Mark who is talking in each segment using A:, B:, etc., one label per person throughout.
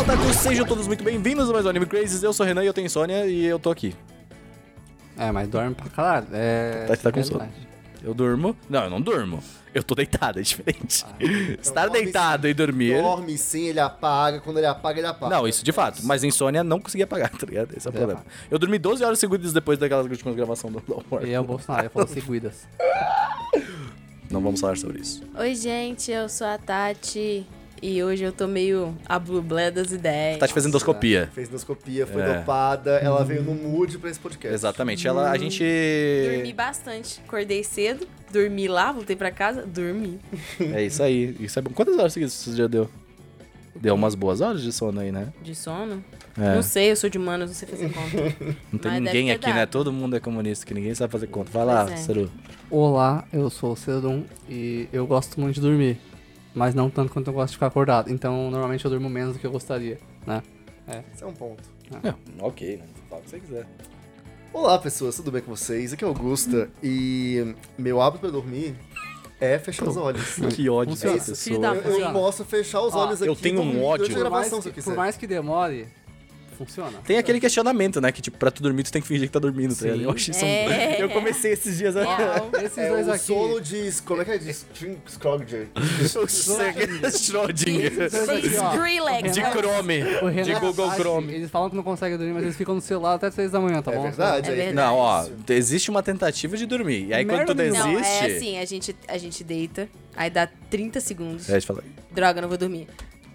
A: Otaku, sejam todos muito bem-vindos a mais um Anime Crazes. Eu sou o Renan e eu tenho insônia e eu tô aqui.
B: É, mas dorme pra caralho. É...
A: Tá- tá com
B: verdade.
A: Eu durmo? Não, eu não durmo. Eu tô deitado, é diferente. Estar
C: dorme
A: deitado e dormir...
C: Dorme sim, ele apaga. Quando ele apaga, ele apaga.
A: Não, isso de fato. Mas insônia não conseguia pagar, tá ligado? Esse é o problema. Eu dormi 12 horas seguidas depois daquelas últimas gravações do War.
B: E é o Bolsonaro, ele falou se cuidas.
A: Não vamos falar sobre isso.
D: Oi, gente, eu sou a Tati e hoje eu tô meio ablublé das ideias.
A: Tá te fazendo endoscopia.
C: Fez endoscopia, foi
A: É.
C: dopada, ela veio no mood pra esse podcast.
A: Exatamente. Ela, a gente...
D: Dormi bastante, acordei cedo, dormi lá, voltei pra casa, dormi.
A: É isso aí. Isso é bom. Quantas horas seguidas você já deu? Deu umas boas horas de sono aí, né?
D: De sono?
A: É.
D: Não sei, eu sou de humanos, não sei fazer conta.
A: Não tem
D: Mas deve
A: ninguém
D: ter
A: aqui, né?
D: dado.
A: Todo mundo é comunista, que ninguém sabe fazer conta. Vai lá,
D: Pois é.
A: Saru.
B: Olá, eu sou o Cedum e eu gosto muito de dormir. Mas não tanto quanto eu gosto de ficar acordado. Então, normalmente eu durmo menos do que eu gostaria, né?
C: Esse é um ponto.
A: ok, né? Fala o que você quiser.
C: Olá, pessoas, tudo bem com vocês? Aqui é o Augusta e meu hábito pra dormir é fechar os olhos.
A: Que ódio dessa
B: Funciona.
A: pessoa.
D: Filho da
C: Eu, eu
B: Funciona.
C: posso fechar os
B: Ó,
C: olhos aqui. então,
A: eu tenho um
C: durante
A: ódio.
C: a
B: Por mais,
C: gravação, se eu
B: que,
C: quiser.
B: por mais que demore, funciona.
A: Tem aquele questionamento, né? Que, tipo, pra tu dormir, tu tem que fingir que tá dormindo, tá
B: Sim.
A: ligado? Eu acho isso um-
D: É.
A: Eu comecei esses dias... a.
D: Real.
B: Esses
C: É
B: dois
C: o
B: aqui.
C: solo de... Como é que é? De String Scrogger.
A: É Schrödinger.
D: Skrillex.
A: De Chrome.
B: O Renan
A: De Google
B: Sassi,
A: Chrome.
B: Eles falam que não conseguem dormir, mas eles ficam no celular até 3 da manhã, tá
C: É
B: bom?
C: verdade?
D: É
C: aí tem
D: verdade.
A: Não, ó,
C: isso.
A: existe uma tentativa de dormir. E aí quando tu
B: Merda
A: desiste.
D: Não, é assim, a gente, a gente deita, aí dá 30 segundos.
A: É, deixa eu falar.
D: Droga, não vou dormir.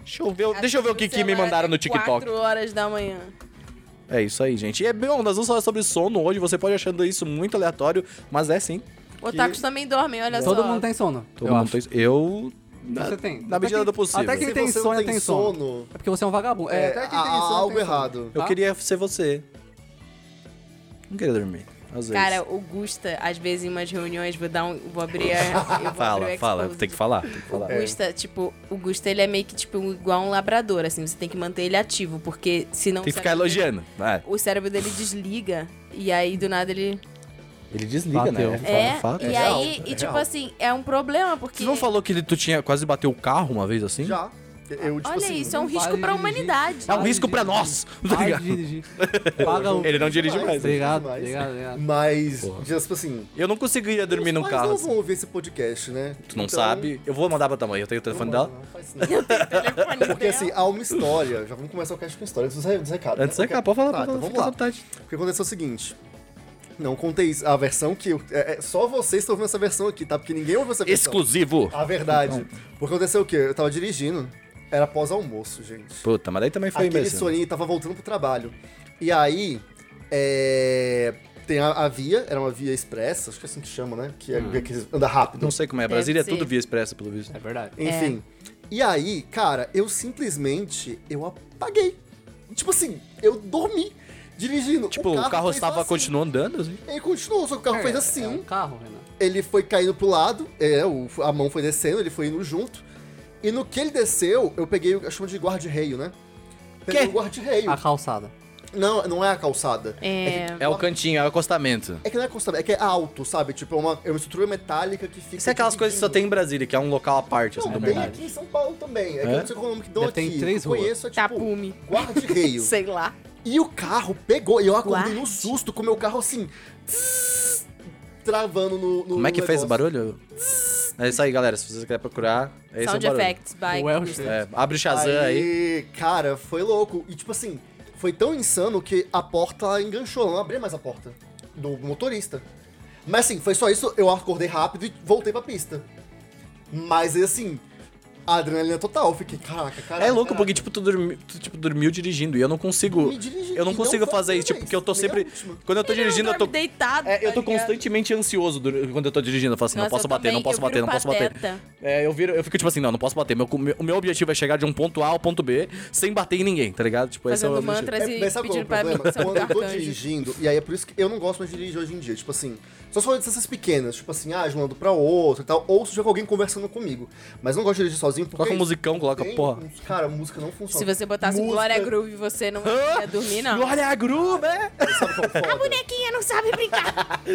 A: Deixa eu ver, deixa eu ver o que, que me
D: Celular
A: mandaram no
D: até
A: TikTok.
D: 4 é horas da manhã.
A: É isso aí, gente. E é bom, nós vamos falar sobre sono hoje. Você pode achando isso muito aleatório, mas é sim.
D: Otakus também dormem, olha só.
B: Todo mundo tem sono.
A: Todo
B: eu
A: mundo
B: acho.
A: tem. Eu. Na,
B: Você tem.
A: Na
B: Até
A: medida
B: quem-
A: do possível.
B: até quem-
C: Se
B: tem
C: você não
B: insônia,
C: tem
B: tem sono.
C: sono,
B: É porque você é um vagabundo. É,
C: é,
B: até quem
C: há
B: tem sono.
C: algo
B: tem sono.
C: errado.
A: Eu
B: Tá?
A: queria ser você. Não queria dormir. Às vezes.
D: Cara, o Gusta, às vezes em umas reuniões, vou dar um. Vou abrir a. Eu vou abrir
A: fala,
C: é
D: o
A: fala.
D: Exposed.
A: Tem que falar. Tem que falar.
D: O Gusta, tipo, o Gusta ele é meio que tipo um- igual um labrador, assim, você tem que manter ele ativo, porque senão.
A: Tem que
D: o
A: ficar
D: cérebro
A: elogiando. Vai.
D: dele- O cérebro dele desliga. E aí, do nada, ele.
A: Ele desliga,
B: Bateu.
A: né?
D: É,
A: Fala, fala.
D: e
C: real,
D: aí,
C: é
D: e tipo
C: real.
D: assim, é um problema, porque.
A: Você não falou que ele, tu tinha quase bateu o carro uma vez assim?
C: Já. Eu, tipo
D: Olha
C: assim,
D: isso, é um
B: não
D: risco
B: vale
D: pra
B: dirigir.
D: humanidade.
A: É um
B: Para
A: risco
B: de
A: pra
B: dirigir.
A: nós. Tá
B: Para
A: ligado?
B: de dirigir. Paga um, tá o.
A: Ele não dirige
C: Demais.
A: mais. né?
B: Obrigado,
C: Demais.
B: obrigado, obrigado.
C: Mas, tipo assim...
A: Eu não conseguiria dormir num
C: Os pais
A: carro.
C: não
A: assim.
C: vão ouvir esse podcast, né?
A: Tu não sabe? Eu vou mandar pra tua mãe. Eu tenho o telefone dela.
C: Não faz isso,
A: É
C: não.
A: um
D: Telefone
C: Porque
D: dela.
C: assim, há uma história. Já vamos começar o cast com história antes dos, re- dos recados.
A: Antes
C: né?
A: você acabou, fala,
C: Tá,
A: fala,
C: então vamos
A: fica à
C: lá.
A: vontade.
C: O que aconteceu é o seguinte. Não contei isso. A versão que. eu- é- é- só vocês estão ouvindo essa versão aqui, tá? Porque ninguém ouve essa versão.
A: Exclusivo. Então.
C: A verdade. Porque aconteceu o quê? Eu tava dirigindo. Era pós-almoço, gente.
A: Puta, mas daí também foi
C: Aquele
A: mesmo.
C: soninho tava voltando pro trabalho. E aí. É. Tem a, a via, era uma via expressa, acho que é assim que chama, né? Que é via que anda rápido.
A: Hum. Não sei É. como é.
D: Deve
A: Brasília é
D: ser.
A: tudo via expressa, pelo visto.
B: É verdade.
C: Enfim. E aí, cara, eu simplesmente eu apaguei. Tipo assim, eu dormi dirigindo.
A: Tipo, o carro,
C: fez
A: estava
C: assim.
A: continuando andando, assim.
C: Ele continuou, só que o carro fez assim.
B: É um carro, Renan.
C: Ele foi caindo pro lado, é, o- a mão foi descendo, ele foi indo junto. E no que ele desceu, eu peguei o chama de guarda-reio, né? Peguei
A: Quê? Ah.
C: o guarda-reio.
B: A calçada.
C: Não, não é a calçada.
D: É.
A: É o cantinho, é o acostamento.
C: É que não é calçada, é que é alto, sabe? Tipo, é uma, é uma estrutura metálica que fica.
A: Isso é aquelas coisas que só tem em Brasília, que é um local à parte, assim, do
C: Não, tem
A: mundo.
B: verdade.
C: aqui em São Paulo também. É, que
A: É?
C: eu não sei qual é o nome que dão
B: Deve ter
C: aqui.
B: em três
C: eu
B: ruas.
C: conheço, é
A: ah,
C: tipo.
A: Tá
D: Tapume.
C: Guarda-reio.
D: Sei lá.
C: E o carro pegou, e eu acordei
D: Guarde.
C: no susto com o meu carro assim. tss, travando no. no
A: Como é que fez o
C: um negócio.
A: barulho? É isso aí, galera. Se vocês quiserem procurar, é esse
D: Sound
A: o barulho.
D: effects by.
B: Welsh.
A: É, abre o Shazam aí.
C: Aí, Cara, foi louco. E tipo assim, foi tão insano que a porta enganchou, eu não abri mais a porta do motorista. Mas assim, foi só isso, eu acordei rápido e voltei pra pista. Mas assim, a adrenalina total, eu fiquei, caraca, caraca.
A: É louco,
C: caraca.
A: porque, tipo, tu, dormi- tu, tipo, dormiu dirigindo. E eu não consigo.
C: Me dirigi-
A: Eu não
C: e
A: consigo
C: foi a
A: fazer isso, tipo,
C: primeira
A: porque eu tô
C: vez, nem a
A: sempre.
C: última.
A: Quando eu tô
D: Ele não
A: dirigindo, eu tô.
D: dorme deitado.
A: É, eu
D: tá
A: tô
D: ligado?
A: constantemente ansioso dur- quando eu tô dirigindo. Eu falo assim, não
D: Nossa,
A: posso
D: eu
A: bater, não
D: também,
A: posso
D: eu
A: bater,
D: viro
A: não posso bater.
D: pateta.
A: É, eu viro, eu fico tipo assim, não, não posso bater. Meu, o meu objetivo é chegar de um ponto A ao ponto B sem bater em ninguém, tá ligado? Tipo, esse é o
D: Fazendo
A: objetivo.
D: mantras
C: É, mas
D: e
C: sabe qual é
D: pedindo
C: o
D: pra mim.
C: problema? Quando eu tô dirigindo, e aí é por isso que eu não gosto mais de dirigir hoje em dia. Tipo assim, só se for dessas pequenas, tipo assim, ah, de um lado pra outro e tal, ou se tiver alguém conversando comigo. Mas eu não gosto de dirigir sozinho porque.
A: Coloca um musicão, coloca,
C: tem
A: porra.
C: uns- Cara, música não funciona.
D: Se você botasse um
C: música, é
D: Glória Groove, você não ia dormir, não.
A: Olha a gruba!
C: Sabe qual é o foda?
D: bonequinha não sabe brincar.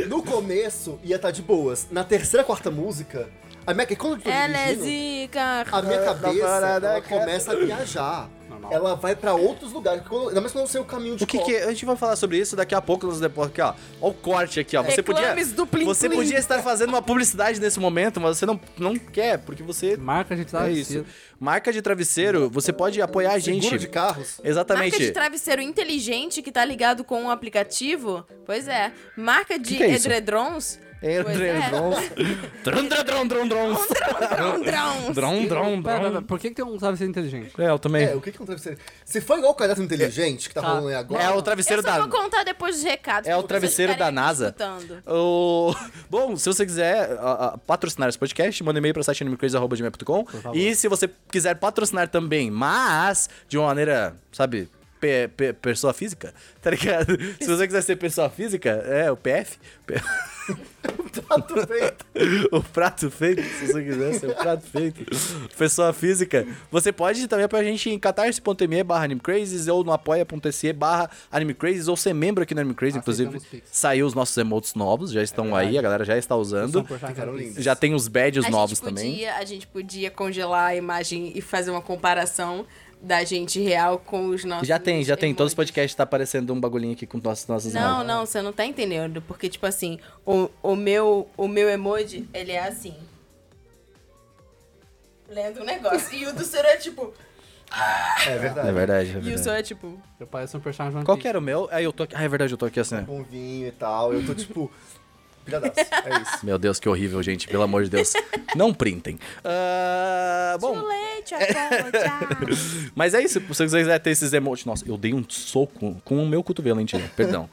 C: No começo ia estar de boas. Na terceira, quarta música, a minha, quando eu tô
D: Ela é
C: dirigindo,
D: zica.
C: a minha
A: Tá
C: cabeça
A: parada,
C: ela
A: cara.
C: começa a viajar.
B: normal.
C: Ela vai pra outros lugares. porque Quando, ainda mais quando eu sei o caminho de
A: O que que é? A gente vai falar sobre isso daqui a pouco, nos depois aqui, ó. Ó o corte aqui, ó. Você podia,
D: Reclames do Plim
A: você
D: Plim.
A: podia estar fazendo uma publicidade nesse momento, mas você não, não quer, porque você...
B: Marca a gente tá lá.
A: É isso. Marca de travesseiro, você pode apoiar a
C: Seguro de
A: gente. É,
C: carros.
A: Exatamente.
D: Marca de travesseiro inteligente que tá ligado com um aplicativo? Pois é. Marca de
A: Que que é isso?
D: edredrons?
A: É,
D: Pois
A: drons. Drum, drum, drum, drum, drons.
D: Edredrons.
A: Drum, drum,
B: Pera, pera, pera,
A: drum.
B: por que, que tem um travesseiro inteligente?
A: É, eu também.
C: É, o que que é um travesseiro? Se for igual o cadastro inteligente que tá
B: Tá.
C: rolando aí agora.
A: É o
D: Eu
A: travesseiro
D: só
A: da...
D: vou contar depois dos recados.
A: É o
D: pra vocês
A: travesseiro
D: ficarem
A: da NASA.
D: escutando.
A: O- Bom, se você quiser a- a- patrocinar esse podcast, manda um e-mail pra site animecrazy.com.
B: favor.
A: E se você quiser patrocinar também, mas de uma maneira, sabe, pe- pe- pessoa física, tá ligado? se você quiser ser pessoa física, é o PF. P-
C: Tudo bem.
A: o prato feito, se você quiser ser o prato feito, pessoa física, você pode também apoiar a gente em catarse.me barra animecrazes ou no apoia.se barra animecrazes ou ser membro aqui no animecrazes,
B: Aceitamos
A: inclusive
B: Pix.
A: saiu os nossos emotes novos, já estão aí, a galera já está usando,
C: Ficaram lindos.
A: já tem os badges
D: A
A: novos
D: gente podia,
A: também.
D: A gente podia congelar a imagem e fazer uma comparação da gente real com os nossos.
A: Já tem, já tem. Todos os
D: emojis.
A: podcasts tá aparecendo um bagulhinho aqui com nossos, nossos
D: Não,
A: emotes.
D: não, você não tá entendendo. Porque, tipo assim, o, o, meu, o meu emoji, ele é assim. Lendo um negócio. E o do Ciro é tipo.
C: É verdade.
A: É verdade, é
D: E o
A: verdade.
D: seu é tipo.
B: Eu pareço um personagem
A: Qual que era o meu? Aí eu tô aqui. Ah, é verdade, eu tô aqui assim.
C: Com vinho e tal. Eu tô tipo. Piradaço. É isso.
A: Meu Deus, que horrível, gente. Pelo amor de Deus. Não printem. Ah, bom.
D: Too late, apologize."
A: Mas é isso, se você quiser ter esses emotes. Nossa, eu dei um soco com o meu cotovelo, hein, tia? Perdão.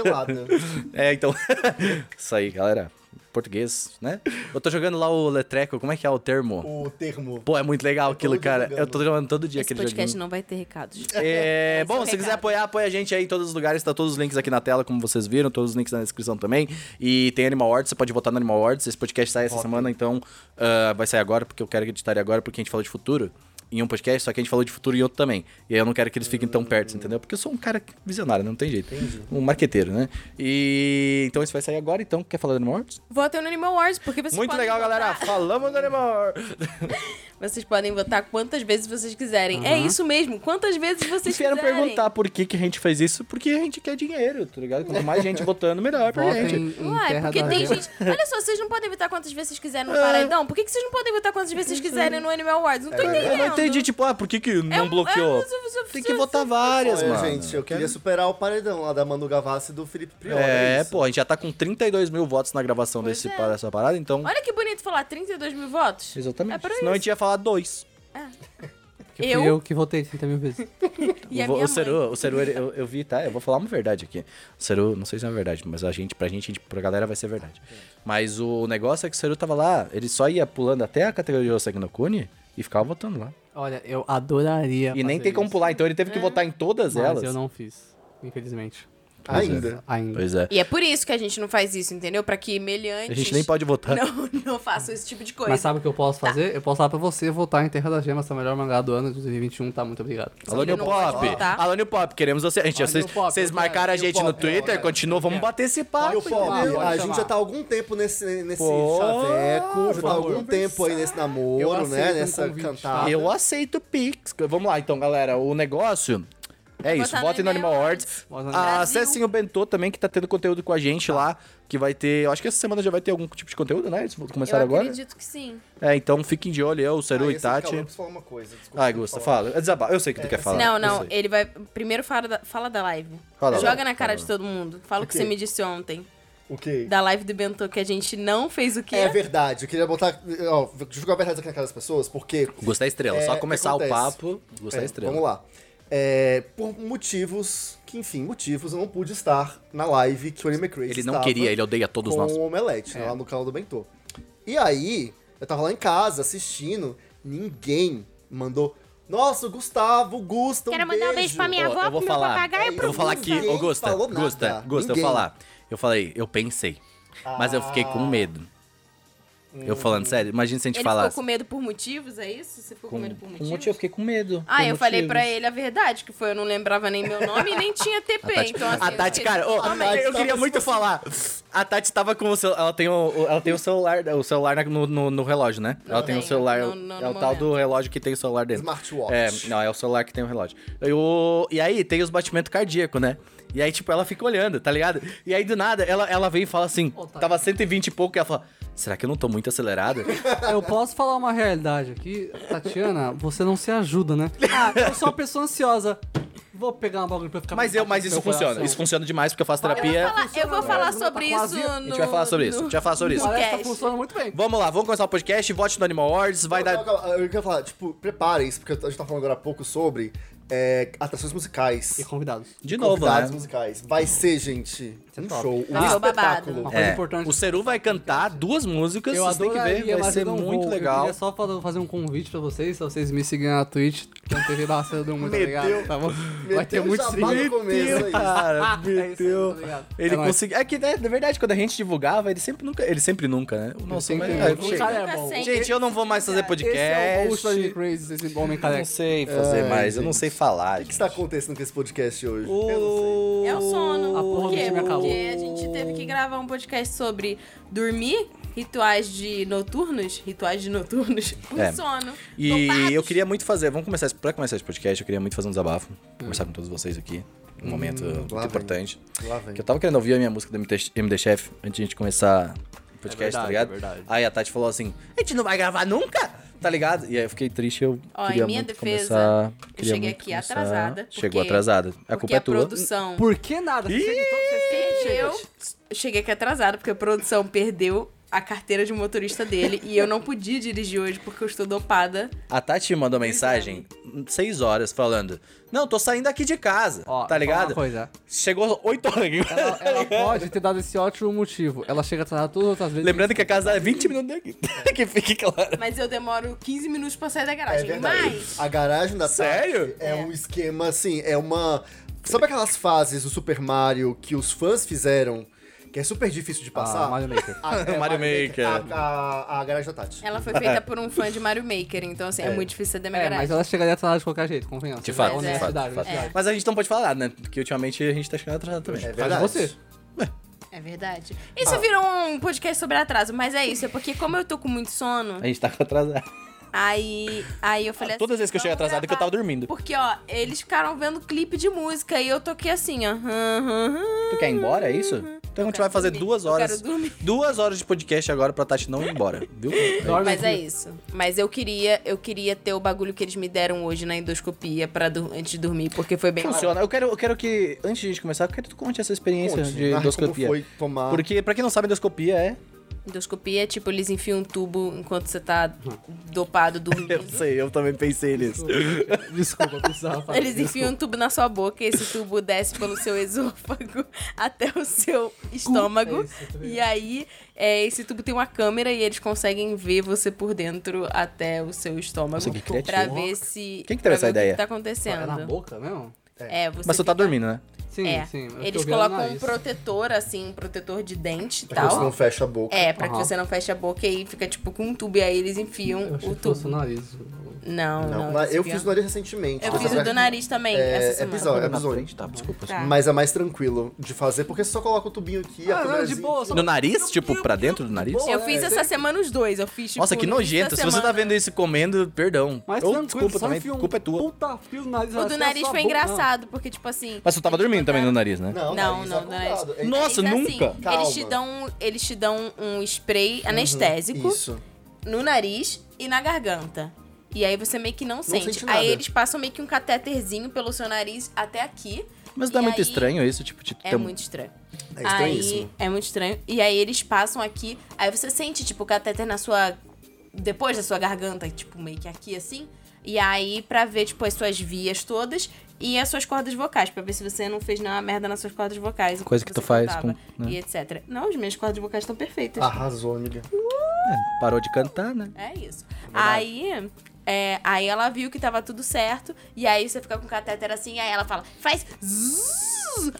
C: Pelada.
A: é, então. isso aí, galera. Português, né? Eu tô jogando lá o Letreco, como é que é o termo?
C: O termo.
A: Pô, é muito legal aquilo,
C: todo
A: cara.
C: jogando.
A: Eu tô jogando todo dia
D: Esse
A: aquele
D: podcast
A: joguinho.
D: não vai ter recados.
A: É,
D: Esse é o
A: bom, se quiser
D: recado.
A: apoiar, apoia a gente aí em todos os lugares. Tá todos os links aqui na tela, como vocês viram. Todos os links na descrição também. E tem Animal Awards, você pode votar no Animal Awards. Esse podcast sai essa semana, então ah, vai sair agora, porque eu quero editar ele agora, porque a gente falou de futuro em um podcast, só que a gente falou de futuro em outro também. E aí eu não quero que eles fiquem tão perto, entendeu? Porque eu sou um cara visionário, né? não tem jeito. Um marqueteiro, né? E então isso vai sair agora, então. Quer falar do Animal Awards?
D: Votem no Animal Wars, porque vocês
A: Muito
D: podem
A: legal,
D: votar.
A: galera. Falamos do Animal Awards.
D: Vocês podem votar quantas vezes vocês quiserem. É isso mesmo, quantas vezes vocês
A: Vocês vieram
D: quiserem.
A: perguntar por que, que a gente faz isso? Porque a gente quer dinheiro, tá ligado? Quanto mais gente votando, melhor pra
B: Votem
A: gente.
B: em
D: Ué,
B: Terra
D: porque
B: da
D: tem
B: Gema.
D: gente. Olha só, vocês não podem votar quantas vezes vocês quiserem
A: Ah.
D: no Paredão? Por que, que vocês não podem votar quantas vezes vocês quiserem no Animal Awards? Não É tô entendendo.
A: É, Eu não entendi, tipo, ah, por que, que não
D: um-
A: bloqueou? Tem que votar várias,
C: Olha,
A: mano.
C: gente, eu queria superar o paredão lá da Manu Gavassi e do Felipe Prior.
A: É,
C: isso.
A: pô, a gente já tá com 32 mil votos na gravação
D: Pois
A: desse,
D: é.
A: dessa parada, então.
D: Olha que bonito falar 32 mil votos. É
A: Exatamente.
D: por
A: Senão a
D: isso.
A: gente ia falar dois.
B: Que fui
D: Eu?
B: eu? que votei 30 mil vezes.
D: E a
A: o,
D: minha
A: o
D: mãe.
A: Seru, o Seru, ele- eu, eu vi, tá? Eu vou falar uma verdade aqui. O Seru, não sei se é uma verdade, mas a gente, pra gente, pra galera vai ser verdade. Mas o negócio é que o Seru tava lá, ele só ia pulando até a categoria de Osegno Kuni e ficava votando lá.
B: Olha, eu adoraria.
A: E nem
B: fazer
A: tem como
B: isso,
A: pular, então ele teve
D: É.
A: que votar em todas
B: mas
A: elas.
B: eu não fiz, infelizmente.
A: Pois é.
C: Ainda.
B: Ainda.
A: Pois é.
D: E é por isso que a gente não faz isso, entendeu? Pra que meliantes
A: A gente nem pode votar.
D: não, não façam esse tipo de coisa.
B: Mas sabe o que eu posso fazer? Eu posso falar pra você votar em Terra da Gema, essa melhor mangá do ano de 2021, tá? Muito obrigado.
A: Alô,
D: Ele
A: New
D: não pode
A: Pop!
D: votar.
A: Alô, New Pop, queremos você. Gente,
B: Ó,
A: vocês,
B: New Pop,
A: vocês
B: eu
A: marcaram a
B: quero, New
A: gente no
B: Pop, eu
A: Twitter,
B: quero,
A: continua,
B: eu
A: vamos
B: quero.
A: bater esse
C: Olha
A: papo.
C: o Pop,
B: chamar,
A: entendeu?
B: pode
C: a
B: chamar.
C: gente já tá há algum tempo nesse, nesse
A: Pô,
C: chaveco, já
A: por
C: tá há algum
A: favor.
C: tempo aí nesse namoro,
B: Eu
C: né?
B: aceito um
C: Nessa
B: convite,
C: cantada.
B: tá?
A: Eu aceito Pix. Vamos lá, então, galera. O negócio. É
D: Vou
A: isso,
D: botar
A: votem no
D: no
A: Animal
D: Animal
A: Awards.
B: Awards. Votem no
A: Ah,
D: Brasil.
A: Acessem o Bentô também, que tá tendo conteúdo com a gente lá. Que vai ter. Eu acho que essa semana já vai ter algum tipo de conteúdo, né? Eles
D: Eu
A: começaram agora.
D: acredito que sim.
A: É, então fiquem de olho, eu, o Seru
C: Ah,
A: e
C: esse Calma, eu
A: Tati.
C: preciso falar uma coisa, desculpa.
A: Ai, Gusta,
C: falar.
A: fala. É desabafo. Eu sei que tu quer falar.
D: Não,
A: eu
D: não,
A: sei.
D: ele vai. Primeiro fala da, fala da live.
A: Fala da
D: Joga
A: live,
D: na cara
A: fala.
D: de todo mundo. Fala o que
C: quê?
D: você me disse ontem.
C: O quê?
D: Da live do Bentô que a gente não fez o quê?
C: É verdade, eu queria botar. Ó, vou jogar a verdade aqui na cara das pessoas, porque.
A: Gusta é estrela.
C: É,
A: Só
C: que
A: começar o
C: acontece.
A: papo. Gusta é,
C: É,
A: estrela.
C: Vamos lá. É, por motivos que, enfim, motivos, eu não pude estar na live que o Anime Crazy
A: Ele não
C: estava
A: queria, ele odeia todos
C: com
A: nós.
C: o Omelete,
E: É.
C: né, lá no canal do Bentô. E aí, eu tava lá em casa assistindo, ninguém mandou. Nossa, o Gustavo, o Gusta,
E: Quero
C: um
E: mandar
C: beijo.
E: um beijo pra minha
A: Ó,
E: avó,
A: eu
E: pro
A: vou
E: meu
A: falar.
E: papagaio e
A: eu
E: pro
A: vou falar aqui,
E: Gusta.
A: ô Gusta,
C: Ninguém falou nada.
A: Gusta, Gusta, eu
C: Ninguém.
A: Ah. falar. Eu falei, eu pensei. Mas eu fiquei com medo. Eu falando sério, imagina se a gente
D: Ele
A: falasse.
D: ficou com medo por motivos, é isso? Você ficou com, medo por
A: com um
D: motivos?
A: motivo, eu fiquei com medo.
D: Ah,
A: por
D: eu falei
A: motivos.
D: pra ele a verdade, que foi eu não lembrava nem meu nome e nem tinha TP. então, assim,
A: A Tati, cara, ô,
D: Toma
C: a
D: aí.
C: Tati
A: eu
C: tava
A: queria
C: se
A: muito falar. A Tati tava com o seu, ela tem o, o- ela tem o celular, o celular na- no, no- no relógio, né?
D: Não
A: ela tem o
D: tenho,
A: celular,
D: não- não
A: é o
D: no
A: tal
D: momento.
A: do relógio que tem o celular dentro.
C: Smartwatch.
A: É, não, é o celular que tem o relógio. E o- e aí tem os batimentos cardíacos, né? E aí, tipo, ela fica olhando, tá ligado? E aí, do nada, ela, ela vem e fala assim,
B: Otário.
A: tava 120 e pouco, e ela fala, será que eu não tô muito acelerada?
B: Eu posso falar uma realidade aqui. Tatiana, você não se ajuda, né? Ah, eu sou uma pessoa ansiosa. Vou pegar uma bagulho pra ficar...
A: mas eu, mas
B: meu
A: isso
B: coração.
A: funciona, isso funciona demais, porque eu faço terapia.
D: Eu vou falar, eu vou falar sobre
B: Tá
D: isso
B: quase-
D: no.
A: A gente vai falar sobre isso, a gente vai falar sobre isso.
B: Parece que tá
D: Cash.
B: funcionando muito bem.
A: Vamos lá, vamos começar o podcast, vote no Animal Awards, vai
C: Não,
A: dar...
C: calma, calma, Eu quero falar, tipo, preparem-se, porque a gente tá falando agora há pouco sobre é, atrações musicais.
B: E convidados.
A: De novo,
C: convidados
A: né?
C: musicais. Vai ser, gente,
B: é
C: um
B: top.
C: show, um
D: Ah, o
C: espetáculo.
D: babado.
B: Uma coisa importante.
A: É, O Seru vai cantar duas músicas, vocês têm que ver, vai
B: mas
A: ser
B: eu não
A: muito
B: vou. Eu
A: legal.
B: queria só fa- fazer um convite pra vocês, se vocês me seguirem na Twitch, que é um TV da Acedum, muito
C: Meteu.
B: obrigado, tá bom? Vai ter
C: Meteu
B: muito
C: jabá
B: stream.
C: no começo, é isso.
A: Cara,
B: É isso aí,
A: meteu.
B: muito obrigado.
A: Ele
B: É nóis.
A: conseguiu. É que, né, na verdade, quando a gente divulgava, ele sempre nunca. Ele sempre nunca, né? O nosso
B: sempre
A: mas-
B: nunca.
A: ah, chega.
B: Cara,
D: Nunca
B: é bom.
D: sei.
A: Gente, eu não vou mais fazer
B: Esse é o É,
A: podcast.
B: Ghost Anime Crazy, esse homem
A: Eu não
B: careca.
A: sei fazer
C: Ai,
A: mais, eu não
C: gente.
A: sei falar.
C: O que
B: tá
C: está acontecendo com esse podcast hoje? Eu não sei.
A: O...
D: É o sono.
B: A porra
D: Por
B: do
D: quê?
B: time acabou.
D: Porque a gente teve que gravar um podcast sobre dormir, rituais de noturnos, rituais de noturnos, com
A: É.
D: sono.
A: E
D: dopados.
A: eu queria muito fazer. Vamos começar esse- pra começar esse podcast, eu queria muito fazer um desabafo.
B: Hum.
A: Conversar com todos vocês aqui. Um momento
C: lá
A: muito
C: vem.
A: importante.
C: Lá vem.
A: Que eu tava querendo ouvir a minha música do MT MD Chef antes de a gente começar o podcast,
B: É verdade,
A: tá ligado?
B: é verdade.
A: Aí a Tati falou assim: a gente não vai gravar nunca, tá ligado? E aí eu fiquei triste, eu
D: Ó,
A: queria
D: em minha
A: muito
D: defesa,
A: começar.
D: eu
A: queria
D: cheguei
A: muito
D: aqui atrasada, porque-
A: Chegou atrasada. A
D: Porque
A: culpa é
D: a
A: tua.
D: produção
B: Por que nada? Você sempre- todo- você sempre chega.
A: Tá
D: perdeu. Cheguei aqui atrasada, porque a produção perdeu a carteira de motorista dele e eu não podia dirigir hoje porque eu estou dopada.
A: A Tati me
D: é.
A: mandou mensagem seis horas falando: Não, tô saindo aqui de casa,
B: Ó,
A: tá
B: vou falar
A: ligado?
B: Uma coisa.
A: Chegou 8 horas. aqui.
B: Ela, ela pode ter dado esse ótimo motivo. Ela chega atrasada todas as outras vezes.
A: Lembrando que a casa é 20 minutos daqui. que fique claro.
D: Mas eu demoro 15 minutos pra sair da
C: É
D: garagem.
C: verdade.
D: mas
C: A garagem da Tati
A: Sério?
C: é um esquema assim, é uma. Sabe aquelas fases do Super Mario que os fãs fizeram, que é super difícil de
B: Ah,
C: passar?
B: Mario Maker.
C: A, é,
A: Mario Maker.
C: A, a- a garagem da Tati.
D: ela foi feita por um fã de Mario Maker, então assim, é, muito difícil sair da minha
B: É,
D: garagem.
B: mas ela chegaria atrasada de qualquer jeito, convenhamos.
A: De fato,
D: Mas
A: de
D: é.
A: fato. de
B: Honestidade,
A: fato.
B: honestidade.
A: Mas a gente não pode falar nada, né? Porque ultimamente a gente tá chegando atrasado também.
C: É
B: Mas
C: verdade.
B: você.
D: É verdade. Isso virou um podcast sobre atraso, mas é isso, é porque como eu tô com muito sono,
A: A gente tá atrasado.
D: aí, aí eu falei assim.
A: Todas as vezes que eu cheguei
D: "Vamos
A: atrasado é que eu tava
D: gravar".
A: dormindo.
D: Porque, ó, eles ficaram vendo clipe de música e eu toquei assim, ó.
A: Tu quer ir embora, é isso? Então a gente vai fazer
D: dormir.
A: duas
D: Eu
A: horas.
D: quero dormir.
A: Duas horas de podcast agora pra Tati não ir embora, viu?
B: Dorme
D: Mas
B: aqui.
D: é isso. Mas eu queria, eu queria ter o bagulho que eles me deram hoje na endoscopia para antes de dormir, porque foi bem
A: Funciona. Eu quero, eu quero que, antes de a gente começar, eu quero que tu conte essa experiência
C: Conte,
A: de
C: narra como
A: endoscopia.
C: foi tomar-
A: Porque, pra quem não sabe, endoscopia é.
D: Endoscopia é tipo, eles enfiam um tubo enquanto você tá dopado dormindo.
A: sei, Hum. eu também pensei nisso.
B: Desculpa, eu precisava falar.
D: Eles
B: Desculpa.
D: enfiam um tubo na sua boca e esse tubo desce pelo seu esôfago até o seu
B: É
D: estômago.
B: isso, eu tô ligado.
D: e aí, é, esse tubo tem uma câmera e eles conseguem ver você por dentro até o seu estômago.
A: Nossa, que criativo.
D: pra ver se.
A: Quem que teve
D: pra ver
A: essa
D: o
A: ideia?
D: Que tá
B: É na
D: acontecendo.
B: boca mesmo?
D: É, você.
A: Mas tu tá
D: fica-
A: dormindo, né?
B: Sim,
D: É.
B: sim. eu tô
D: Eles
B: vendo
D: colocam um
B: nariz.
D: protetor, assim, um protetor de dente e
C: Pra que você não
D: tal.
C: fecha a boca.
D: É, pra que
B: Aham.
D: você não feche a boca e fica tipo com um tubo. E aí eles enfiam
B: Eu achei
D: o
B: que fosse um- o
D: um tubo.
B: nariz.
D: Não,
C: Não,
D: não.
C: mas eu
D: esse
C: fiz o
D: pior.
C: nariz recentemente.
D: Eu
C: mas
D: fiz
C: é-
D: o do nariz também essa
C: É, é
D: semana.
C: bizarro, é
A: Na
C: bizarro.
A: frente, tá, desculpa.
D: Tá.
C: Mas é mais tranquilo de fazer, porque você só coloca o tubinho aqui, a
B: Ah, não, de
C: câmerazinha
B: boa.
C: aqui.
B: Só...
A: No nariz? Tipo, pra dentro do nariz?
D: Eu fiz essa semana os dois, eu fiz tipo,
A: Nossa, que
D: no início
A: nojento. Se
D: da
A: você tá
D: semana.
A: vendo isso comendo, perdão.
B: Mas
A: Ou
B: tranquilo,
A: desculpa
B: só
A: também,
B: enfia um
A: culpa é tua.
B: Puta frio no nariz.
D: O
A: tá
B: até
D: do
B: a
D: nariz
B: sua
D: foi
B: boca.
D: engraçado, porque tipo assim.
A: Mas tu tava
D: eles
A: dormindo também
D: botaram-
A: no nariz, né?
C: Não,
D: Não,
C: nariz
D: não, do nariz.
C: acordado. É
A: Nossa, nunca?
D: Eles
C: Calma.
D: te dão, eles te dão um spray
B: Uhum,
D: anestésico
C: Isso.
D: no nariz e na garganta. E aí você meio que não, sente.
C: sente nada.
D: Aí eles passam meio que um catéterzinho pelo seu nariz até aqui.
A: Mas não é
D: E
A: muito
D: aí-
A: estranho isso, tipo, de
D: É
A: ter um-
D: muito estranho.
C: É estranhíssimo.
D: Aí, é muito estranho. E aí eles passam aqui, aí você sente, tipo, o cateter na sua. Depois da sua garganta, tipo, meio que aqui assim. E aí, pra ver, tipo, as suas vias todas e as suas cordas vocais, pra ver se você não fez nenhuma merda nas suas cordas vocais.
A: Coisa que
D: enquanto
A: tu
D: você
A: faz
D: cantava,
A: com- né?
D: E etc. Não, as minhas cordas vocais estão perfeitas.
C: Arrasou, amiga.
A: É, parou de cantar, né?
D: É isso. Aí. é, aí ela viu que tava tudo certo, e aí você fica com o catéter assim, aí ela fala, faz. zzzz.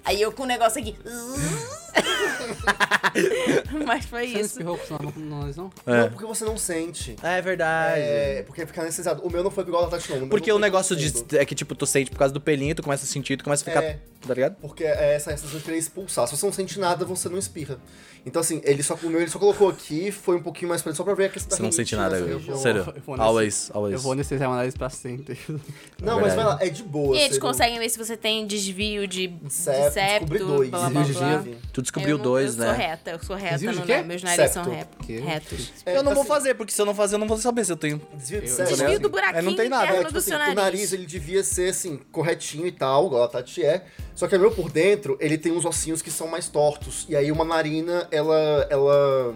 D: Aí eu com o negócio aqui. zzzz. Mas foi
B: Ah, Você não
D: isso.
B: espirrou com sua mão como nós, não?
C: Não, porque você não sente.
A: É verdade.
C: É, porque fica anestesiado. O meu não foi igual ao da Tati, não. meu
A: Porque
C: não
A: o
C: foi
A: negócio de,
C: profundo.
A: é que, tipo, tu sente por causa do pelinho, tu começa a sentir, tu começa a ficar.
C: É.
A: Tá ligado?
C: Porque é essa sensação de querer expulsar. Se você não sente nada, você não espirra. Então, assim, ele só, o meu ele só colocou aqui, foi um pouquinho mais pra ele, só pra ver a questão da
A: Você não
C: rinite
A: sente nada,
C: nessa
A: velho.
C: região.
A: Sério.
B: eu vou nesse-
A: Always, always.
B: Eu vou anestesiar uma nariz pra sempre.
C: Não,
A: É
C: mas
A: verdade.
C: vai lá, é de boa.
D: E eles
C: você não-
D: conseguem ver se você tem desvio de, de
C: Septo,
D: septo,
C: descobri dois.
D: blá blá blá.
B: Desvio de
D: blá.
B: giro.
A: Tu
D: eu
A: descobriu
D: não-
A: dois,
D: eu
A: né?
D: Sou reta, eu sou reta,
B: Desvio de
D: não,
B: quê?
D: meus nariz são
C: Septo.
D: rep-
B: Que?
D: retos.
C: É,
A: eu não vou
C: assim,
A: fazer, porque se eu não fazer, eu não vou saber se eu tenho.
C: Desvio de
B: Eu-
C: septo,
A: Desvio
C: né?
D: Desvio do
A: É,
D: buraquinho
A: não tem nada,
C: É,
D: interno
C: tipo
D: do
C: assim,
D: seu
C: o
D: nariz.
C: nariz ele devia ser assim, corretinho e tal, igual a Tati é. Só que o meu por dentro, ele tem uns ossinhos que são mais tortos. E aí uma narina, ela. ela.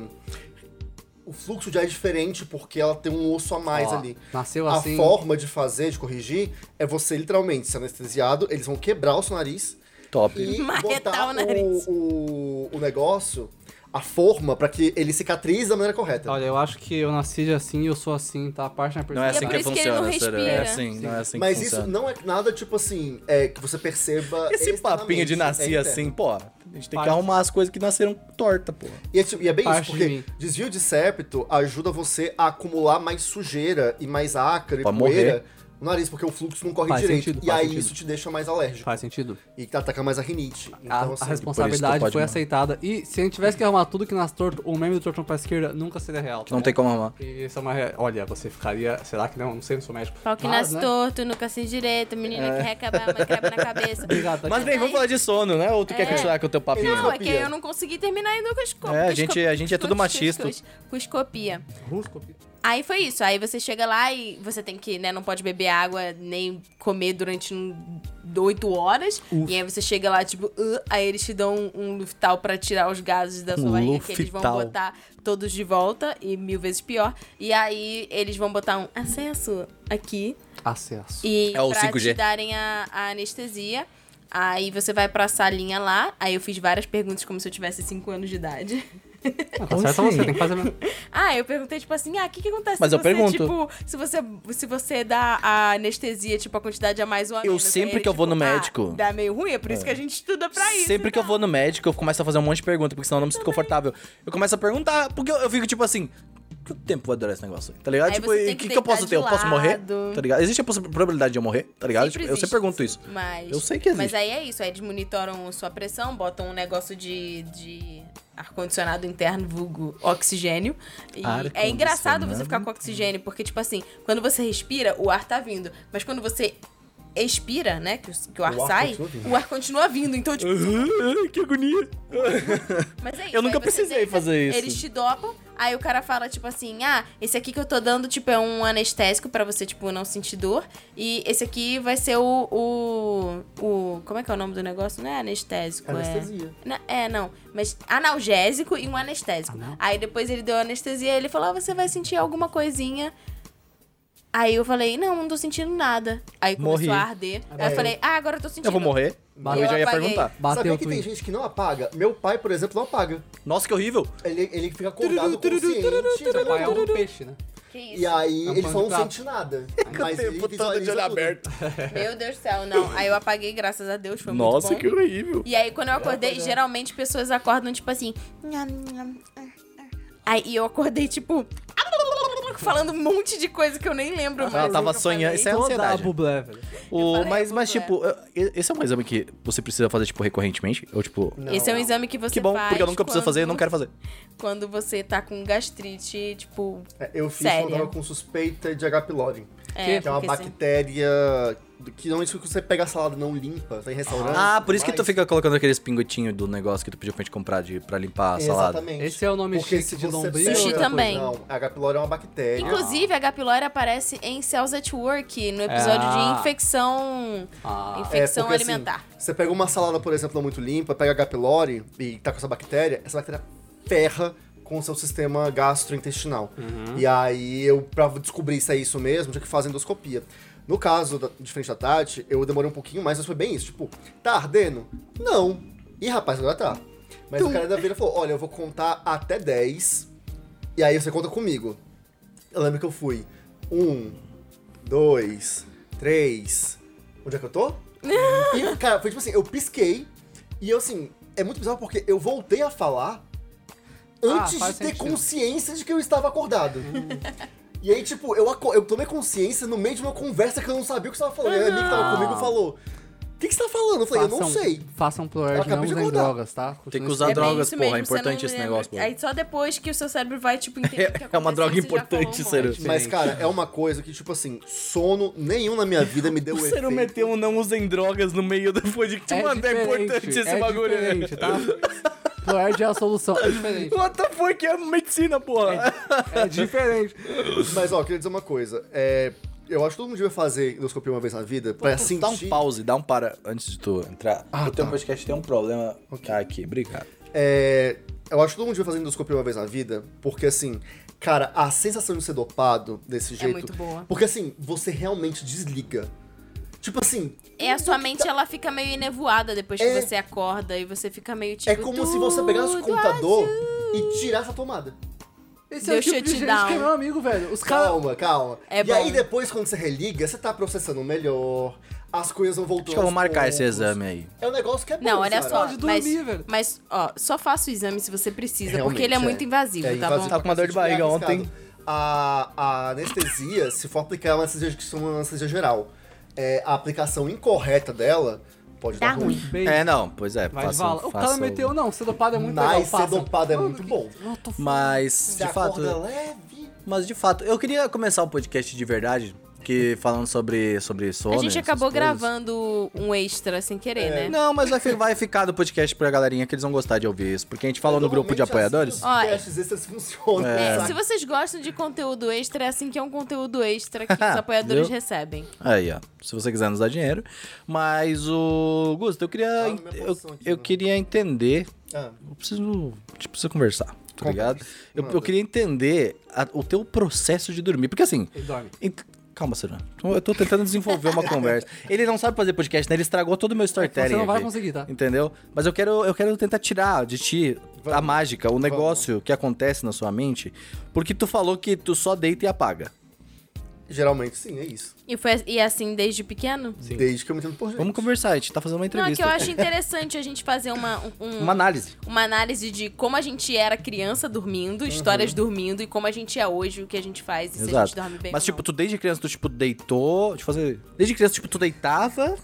C: O fluxo de ar é diferente porque ela tem um osso a mais
B: Ó,
C: ali.
B: Nasceu
C: A
B: assim.
C: forma de fazer, de corrigir, é você literalmente ser anestesiado, eles vão quebrar o seu nariz
A: Top.
C: e
D: Marretar
C: botar
D: o nariz.
C: O, o, o negócio, a forma, pra que ele cicatrize da maneira correta.
B: Olha, eu acho que eu nasci de assim e eu sou assim, tá? A parte na
A: Não é
D: E é
A: assim
D: por
A: que
D: isso que ele
A: funciona,
D: não
A: sério. É
D: respira.
A: assim, não é assim
C: Mas
A: que
C: isso
A: funciona.
C: não é nada, tipo assim, é, que você perceba.
A: Esse papinho de
C: externamente,
A: nascer
C: é
A: assim,
C: interno.
A: pô, a gente tem que
B: Parte.
A: arrumar as coisas que nasceram torta, pô.
C: E é, tipo- e é bem
B: Parte
C: isso, porque
B: de mim.
C: desvio de septo ajuda você a acumular mais sujeira e mais ácaro e
A: Pra
C: poeira
A: morrer.
C: no nariz, porque o fluxo não corre
B: Faz
C: direito.
B: sentido,
C: e
B: faz
C: aí
B: sentido.
C: isso te deixa mais alérgico.
B: Faz sentido?
C: E ataca mais a rinite. Então,
B: A, a
C: assim,
B: responsabilidade
A: pode
B: foi
A: não.
B: aceitada. E se a gente tivesse que arrumar tudo que nasce torto, o meme do tortão pra esquerda nunca seria real. tá
A: Não
B: bom?
A: tem como arrumar.
B: E isso é uma. re- Olha, você ficaria. Será que não? Não sei, não sou médico.
D: Pau que
B: Mas,
D: nasce
B: né?
D: torto, nunca se direito, menina que recabar, mas crava na cabeça.
B: Obrigado,
A: Mas
B: Tatiana.
A: bem, vamos falar de sono, né? Ou tu quer
D: É.
A: continuar com o teu papinho?
D: Não, é que eu não consegui terminar ainda com as co-
A: É, a
D: com as
A: gente-
D: co-
A: a gente é tudo
D: com as-
A: machista.
D: com as- Com escopia.
B: Rusco?
D: Aí foi isso. Aí você chega lá e você tem que, né, não pode beber água nem comer durante um, oito horas. E aí você chega lá, tipo, "Ugh", aí eles te dão um, um luftal pra tirar os gases da sua
A: Um
D: barriga, que eles vão
A: Luftal.
D: botar todos de volta e mil vezes pior. E aí eles vão botar um acesso aqui
B: Acesso.
D: e
A: É o
D: pra
A: 5G.
D: te darem a, a anestesia. Aí você vai pra salinha lá. Aí eu fiz várias perguntas como se eu tivesse 5 anos de idade.
B: Ah, tá certo você, tem que fazer mesmo.
D: Ah, eu perguntei, tipo assim, ah, o que, que acontece
A: Mas
D: se
A: eu
D: você,
A: pergunto.
D: tipo, se você, se você dá a anestesia, tipo, a quantidade a mais ou a
A: Eu
D: menos. Aí
A: sempre
D: ele,
A: que eu vou
D: tipo,
A: no
D: ah,
A: médico-
D: dá meio ruim, é por isso que a gente estuda pra isso. então.
A: Sempre que eu vou no médico, eu começo a fazer um monte de pergunta, porque senão eu não me sinto confortável. Eu começo a perguntar, porque eu, eu fico tipo assim. Quanto tempo vai durar esse negócio aí? Tá ligado?
D: Aí
A: tipo,
D: você
A: e
D: tem
A: o
D: que
A: que, que eu posso ter?
D: deitar
A: Eu
D: de
A: posso morrer?
D: lado.
A: Tá ligado? Existe a possi- probabilidade de eu morrer, tá ligado? Tipo, eu sempre
D: existe,
A: pergunto isso.
D: Mas...
A: Eu sei que existe.
D: Mas aí é isso, aí eles monitoram a sua pressão, botam um negócio de... de ar-condicionado interno, vulgo oxigênio. E é
A: Ar-condicionado.
D: engraçado você ficar com oxigênio, porque, tipo assim, quando você respira, o ar tá vindo. Mas quando você expira, né, que o, que o ar,
C: ar
D: sai,
C: continua vindo.
D: o ar continua vindo. Então, tipo,
A: que agonia.
D: Mas é isso,
A: Eu nunca
D: aí você
A: precisei
D: deita,
A: fazer isso.
D: Eles te dopam, aí o cara fala, tipo assim, ah, esse aqui que eu tô dando, tipo, é um anestésico pra você, tipo, não sentir dor. E esse aqui vai ser o. o, o como é que é o nome do negócio? Não é anestésico, é.
C: Anestesia.
D: Na- é, não. Mas analgésico e um anestésico.
B: Anal-
D: Aí depois ele deu anestesia e ele falou: ah, você vai sentir alguma coisinha. Aí eu falei, não, não tô sentindo nada. Aí começou
A: Morri.
D: a arder. Aí eu
C: É.
D: falei, ah, agora eu tô sentindo.
A: Eu vou morrer.
B: Mas
A: eu
D: eu
A: já ia
D: apaguei.
A: perguntar.
B: Bateu
C: Sabia
B: o
C: que tem
B: tweet.
C: gente que não apaga? Meu pai, por exemplo, não apaga.
A: Nossa, que horrível.
C: Ele, ele fica acordado consciente.
B: Seu pai é um peixe, né?
D: Que isso?
C: E aí
B: É um
C: ele
B: pano de
C: só não
B: prato.
C: sente nada.
A: Que
C: Mas ele
A: tempo todo de
C: visualiza
A: olho
C: tudo.
A: aberto.
D: Meu Deus do céu, não. Aí eu apaguei, graças a Deus, foi
A: Nossa,
D: muito bom.
A: que horrível.
D: E aí, quando eu acordei,
A: é.
D: geralmente pessoas acordam, tipo assim... "Nham, nham, ah, ah." Aí e eu acordei, tipo... Falando um monte de coisa que eu nem lembro mais.
A: Ela
D: do
A: tava
D: que eu
A: sonhando.
D: falei.
A: Isso é
B: Toda a
A: ansiedade.
B: bublé, velho.
A: O-
D: falei,
A: mas, mas,
D: tudo é.
A: tipo, eu- esse é um exame que você precisa fazer, tipo, recorrentemente? Ou, tipo,
C: Não,
D: Esse é um
C: não.
D: exame que você
A: que bom,
D: faz
A: porque eu nunca preciso
D: quando-
A: fazer e não quero fazer.
D: Quando você tá com gastrite, tipo...
C: É, Eu fiz
D: Sério.
C: quando eu tava com suspeita de H. pylori.
D: É,
C: que é uma
D: porque assim-
C: bactéria que não é que você pega a salada não limpa, tá em restaurante.
A: Ah,
C: e
A: por isso que
C: tudo
A: tu fica colocando aqueles pingotinhos do negócio que tu pediu pra gente comprar de, pra limpar a
C: mais.
A: salada.
C: Exatamente.
B: Esse é o nome
C: Porque
B: chique
C: se
B: de
C: você
B: lombriz.
C: pega-
D: Sushi
B: outra coisa?
D: também.
C: Não, H. pylori é uma bactéria.
D: Inclusive, a H. pylori aparece em Cells at Work, no episódio
B: Ah.
D: de infecção...
B: Ah,
C: É,
D: Infecção
C: porque, assim,
D: alimentar.
C: você pega uma salada, por exemplo, não muito limpa, pega H. pylori e tá com essa bactéria, essa bactéria ferra com o seu sistema gastrointestinal. E aí, eu, pra descobrir se é isso mesmo, tinha que fazer endoscopia. No caso, da, diferente da Tati, eu demorei um pouquinho mais, mas foi bem isso. Tipo, tá ardendo? Não. E rapaz, agora tá. Mas o cara da vila falou: olha, eu vou contar até 10. E aí você conta comigo. Eu lembro que eu fui. Um, dois, três. Onde é que eu tô? E, cara, foi tipo assim, eu pisquei. E eu assim, é muito bizarro porque eu voltei a falar. antes
B: Ah, faz
C: de ter
B: sentido. Hum.
C: consciência de que eu estava acordado. E aí, tipo, eu, aco- eu tomei consciência no meio de uma conversa que eu não sabia o que estava falando. E a amiga que tava comigo falou: O que, que você tá falando? Eu falei: Eu não
B: Façam-
C: sei.
B: Façam
C: Eu
B: ploerd,
C: acabei
B: não
C: de
B: usem
C: acordar.
B: drogas, tá?
A: Tem que
B: Continua
A: usar
B: estudando.
D: bem
A: drogas,
D: isso
A: porra, é
D: mesmo, você
A: importante
D: não
A: esse
D: lembra.
A: negócio, porra.
D: Aí só depois que o seu cérebro vai, tipo, entender o que
A: É uma droga
D: aconteceu, você já falou
A: importante,
D: um monte.
B: né?
A: sério.
C: Mas, cara, é uma coisa que, tipo assim, sono nenhum na minha vida me deu
A: O
C: é efeito.
A: Ciro meteu um não usem drogas no meio do podcast.
B: É
A: Mano, é
B: diferente,
A: importante esse
B: é
A: bagulho. né?
B: diferente, tá? Ploerd é a solução. É diferente.
A: What the fuck é medicina, porra?
B: É diferente.
C: Mas, ó, queria dizer uma coisa. É, eu acho que todo mundo devia fazer endoscopia uma vez na vida pra sentir...
A: Dá um pause, dá um para antes de tu entrar. Ah, o teu
B: tá.
A: podcast tem um problema Tá aqui. Obrigado.
C: É, eu acho que todo mundo devia fazer endoscopia uma vez na vida, porque, assim... Cara, a sensação de ser dopado
A: É
C: desse jeito...
D: muito boa.
C: Porque, assim, você realmente desliga. Tipo assim,
D: É, a sua mente, ela fica meio enevoada depois que
C: É.
D: você acorda e você fica meio tipo.
C: é como se você pegasse o
D: "Tudo
C: computador e tirasse a tomada.
B: Esse é o
D: Deu
B: tipo de gente
D: shutdown.
B: que é meu amigo, velho. Os caras...
C: Calma, calma.
D: É
C: e aí,
D: bom.
C: depois, quando você religa, você tá processando melhor, as coisas vão voltando
A: Acho que eu vou
C: aos
A: marcar esse
C: poucos.
A: exame aí.
C: É um negócio que é bom,
D: Não, olha
C: sabe?
D: só,
B: Pode
D: mas,
B: dormir, velho.
D: mas, ó, só faça o exame se você precisa,
C: Realmente,
D: porque ele é, muito invasivo,
C: É
D: tá
C: invasivo
A: Tá
D: bom?
A: com uma dor de barriga
C: pra cacete, é
A: ontem.
C: arriscado. A, a anestesia, se for aplicar uma anestesia que chama anestesia geral, é, a aplicação incorreta dela pode
D: Dá
C: dar ruim.
B: Bem,
A: É, não, pois é.
B: Mas
A: faça-
B: vala. O
A: faça um-
B: cara meteu, não, ser dopado é muito legal,
C: Mas ser
B: façam.
C: dopado é
B: Mano,
C: muito
B: que-
C: bom.
B: Eu tô f-
A: Mas,
C: Você
A: de fato.
C: acorda leve.
A: Mas de fato, eu queria começar o podcast de verdade, que falando sobre, sobre sono.
D: A gente
A: né, essas
D: acabou
A: coisas.
D: gravando um extra sem
C: É.
D: querer, né?
A: Não, mas vai, fi- vai ficar do podcast pra galerinha que eles vão gostar de ouvir isso. Porque a gente falou no grupo de
C: Normalmente,
A: apoiadores.
C: Assim, os testes extras funcionam.
D: É,
C: saca?
D: se vocês gostam de conteúdo extra, é assim que é um conteúdo extra que os apoiadores
A: Viu?
D: recebem.
A: Aí, ó. Se você quiser nos dar dinheiro. Mas o. Gusto, eu queria.
C: Tá na minha
A: eu,
C: posição aqui,
A: eu
C: né?
A: queria entender.
C: Ah,
A: Eu preciso. A gente precisa conversar, tá ligado? Eu, eu
C: Manda.
A: queria entender a- o teu processo de dormir. Porque assim.
B: Ele dorme.
A: Ent- Calma, Serena. Eu tô tentando desenvolver uma conversa. Ele não sabe fazer podcast, né? Ele estragou todo o
C: É
A: meu storytelling.
B: Você não vai
A: aqui,
B: conseguir, tá?
A: Entendeu? Mas eu quero, eu quero tentar tirar de ti a mágica, o negócio que acontece na sua mente. Porque tu falou que tu só deita e apaga.
C: geralmente sim, é isso.
D: E, foi, e assim desde pequeno?
C: Desde que eu me entendo por gente.
A: Vamos conversar, a gente tá fazendo uma
D: Não, é que
A: entrevista.
D: eu acho interessante a gente fazer uma, um-
A: Uma análise.
D: uma análise de como a gente era criança dormindo, histórias dormindo, e como a gente é hoje, o que a gente faz, e se a gente
A: Uhum. Exato.
D: dorme bem
A: Mas,
D: ou
A: tipo,
D: não.
A: tu desde criança, tu, tipo, deitou. Deixa eu fazer. Desde criança, tipo, tu deitava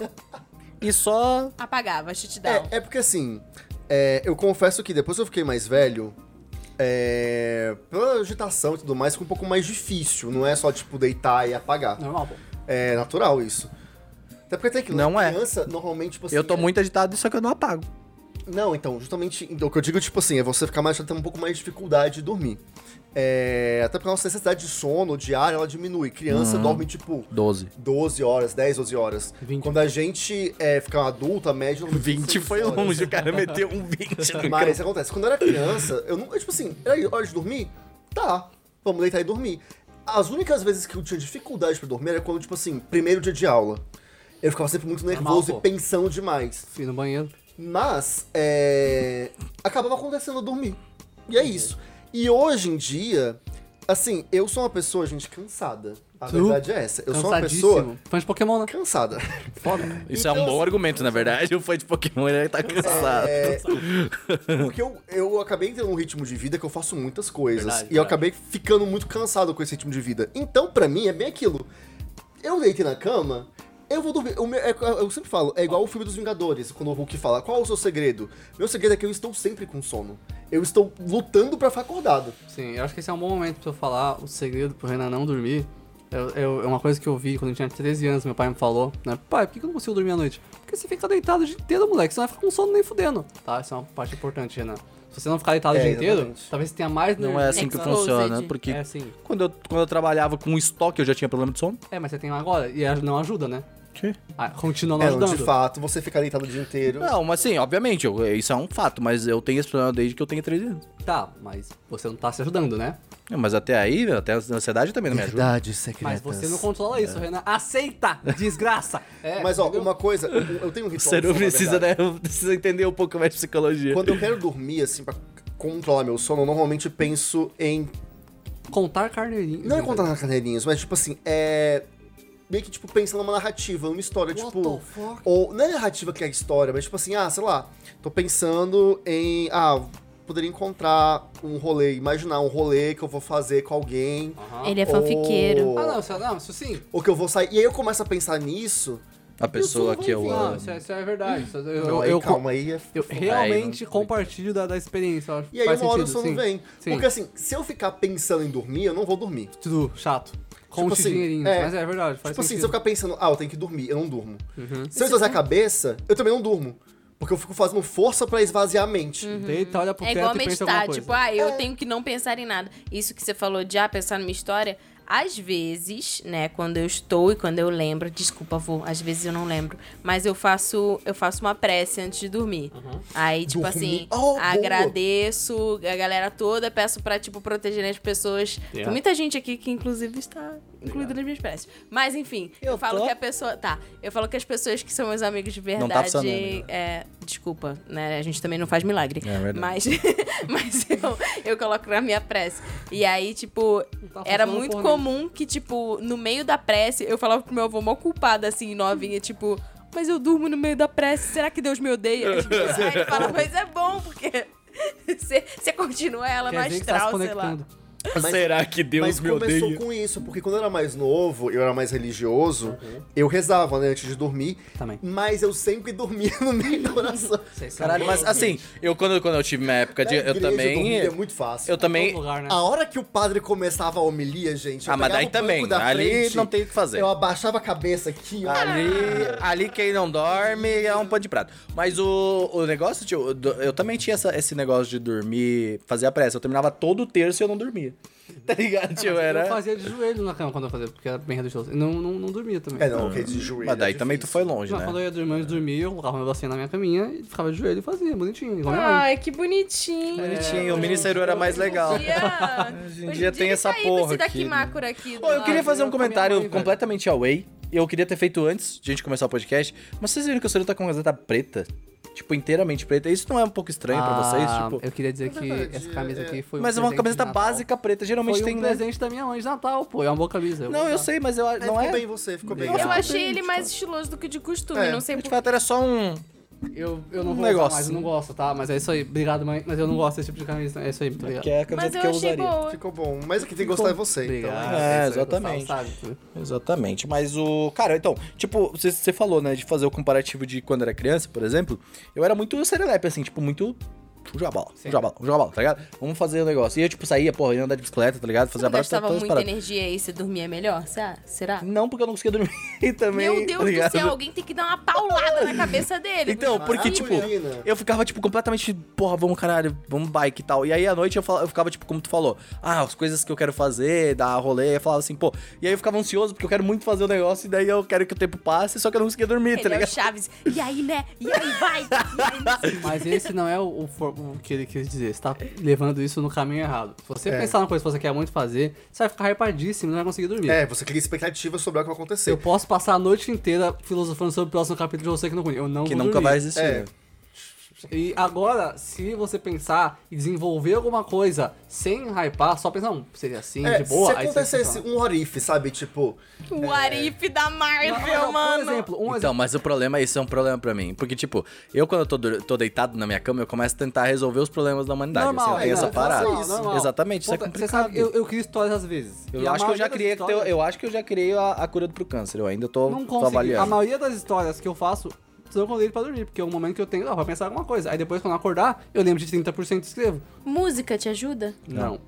A: e só.
D: Apagava, shutdown.
C: É, é porque assim, é, eu confesso que depois que eu fiquei mais velho, é, pela agitação e tudo mais, fica um pouco mais difícil. Não é só, tipo, deitar e apagar.
B: Normal, pô.
C: É natural isso. Até porque tem aquilo,
A: Não é.
C: criança, normalmente, tipo assim...
A: eu tô
C: é-
A: muito agitado, só que eu não apago.
C: Não, então, justamente, então, o que eu digo, tipo assim, é você ficar mais, ter um pouco mais de dificuldade de dormir. É, até porque a nossa necessidade de sono diária, ela diminui.
A: Uhum.
C: Criança dorme, tipo,
A: 12.
C: 12 horas, 10, 12 horas.
B: 20.
C: Quando a gente é, fica adulto, a média... normalmente,
A: 20
C: seis
A: foi
C: horas.
A: longe, o cara meteu um 20 no
C: Mas isso acontece. Quando eu era criança, eu nunca, tipo assim, era aí, hora de dormir? Tá, vamos deitar e dormir. As únicas vezes que eu tinha dificuldade pra dormir era quando, tipo assim, primeiro dia de aula. Eu ficava sempre muito
B: Normal,
C: nervoso
B: Tá pô.
C: e pensando demais.
B: Fui no banheiro.
C: Mas, é. acabava acontecendo eu dormir. E é isso. E hoje em dia, assim, eu sou uma pessoa, gente, cansada. A
B: Tu?
C: verdade é essa. Eu sou uma
B: Cansadíssimo.
C: pessoa
B: Fã de Pokémon, né?
C: cansada.
B: Foda.
A: Isso é um
C: Então,
A: bom
C: assim-
A: argumento, na verdade. O fã de Pokémon ele tá cansado.
C: É, porque eu, eu acabei tendo um ritmo de vida que eu faço muitas coisas.
B: Verdade,
C: e eu
B: verdade.
C: acabei ficando muito cansado com esse ritmo de vida. Então, pra mim, é bem aquilo. Eu deitei na cama, eu vou dormir. O meu- é- eu sempre falo, é igual o filme dos Vingadores, quando o Hulk fala, qual é o seu segredo? Meu segredo é que eu estou sempre com sono. Eu estou lutando pra ficar acordado.
B: Sim, eu acho que esse é um bom momento pra eu falar o segredo pro Renan não dormir. Eu- eu- é uma coisa que eu vi quando eu tinha 13 anos, meu pai me falou, né? Pai, por que que eu não consigo dormir à noite? Porque você fica deitado o dia inteiro, moleque, você não vai ficar com sono nem fudendo. Tá, essa é uma parte importante, Renan. Se você não ficar deitado
C: É,
B: o dia inteiro,
C: exatamente.
B: talvez você tenha mais
A: Não é
B: energia
A: assim que
B: pra-
D: Exato.
A: funciona,
D: Exposed.
A: porque
B: É assim.
A: quando, eu, quando eu trabalhava com estoque, eu já tinha problema de sono.
B: É, mas você tem agora, e ela não ajuda, né?
A: Que?
B: Ah, continua não
C: É,
B: ajudando.
C: de fato, você ficar deitado o dia inteiro.
A: Não, mas sim, obviamente, eu- isso é um fato, mas eu tenho esse problema desde que eu tenho 13 anos.
B: Tá, mas você não tá se ajudando, né?
A: É, Mas até aí, até a ansiedade também não me ajuda.
C: secretas.
B: Mas você não controla isso, Renan. Aceita! Desgraça! É,
C: É. Mas ó,
B: entendeu?
C: uma coisa, eu eu tenho um
A: O
C: ritual.
A: cérebro
C: de sono, na
A: precisa,
C: verdade.
A: né? Precisa entender um pouco mais de psicologia.
C: Quando eu quero dormir, assim, pra controlar meu sono, eu normalmente penso em
B: Contar carneirinho. Uhum.
C: Não é contar nas carneirinhas, mas tipo assim, é. Meio que, tipo, pensa numa narrativa, numa história,
B: What
C: tipo.
B: the fuck?
C: é Ou. Não é narrativa que é a história, mas tipo assim, ah, sei lá, tô pensando em. Ah, poderia encontrar um rolê, imaginar um rolê que eu vou fazer com alguém.
D: Ele é fanfiqueiro.
C: Ou,
B: Ah, não, isso, não, isso sim.
C: ou que eu vou sair. E aí eu começo a pensar nisso.
A: A pessoa
C: vai
A: que eu
C: vir.
B: Não,
A: amo.
B: isso, é- isso é verdade. Isso- eu,
C: Não,
B: eu,
C: aí,
B: eu-
C: calma aí. é-
B: eu realmente compartilho da, da experiência. eu acho que
C: E aí
B: faz
C: uma hora o
B: sentido,
C: sono
B: sim.
C: vem.
B: Sim.
C: Porque assim, se eu ficar pensando em dormir, eu não vou dormir.
B: Tudo chato. Conte
C: assim,
B: dinheirinho.
C: é.
B: mas é verdade, faz
C: tipo assim, se eu
B: sentido.
C: ficar pensando, ah, eu tenho que dormir, eu não durmo. Se eu esvaziar a cabeça, eu também não durmo. Porque eu fico fazendo força pra esvaziar a mente.
B: Deita, então olha pro
D: É
B: teto
D: igual
B: e pensa em alguma
D: meditar,
B: coisa.
D: tipo, ah,
A: É.
D: eu tenho que não pensar em nada. Isso que você falou de ah, pensar numa história, às vezes, né, quando eu estou e quando eu lembro, desculpa, avô, às vezes eu não lembro, mas eu faço, eu faço uma prece antes de dormir.
A: Uhum.
D: Aí, tipo
C: Dormir?
D: assim,
B: Ah,
C: Oh, boa!
D: agradeço a galera toda, peço pra, tipo, proteger as pessoas. Tem
A: É.
B: Yeah.
D: muita gente aqui que inclusive está incluída nas minhas preces. Mas enfim, eu,
B: Eu
D: falo
B: tô.
D: que a pessoa, tá, eu falo que as pessoas que são meus amigos de
A: Não
D: verdade,
A: tá funcionando, né?
D: é, desculpa, né? A gente também não faz milagre.
A: É verdade.
D: Mas, mas eu, eu coloco na minha prece. E aí, tipo,
B: Não tá
D: era
B: funcionando
D: muito
B: porra
D: comum que, tipo, no meio da prece, eu falava pro meu avô mó culpada, assim, novinha, tipo, mas eu durmo no meio da prece, será que Deus me odeia? aí ele fala, mas é bom, porque você você continua ela
B: Quer
D: no
B: dizer que tá se
D: astral, sei lá.
B: conectando.
C: Mas-
A: Será que Deus
C: Mas
A: me
C: começou
A: odeia?
C: com isso, porque quando eu era mais novo, eu era mais religioso, eu rezava, né, antes de dormir.
B: Também.
C: Mas eu sempre dormia no meio da oração.
B: Vocês são
A: Caralho, mas
B: loucos.
A: assim, eu quando, quando eu tive minha época de.
C: Na
A: Eu
C: igreja,
A: também.
C: dormir é muito fácil.
A: Eu também.
B: Todo lugar, né?
C: A hora que o padre começava a homilia, gente, eu
A: Ah, mas
C: pegava
A: daí
C: o banco
A: também,
C: da
A: ali
C: frente,
A: não tem o que fazer.
C: Eu abaixava a cabeça aqui, ó.
A: Ali, ali quem não dorme é um pano de prato. Mas o, o negócio, tio, do- eu também tinha essa- esse negócio de dormir, fazer a pressa. Eu terminava todo o terço e eu não dormia. Tá ligado, tio?
B: Eu
A: Era.
B: fazia de joelho na cama quando eu fazia, porque era bem religioso. E não, não, não dormia também.
C: É, não, ok, de joelho.
A: Mas daí
C: é
A: também tu foi
C: difícil.
A: longe,
B: Não,
A: né?
B: Quando eu ia dormir, eu dormia, eu colocava meu negocinho na minha caminha e ficava de joelho e fazia, bonitinho, igual minha
A: Ah,
B: mãe.
D: Ai, que bonitinho.
B: É,
A: Bonitinho, o mini era mais É, legal.
D: Yeah.
A: Hoje em dia tem essa porra
D: tá Esse
A: aqui,
D: daqui
A: né?
D: macro aqui. do
A: Bom, eu
D: lado.
A: queria fazer um
B: eu com a minha
A: comentário
B: mãe, velho.
A: completamente away. Eu queria ter feito antes de a gente começar o podcast. Mas vocês viram que o Ciro tá com uma camiseta preta? Tipo, inteiramente preta. Isso não é um pouco estranho pra vocês?
B: Ah,
A: Tipo,
B: Eu queria dizer
C: É
B: que
C: verdade,
B: essa camisa
C: é.
B: aqui foi um
A: mas é uma
B: presente de
A: camiseta
B: Natal.
A: básica preta. Geralmente
B: Foi
A: tem,
B: um
A: né?
B: presente da minha mãe de Natal, pô. É uma boa camisa. eu
A: Não,
B: vou
A: eu
B: usar.
A: sei, mas eu,
C: Mas
A: não
C: ficou
A: é.
C: bem você, ficou bem.
A: Eu
D: Eu
A: acho
D: achei
A: que-
D: ele mais estiloso do que de costume,
C: É.
D: não sei
A: De
D: por
A: fato, era só um.
B: Eu, eu não
A: Um
B: vou
A: negócio.
B: usar mais, eu não gosto, tá? Mas é isso aí. Obrigado, mãe. Mas eu não gosto desse tipo de camisa. É isso aí, muito obrigado.
A: Que é a
D: Mas
A: camiseta
D: eu
A: que eu
D: achei
A: usaria.
D: boa.
C: Ficou bom. Mas o que tem que gostar é você, então.
B: Obrigado.
A: É,
B: isso aí,
A: exatamente.
B: Gustavo sabe tudo.
A: Exatamente, mas o. Cara, então, tipo, você- você falou, né, de fazer o comparativo de quando era criança, por exemplo. Eu era muito serelepe, assim, tipo, muito. Joga bola,
B: Sim.
A: joga bola, joga bola, tá ligado? Vamos fazer o negócio. E eu, tipo, saía, porra, ia andar de bicicleta, tá ligado? Fazer
D: Você
A: a braça,
D: gastava
A: todas
D: muita
A: as paradas.
D: energia e você dormia melhor? Será? Será?
A: Não, porque eu não conseguia dormir também.
D: Meu
A: tá
D: Deus do
A: ligado?
D: céu, alguém tem que dar uma paulada na cabeça dele.
A: Então, porque, tipo,
C: Maravilha.
A: eu ficava, tipo, completamente, porra, vamos caralho, vamos bike e tal. E aí à noite eu, fala- eu ficava, tipo, como tu falou, ah, as coisas que eu quero fazer, dar rolê, eu falava assim, pô. E aí eu ficava ansioso, porque eu quero muito fazer o negócio, e daí eu quero que o tempo passe, só que eu não conseguia dormir, tá
D: Ele é o
A: ligado?
D: Chaves. E aí, né? E aí, vai! E aí, né? não sei o quê.
B: Mas esse não é o, o for- o que ele quis dizer. Você tá levando isso no caminho errado. Se você
C: É.
B: pensar numa coisa que você quer muito fazer, você vai ficar hypadíssimo e não vai conseguir dormir.
C: É, você cria expectativa sobre o que vai acontecer.
B: Eu posso passar a noite inteira filosofando sobre o próximo capítulo de você que não conhece. Eu não
A: Que
B: vou
A: nunca vai
B: dormir.
A: existir.
C: É.
A: né?
B: E agora, se você pensar e desenvolver alguma coisa sem hypar, só pensar, não, seria assim,
C: É,
B: de boa.
C: se
B: aí você
C: acontecesse
B: funciona.
C: um orife, sabe? Tipo,
D: O Arife da
B: Não, não,
D: Marvel,
B: não,
D: mano.
B: Por exemplo, um
A: Então,
B: exemplo.
A: mas o problema, isso é um problema pra mim. Porque, tipo, eu quando eu tô, dur- tô deitado na minha cama, eu começo a tentar resolver os problemas da humanidade.
B: Normal,
A: assim, eu tenho
B: é,
A: essa
B: não,
A: parada.
B: normal, normal.
A: Exatamente, isso é
B: Puta,
A: complicado.
B: Você sabe, eu, eu crio histórias às vezes.
A: Eu
B: E a
A: acho que eu já
B: maioria das
A: criei, que
B: histórias-
A: teu- eu acho que eu já criei a, a cura pro câncer. Eu ainda tô,
B: Não
A: tô
B: consegui. A
A: avaliando.
B: maioria das histórias que eu faço são quando eu deito pra dormir, porque é um momento que eu tenho, ah, pra pensar alguma coisa. Aí depois, quando eu acordar, eu lembro de 30% e escrevo.
D: Música te ajuda?
B: Não.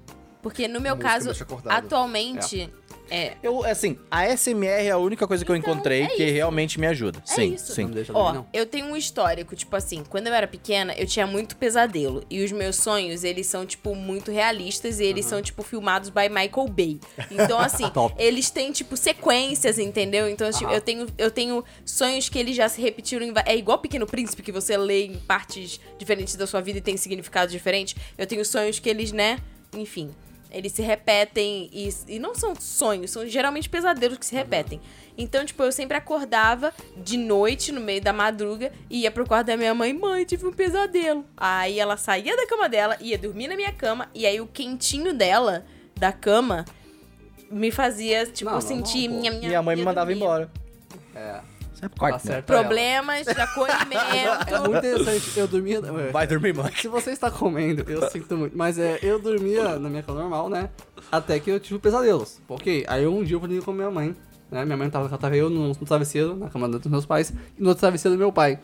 D: Porque no meu
C: Música
D: caso,
C: deixa acordado.
D: atualmente, é.
A: Eu, assim, a SMR é a única coisa que eu
D: Então,
A: encontrei
D: é
A: que realmente me ajuda.
D: É
A: sim,
D: isso.
B: Não
A: sim.
B: deixa dormir,
D: Ó,
B: não.
D: eu tenho um histórico, tipo assim, quando eu era pequena, eu tinha muito pesadelo. E os meus sonhos, eles são, tipo, muito realistas e eles são, tipo, filmados by Michael Bay. Então, assim,
B: Top.
D: eles têm, tipo, sequências, entendeu? Então, tipo,
B: Aham.
D: eu, tenho, eu tenho sonhos que eles já se repetiram. Em, va- é igual Pequeno Príncipe, que você lê em partes diferentes da sua vida e tem significados diferentes. Eu tenho sonhos que eles, né, enfim. Eles se repetem e, e não são sonhos, são geralmente pesadelos que se repetem. Então, tipo, eu sempre acordava de noite, no meio da madruga, e ia pro quarto da minha mãe, mãe, tive um pesadelo. Aí ela saía da cama dela, ia dormir na minha cama, e aí o quentinho dela, da cama, me fazia, tipo,
B: Não, não,
D: sentir
B: não, pô.
D: minha minha
A: Minha mãe me
D: ia
A: mandava
D: dormir.
A: embora.
B: É.
A: Sempre
B: Tá
A: corta. né?
B: certo. pra ela.
D: Problemas de
B: É
D: acolhimento.
B: muito interessante. Eu dormia. Ué,
A: Vai dormir, moleque.
B: Se você está comendo, eu sinto muito. Mas é, eu dormia na minha cama normal, né? Até que eu tive pesadelos. Ok, aí um dia eu fui dormir com minha mãe, né? Minha mãe tava, tava eu no, no travesseiro, na cama dos meus pais, e no outro travesseiro do meu pai.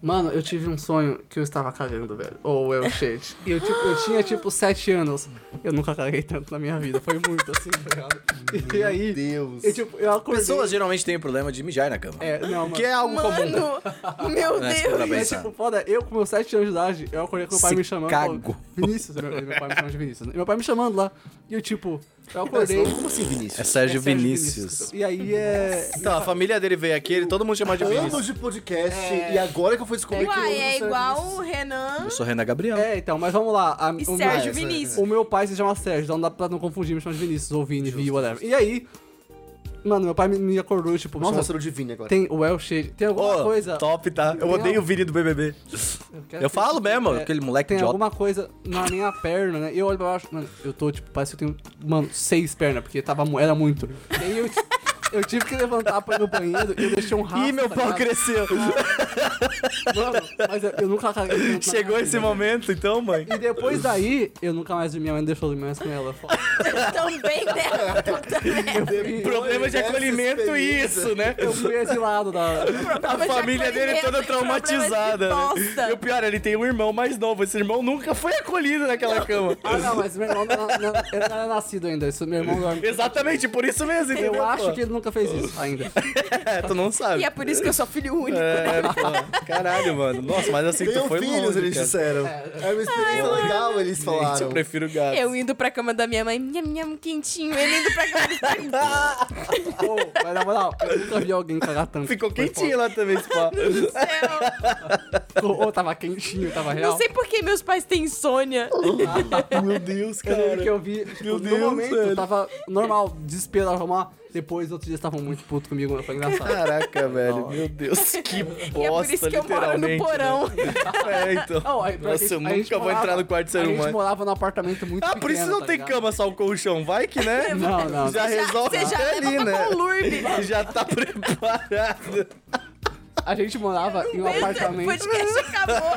B: Mano, eu tive um sonho que eu estava cagando, velho. Ou oh, eu shit. E eu, tipo, eu tinha, tipo, sete anos. Eu nunca caguei tanto na minha vida. Foi muito assim, tá ligado? E aí,
C: Deus.
B: eu, tipo, eu acordei...
A: Pessoas geralmente têm problema de mijar na cama.
B: É, não, mano.
A: Que é algo comum.
D: Mano, meu
A: Né, se for pra
D: Deus.
B: É
A: pensar.
B: tipo, foda, eu com meus 7 anos de idade, eu acordei com meu pai
A: Se
B: me chamando.
A: cago.
B: falou, Vinícius, meu, meu pai me chama de Vinícius. né? E Meu pai me chamando lá. E eu, tipo, eu acordei.
C: Como assim, Vinícius?
A: É Sérgio
B: Sérgio
A: Vinícius.
B: E aí é.
A: Então, a família dele veio aqui, ele, todo mundo chamava de
C: Anos
A: é Vinícius.
C: de podcast e agora que eu fui descobrir que o
D: É.
C: nome
D: Uai,
C: do
D: é
C: Sérgio
D: igual
C: Vinícius.
D: o Renan
A: Eu sou Renan Gabriel.
B: É, então, mas vamos lá. A,
D: e
B: o,
D: Sérgio
C: é,
D: Vinícius.
B: meu, o meu pai se chama Sérgio, então não dá pra não confundir, me chama de Vinícius, ou Vini, Vi, whatever. E aí, mano, meu pai me, me acordou, tipo,
C: Nossa,
B: nossa,
C: eu divino agora.
B: tem o El Shade, tem alguma
A: Ô,
B: coisa.
A: top, tá? Eu
B: Tem
A: odeio
B: algo-
A: o Vini do BBB.
B: quero
A: Eu
B: que-
A: falo mesmo,
B: é,
A: aquele moleque
B: tem
A: idiota.
B: alguma coisa na minha perna, né? E eu olho pra baixo, mano, eu tô, tipo, parece que eu tenho, mano, seis pernas, porque tava, mu- era muito. E aí eu, ti- eu tive que levantar pra ir no banheiro e eu deixei um rastro.
A: Ih, meu
B: tá
A: pau
B: ligado?
A: cresceu.
B: Mano, mas eu, eu nunca caguei tanto na
A: Chegou
B: minha
A: esse
B: vida.
A: momento, então, mãe.
B: E depois daí, eu nunca mais vi minha mãe, não deixou eu dormir mais com ela. Foda.
D: também, né? Puta merda.
A: Problema de
C: Essa
A: acolhimento e
C: um experiência.
A: isso, né?
B: Eu fui exilado da...
A: A
D: Problemas de
A: família dele é toda
D: acolhimento,
A: traumatizada.
D: problemas de
A: né? E o
D: bosta.
A: pior, ele tem um irmão mais novo. Esse irmão nunca foi acolhido naquela cama.
B: Ah, não, mas meu irmão não, não, ele não era nascido ainda, isso, meu irmão dorme.
A: Exatamente, por isso mesmo, entendeu?
B: Eu acho
A: pô?
B: que ele nunca fez isso ainda.
A: É, tu não sabe.
D: E é por isso que eu sou filho único.
A: É, pô, caralho, mano. Nossa, mas assim, tu
C: Tenham
A: foi
C: filhos,
A: longe,
C: um eles
A: cara.
C: disseram. É uma experiência legal, eles
A: Gente, eu
C: falaram.
A: prefiro gato.
D: Eu indo pra cama da minha mãe, minha, minha, um quentinho. Ele indo pra cama da minha
B: Pô, mas na moral, eu nunca vi alguém cagar tanto.
A: Ficou
B: Foi
A: quentinho lá também, esse pau.
D: do céu.
B: Ficou, ô, tava quentinho, tava real.
D: Não sei por que meus pais têm insônia.
A: Meu Deus,
B: Eu lembro que
A: cara.
B: eu vi, tipo,
A: Meu
B: no
A: Deus,
B: momento,
A: velho.
B: tava normal, desespero, arrumar. Depois, outros dias, estavam muito putos comigo, foi engraçado.
A: Caraca, velho. Meu Deus, que bosta,
D: e é por isso que eu moro no
A: literalmente.
D: porão.
A: né? É, então.
B: Não, aí, pior que
A: Nossa, eu
B: a gente
A: nunca vou
B: morava-
A: entrar no quarto de
B: a
A: ser
B: gente
A: humano.
B: morava num apartamento muito
A: Ah,
B: pequeno,
A: por isso não
B: tá
A: tem
B: ligado?
A: cama, só o colchão. Vai que, né?
B: Não, não.
A: Já resolve
D: Você já
A: ali,
D: leva
A: né?
D: com lurbe.
A: Já tá preparado.
B: A gente morava em um
D: O
B: apartamento...
D: podcast acabou.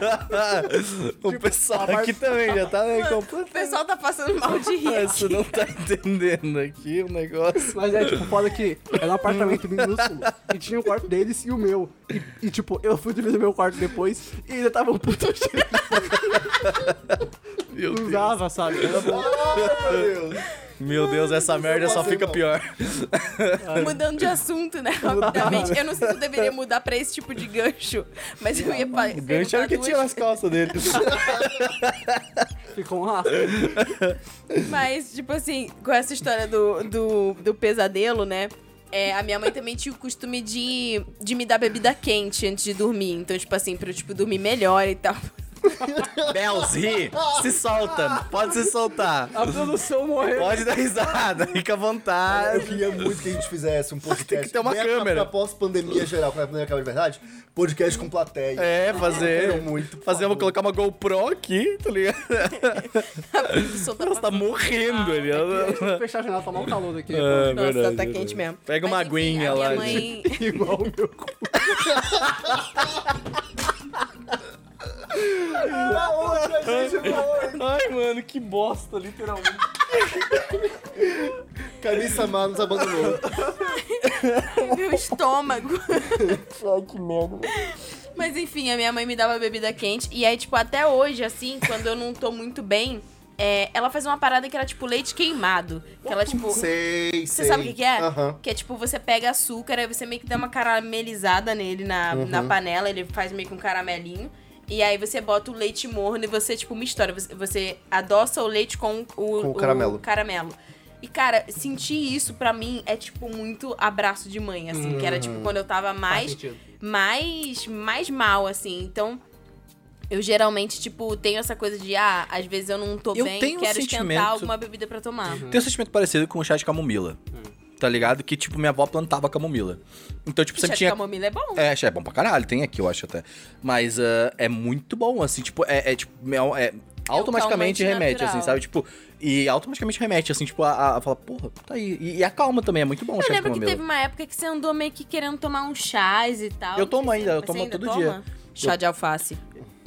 C: Tipo,
A: o pessoal aqui também já tá né,
D: O
A: completamente.
D: pessoal tá passando mal de rir. aqui.
A: Você não tá entendendo aqui o negócio.
B: Mas é, tipo, foda que era um apartamento minúsculo e tinha o quarto deles e o meu. E, e, tipo, eu fui dormir no meu quarto depois e ainda tava um puto cheio.
A: Meu
B: Não
A: Deus.
B: usava, sabe? Era bom.
C: Ah, meu Deus.
A: Meu Deus, essa merda só
C: posso,
A: fica
C: não.
A: pior.
D: Mudando de assunto, né? Rapidamente. Eu não sei se eu deveria mudar pra esse tipo de gancho, mas eu ia pa-
A: O gancho
C: tá
A: era o que
D: perguntar
A: tinha nas calças dele.
B: Ficou um rastro.
D: duas, Mas, tipo assim, com essa história do, do, do pesadelo, né? É, a minha mãe também tinha o costume de, de me dar bebida quente antes de dormir. Então, tipo assim, pra eu tipo, dormir melhor e tal.
A: Bells, ri. Se solta. Pode se soltar.
B: A produção morreu.
A: Pode dar risada. Fica à
C: Eu
A: vontade.
C: queria muito que a gente fizesse um podcast.
A: Tem que ter uma
C: né,
A: câmera.
C: Pra pós-pandemia geral, quando a pandemia acaba de verdade, podcast com plateia.
A: É, fazer.
C: Quero muito, por
A: Fazer, eu vou
C: favor.
A: colocar uma GoPro aqui, tá ligado?
D: Soltar
A: Nossa, tá morrendo ali.
B: Deixa eu fechar a janela, tomar um calor aqui.
A: É,
D: Ah, Nossa,
A: verdade,
D: tá
A: verdade.
D: quente mesmo.
A: Pega uma
D: Mas, enfim,
A: aguinha
D: a minha
A: lá, gente.
D: Mãe...
B: Igual o meu cu. Ah,
C: Aonde a gente foi?
A: Ai, mano, que bosta, literalmente.
C: Carissa Mar nos abandonou.
D: meu estômago. Ai, que merda. Mas enfim, a minha mãe me dava bebida quente. E aí, tipo, até hoje, assim, quando eu não tô muito bem, é, ela faz uma parada que era tipo leite queimado. Que ela, tipo.
C: Sei, sei.
D: Você sabe o que, que é?
C: Aham.
D: Que é tipo, você pega açúcar, aí você meio que dá uma caramelizada nele na,
C: Uhum.
D: na panela, ele faz meio que um caramelinho. E aí você bota o leite morno e você, tipo, mistura. Você, você adoça o leite com o,
C: Com o caramelo.
D: caramelo. E, cara, sentir isso pra mim é, tipo, muito abraço de mãe, assim. Que
C: Hum.
D: era, tipo, quando eu tava mais mais, mais mal, assim. Então, eu geralmente, tipo, tenho essa coisa de, ah, às vezes eu não tô
A: Eu
D: bem,
A: tenho um
D: quero
A: sentimento-
D: esquentar alguma bebida pra tomar.
A: Tem um sentimento parecido com o chá de camomila. Tá ligado? Que, tipo, minha avó plantava camomila. Então, tipo,
D: Chá
A: sempre
D: de
A: tinha
D: camomila é bom.
A: É, é bom pra caralho, tem aqui, eu acho até. Mas ah, é muito bom, assim, tipo, é, é, tipo, é, um- é- automaticamente
D: calmante
A: remete,
D: natural.
A: assim, sabe? Tipo, e automaticamente remete, assim, tipo, a, a, a falar, porra, tá aí. E, e a calma também é muito bom, o
D: Eu
A: chá de
D: lembro que
A: camomila.
D: teve um- uma época que você andou meio que querendo tomar um chás e tal.
A: Eu
D: Não
A: tomo
D: sei se-
A: ainda, eu
D: você
A: tomo
D: ainda
A: todo
D: toma?
A: dia.
D: Chá de alface.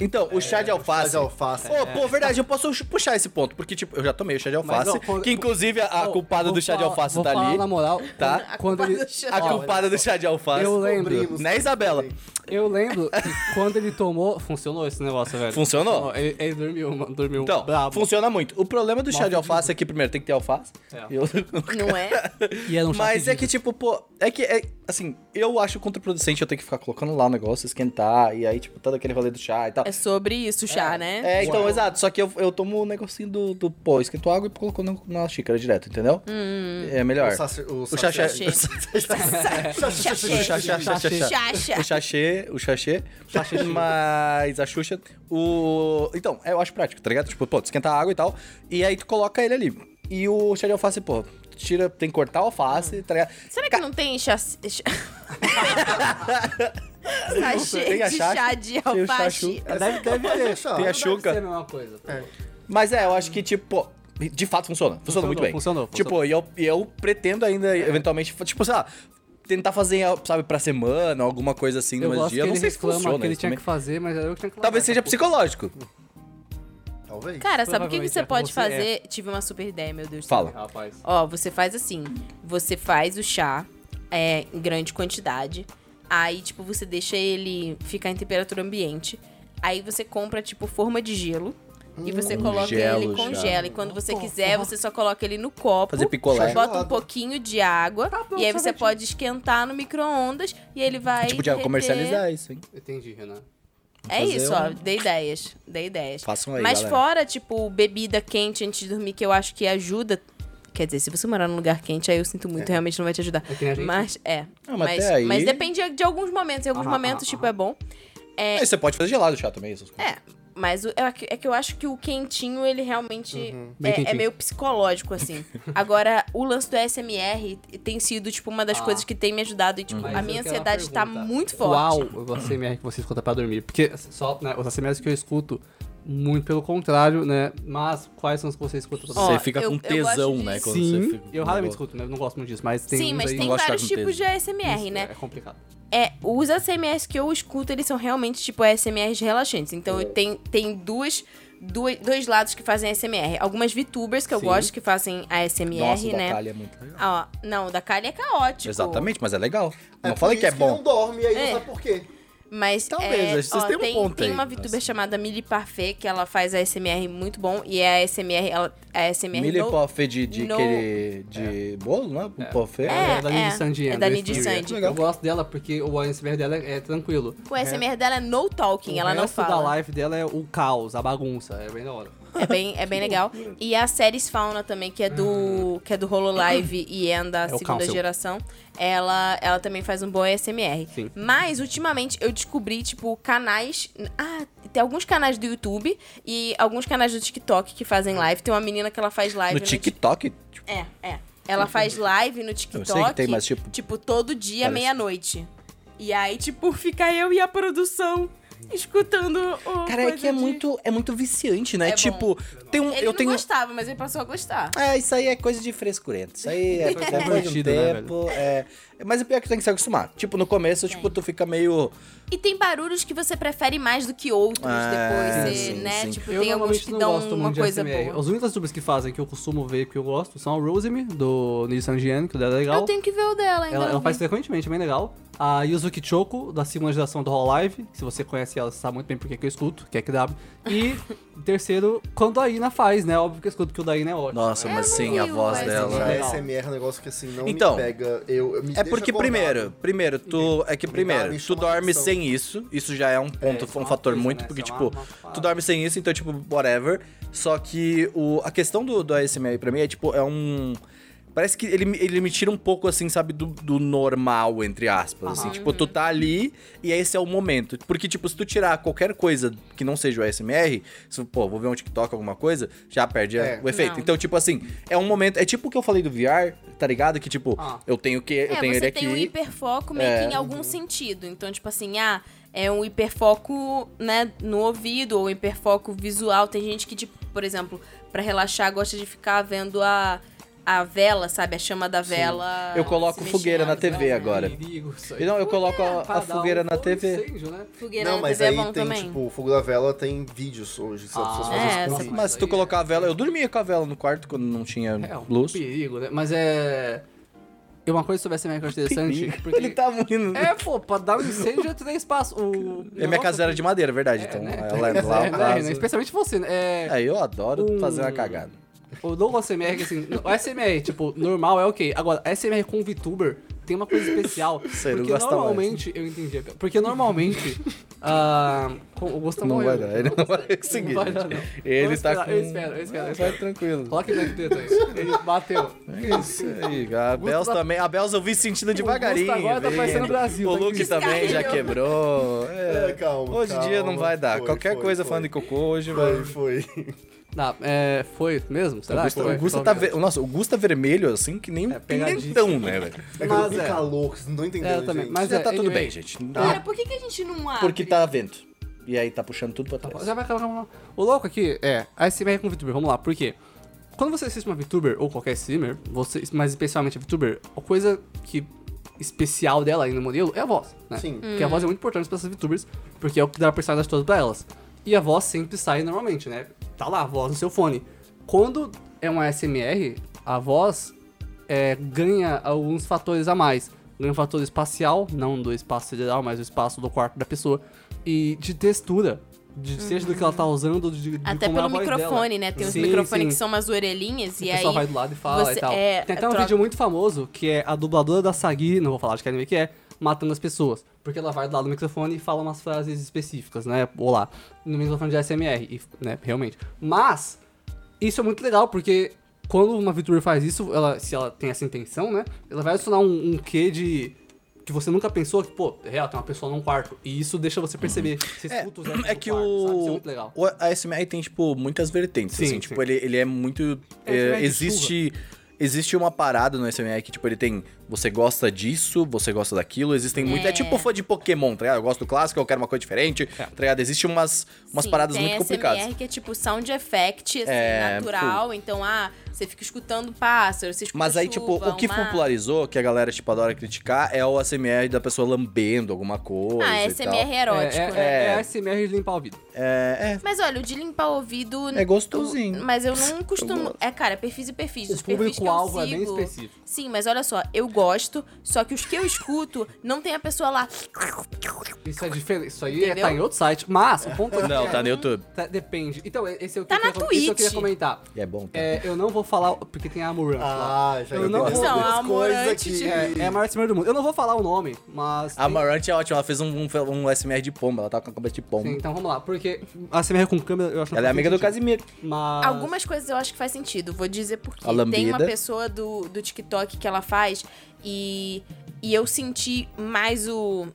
A: Então, o chá de alface.
C: Mas é alface.
A: Pô, pô, verdade, eu posso ch- puxar esse ponto, porque, tipo, eu já tomei o chá de
B: Mas,
A: alface,
B: ó, quando-
A: que inclusive a, a
B: Ó,
A: culpada
B: vou
A: do chá de
B: falar-
A: alface
B: vou
A: tá
B: falar
A: ali,
B: Na moral,
A: tá?
B: quando
D: culpada
B: ele,
D: do chá de
A: A
D: alface.
A: culpada do chá de alface,
B: eu lembro,
C: Descobrimos.
A: né, Isabela?
B: eu lembro que quando ele tomou, funcionou esse negócio, velho.
A: Funcionou?
B: Ele, ele dormiu, mano, dormiu
A: Então,
B: brabo.
A: funciona muito. O problema do chá de
B: fedido.
A: alface é que, primeiro, tem que ter alface.
B: É.
A: Eu-
D: Não é?
B: E era um chá
A: Mas é
B: fedido.
A: que, tipo, pô, é que, é, assim, eu acho contraproducente eu ter que ficar colocando lá o negócio, esquentar, e aí, tipo, todo aquele rolê do chá e tal.
D: É sobre isso, chá, né?
A: É, então, exato. Só que eu, eu tomo o negocinho do, do pô, esquentou água e colocou na, na xícara direto,
D: Hum,
A: entendeu? É melhor.
C: O saci- o
A: O chachê.
C: saci-
D: sachê.
A: O chachê, chachê, chachê.
D: Chachê.
A: O chachê, o chachê. Mas a Xuxa, o... Então, é, eu acho prático, tá ligado? Tipo, pô, tu esquenta a água e tal, e aí tu coloca ele ali. E o chá de alface, pô, tu tira, tem que cortar a alface, tá ligado?
D: Será que não tem chá... chá- Sachê
A: Tem a
D: de
A: chachu,
D: chá
A: tem
D: de
A: o
D: alface.
A: chachu.
B: Deve, deve
C: Pode
B: ter.
A: Tem
C: achar.
A: a
B: Não deve
A: chuca.
B: ser a mesma coisa. tá?
A: Mas é, eu acho que, tipo, pô, de fato funciona. Funciona
B: Funcionou,
A: muito bem.
B: funcionou,
A: Tipo, e eu, e eu pretendo ainda,
D: É.
A: eventualmente, tipo, sei lá, tentar fazer, sabe, pra semana, alguma coisa assim,
B: Eu
A: num
B: gosto
A: dia.
B: que
A: Eu não
B: ele
A: sei se
B: reclama
A: funciona
B: que ele
A: isso
B: tinha
A: também.
B: que fazer, mas era eu que tinha que largar
A: Talvez seja
B: essa porra.
A: psicológico.
C: Talvez.
D: Cara, sabe o que que
B: Provavelmente
D: você
B: é com
D: pode
B: você, é.
D: fazer? Tive uma super ideia, meu Deus do
A: Fala.
D: céu.
B: Rapaz.
D: Ó, você faz assim: você faz o chá é, em grande quantidade. Aí, tipo, você deixa ele ficar em temperatura ambiente. Aí você compra, tipo, forma de gelo. E você coloca
A: Hum, Congela
D: ele,
A: o chá.
D: congela. E quando você quiser, você só coloca ele no copo.
A: Fazer picolé.
D: Bota um
C: Gelado.
D: pouquinho de água.
B: bom,
D: e aí você
B: sorvetinho.
D: pode esquentar no micro-ondas. E ele vai.
A: Tipo, de
D: derreter.
A: comercializar isso, hein?
B: Entendi, Renan.
D: É
A: Fazer
D: isso,
A: um-
D: ó. Dei ideias. Dei ideias.
A: Façam aí,
D: Mas
A: galera.
D: fora, tipo, bebida quente antes de dormir, que eu acho que ajuda. Quer dizer, se você morar num lugar quente, aí eu sinto muito, realmente não vai te ajudar.
B: É que nem a gente.
D: Mas, é.
A: Ah, mas
D: mas,
A: até aí- Ah,
D: mas depende de alguns momentos. Em alguns
B: Aham,
D: momentos,
B: aham,
D: tipo, é bom. É,
A: Aí você pode fazer gelado já também, essas coisas.
D: é. Mas o- é, que- é que eu acho que o quentinho, ele realmente
A: Uhum.
B: Bem
D: é, é
B: quentinho.
D: meio psicológico, assim. Agora, o lance do SMR tem sido, tipo, uma das
B: Ah.
D: coisas que tem me ajudado. E, tipo,
B: Mas
D: a
B: eu
D: minha
B: tenho uma
D: ansiedade tá
B: pergunta.
D: muito forte.
B: Qual o ACMR que você escuta pra dormir? Porque só, né, os ACMRs que eu escuto, muito pelo contrário, né? Mas quais são os que você escuta pra
D: Ó,
B: dormir?
A: você fica
D: eu-
A: com
D: eu
A: tesão,
D: gosto
A: né?
D: disso.
A: Quando
B: Sim,
A: você fica...
B: eu raramente escuto, né? Eu não gosto muito disso, mas tem
D: Sim,
B: uns
D: mas
B: aí-
D: tem
A: um gosto de
D: vários
A: ficar com
D: tipos de ASMR, né?
B: É complicado.
D: É, os ASMRs que eu escuto, eles são realmente tipo ASMRs relaxantes. Então eu tem, tem duas, dua- dois lados que fazem ASMR. Algumas VTubers que eu
B: Sim.
D: gosto que fazem ASMR,
A: Nossa, o da
D: né?
A: Kali é muito legal.
D: Ó, não, o da Kali é caótico.
A: Exatamente, mas é legal.
C: É
A: não
C: por
A: falei que é
C: isso
A: bom.
C: não dorme, aí
D: É.
C: não sabe por quê.
D: Mas
A: Talvez,
D: é,
A: acho que vocês
D: ó,
A: têm um
D: tem,
A: ponto
D: tem
A: aí.
D: uma VTuber
A: Nossa.
D: chamada Millie Parfait que ela faz ASMR muito bom. E é ASMR, ela, é ASMR
A: Milho
D: no-
A: e puff de, de,
D: no-
A: aquele- de bolo, né? Um puff.
D: É,
B: da Nid
D: é.
B: Sandy.
D: É da Nid Sandy.
A: Legal.
B: Eu gosto dela porque o ASMR dela é, é tranquilo.
D: O ASMR dela é no talking, ela
B: o
D: não
B: resto
D: fala.
B: da live dela é o caos, a bagunça. É bem da hora.
D: É bem, é bem legal. E a Séries Fauna também, que é do, que é do Hololive e é da
B: É o
D: segunda
B: Council.
D: geração, ela, ela também faz um bom ASMR.
B: Sim.
D: Mas, ultimamente, eu descobri, tipo, canais... Ah, tem alguns canais do YouTube e alguns canais do TikTok que fazem live. Tem uma menina que ela faz
A: No
D: live
A: TikTok, tipo,
D: É, é. Ela faz live no
A: eu
D: TikTok,
A: sei que tem, mas tipo...
D: tipo, todo dia,
A: Parece-
D: meia-noite. E aí, tipo, fica eu e a produção escutando o...
A: Cara, é
D: coisa
A: que é
D: de-
A: muito, é muito viciante, né?
D: É bom.
A: tipo, tem um,
D: Ele
A: eu
D: não
A: tenho...
D: gostava, mas ele passou a gostar.
A: É, isso aí é coisa de frescurento. Isso aí é
B: Foi
A: depois de um
B: convertido, né,
A: tempo. é... Mas o pior é que tem que se acostumar. Tipo, no começo, tipo, tu fica meio.
D: E tem barulhos que você prefere mais do que outros
A: Ah,
D: depois,
A: sim,
D: né?
A: sim.
D: Tipo, tem alguns que dão uma coisa boa.
B: Os únicos youtubers que fazem que eu costumo ver que eu gosto são a Rosemy, do Nid Sanjian, que dela é legal.
D: Eu tenho que ver o dela ainda.
B: Ela, ela
D: não
B: faz
D: vi.
B: frequentemente, bem legal. A Yuzuki Choco, da segunda geração do Hall Live. que Se você conhece ela, você sabe muito bem porque que eu escuto, que é KW. E terceiro, quando a Ina faz, né? Óbvio que eu escuto, porque o da Ina é ótimo.
A: Nossa,
D: É,
A: mas
D: não
A: sim,
D: vi
A: a
D: o
A: voz
D: ASMR.
A: dela.
B: Legal.
C: ASMR é um negócio que assim, não
A: Então,
C: me pega. Eu, eu me
A: É
C: deixa
A: porque,
C: acordado.
A: primeiro, primeiro, tu. É que, primeiro,
C: me
A: tu
C: chama
A: dorme
C: atenção.
A: sem isso. Isso já é um ponto,
B: isso é
A: um
B: uma
A: fator
B: coisa,
A: muito,
B: né?
A: porque,
B: Isso é
A: tipo,
B: uma- uma parada.
A: tu dorme sem isso, então, tipo, whatever. Só que o, a questão do, do ASMR pra mim é, tipo, é um. Parece que ele, me- ele me tira um pouco, assim, sabe, do, do normal, entre aspas. Assim, tipo, tu tá ali e esse é o momento. Porque, tipo, se tu tirar qualquer coisa que não seja o ASMR, se, pô, vou ver um TikTok, alguma coisa, já perde a-
C: É.
A: o efeito.
D: Não.
A: Então, tipo assim, é um momento. É tipo o que eu falei do VR, tá ligado? Que, tipo,
B: Ah.
A: eu tenho que. Eu
D: é,
A: tenho
D: você
A: ele aqui.
D: tem um hiperfoco meio
A: É.
D: que em algum sentido. Então, tipo assim, ah, é um hiperfoco, né, no ouvido, ou hiperfoco visual. Tem gente que, tipo, por exemplo, pra relaxar, gosta de ficar vendo a, a vela, sabe? A chama da vela.
A: Eu coloco
D: se
A: fogueira na
D: mexendo,
A: TV
D: né?
A: agora.
B: um Perigo, isso aí.
A: E não, eu coloco a,
B: Cada
A: a fogueira
B: um
A: na
B: foi um
A: TV.
B: incêndio, né?
D: Fogueira
C: Não,
D: na
C: mas
D: TV
C: aí
D: é bom
C: tem,
D: também.
C: tipo, o Fogo da Vela tem vídeos hoje. Se as pessoas
B: Ah,
C: fazem
D: é,
C: isso
D: essa
C: com vídeo.
A: Mas se tu colocar a vela, eu dormia com a vela no quarto quando não tinha
B: É um
A: luz.
B: perigo, né? Mas é. E uma coisa sobre essa minha interessante.
A: Perigo.
B: Porque...
A: Ele tá rindo.
B: É, pô, pra dar um incêndio já tem espaço. O...
A: É minha casa era de madeira, é verdade. então, ela é lá
B: É,
A: o
B: né, né?
A: caso.
B: Especialmente você, né? É,
A: É, eu adoro
B: Hum.
A: fazer uma cagada.
B: O não ASMR, que assim, o ASMR, tipo, normal é ok. Agora, ASMR com VTuber tem uma coisa especial.
A: Sei, não
B: porque
A: gosta mais.
B: normalmente, eu entendi. a piada. Porque normalmente, ah, com- o gosto tá
A: Não vai
B: morrendo.
A: dar, ele não vai
B: Não
A: conseguir.
B: vai dar, não.
A: Ele
B: Vamos
A: tá
B: esperar,
A: com.
B: Eu espero, eu espero. Eu espero.
A: Vai tranquilo.
B: Coloca ele dentro aí. Ele bateu.
A: É Isso aí. A Bels
B: tá-
A: também. A Bels eu vi sentindo devagarinho.
B: agora tá
A: vendo.
B: parecendo o Brasil,
A: O
B: tá
A: Luke
B: incrível.
A: também já quebrou. É.
C: É, calma,
A: Hoje em dia não
C: calma.
A: vai dar.
C: Foi,
A: Qualquer
C: foi,
A: coisa
C: foi.
A: falando de cocô hoje vai.
C: Foi, foi.
B: Não, é, foi mesmo? Será que
A: Augusta-
B: foi?
A: o Gusta tá ve... Nossa, o Gusta vermelho, assim, que nem um
B: pegadíssimo.
A: pimentão, né, velho?
C: É que eu
B: Mas
C: vi
B: é.
C: calor, vocês não estão entendendo,
B: É, eu também,
C: gente.
B: mas-
A: Mas já
B: é,
A: tá tudo
B: anyway.
A: bem, gente.
D: Cara, por que, que a gente não abre?
A: Porque tá vento. E aí tá puxando tudo pra trás.
B: Já vai calma, calma. O louco aqui é ASMR com VTuber, vamos lá, por quê? Quando você assiste uma VTuber ou qualquer streamer, você, mas especialmente a VTuber, a coisa que especial dela aí no modelo é a voz, né?
C: Sim.
B: Porque a voz é muito importante pra essas VTubers, porque é o que dá a personalidade toda pra elas. E a voz sempre sai normalmente, né? Tá lá a voz no seu fone. Quando é uma ASMR, a voz é, ganha alguns fatores a mais. Ganha um fator espacial, não do espaço sideral, mas do espaço do quarto da pessoa. E de textura. De, Seja do que ela tá usando, de, de
D: Até
B: como é a
D: pelo
B: voz dela.
D: microfone, né? Tem uns
B: Sim,
D: microfones
B: sim.
D: que são umas orelhinhas
B: O
D: e aí.
B: pessoal vai do lado e fala
D: você-
B: e tal.
D: é,
B: Tem até um
D: troca-
B: vídeo muito famoso que é a dubladora da Sagi, não vou falar de que anime que é, matando as pessoas. Porque ela vai do lado do microfone e fala umas frases específicas, né? Olá. No microfone de ASMR, e, né? Realmente. Mas, isso é muito legal, porque quando uma VTuber faz isso, ela, se ela tem essa intenção, né? Ela vai adicionar um, um quê de. que você nunca pensou, que, pô, é real, tem uma pessoa num quarto. E isso deixa você perceber. Você
A: É,
B: escuta os ecos
A: é
B: do
A: que
B: quarto, sabe? Isso é
A: o,
B: muito legal.
A: o ASMR tem, tipo, muitas vertentes,
B: Sim,
A: assim.
B: sim.
A: Tipo, ele, ele é muito...
B: É,
A: eh,
B: ASMR de
A: existe... Existe uma parada no ASMR que, tipo, ele tem... Você gosta disso, você gosta daquilo. Existem muito... É tipo fã de Pokémon, tá ligado? Eu gosto do clássico, eu quero uma coisa diferente, tá ligado? Existem umas, umas
D: Sim,
A: paradas
D: tem
A: muito
D: ASMR
A: complicadas.
D: que é tipo sound effect, assim,
A: É,
D: natural. Então, ah, você fica escutando pássaro, você escuta
A: Mas aí, tipo,
D: chuva,
A: o que
D: uma-
A: popularizou, que a galera, tipo, adora criticar, é o ASMR da pessoa lambendo alguma coisa
D: Ah,
A: e tal.
D: SMR erótico,
B: é, é,
D: né?
B: é, é ASMR de limpar o ouvido.
A: É,
D: Mas olha, o de limpar o ouvido...
A: É gostosinho.
D: Mas eu não costumo... é, cara, perfis e perfis.
B: O
D: Os perfis que eu
B: público-alvo é
D: sigo...
B: bem específico.
D: Sim, mas olha só, eu gosto, só que os que eu escuto, não tem a pessoa lá...
B: Isso é diferente. Isso aí
D: Entendeu?
B: tá em outro site. Mas o ponto
A: é.
B: é.
A: Não, tá no YouTube.
B: tá- Depende. Então, esse é o que
D: Tá
B: eu, queria
D: na
B: com- isso eu
D: Twitch.
B: queria comentar.
A: E é bom, tá?
B: É, eu não vou falar, porque tem a Amurant lá.
C: Ah, já
B: Eu não
C: entendi.
B: vou-
C: Tem umas
D: Não,
C: coisas
D: amorante,
C: que-
D: tipo,
B: É, é a maior streamer do mundo. Eu não vou falar o nome, mas.
A: A Marant é ótima, ela fez um, um, um SMR de pomba, ela tava com a cabeça de pomba.
B: Sim, então vamos lá, porque a CMR com câmera eu acho que
A: Ela é
B: não
A: amiga do
B: faz sentido.
A: Casimiro.
B: Mas. é,
D: Algumas coisas eu acho que faz sentido, vou dizer por quê.
A: A lambida.
D: Tem uma pessoa do, do TikTok que ela faz e, e eu senti mais o.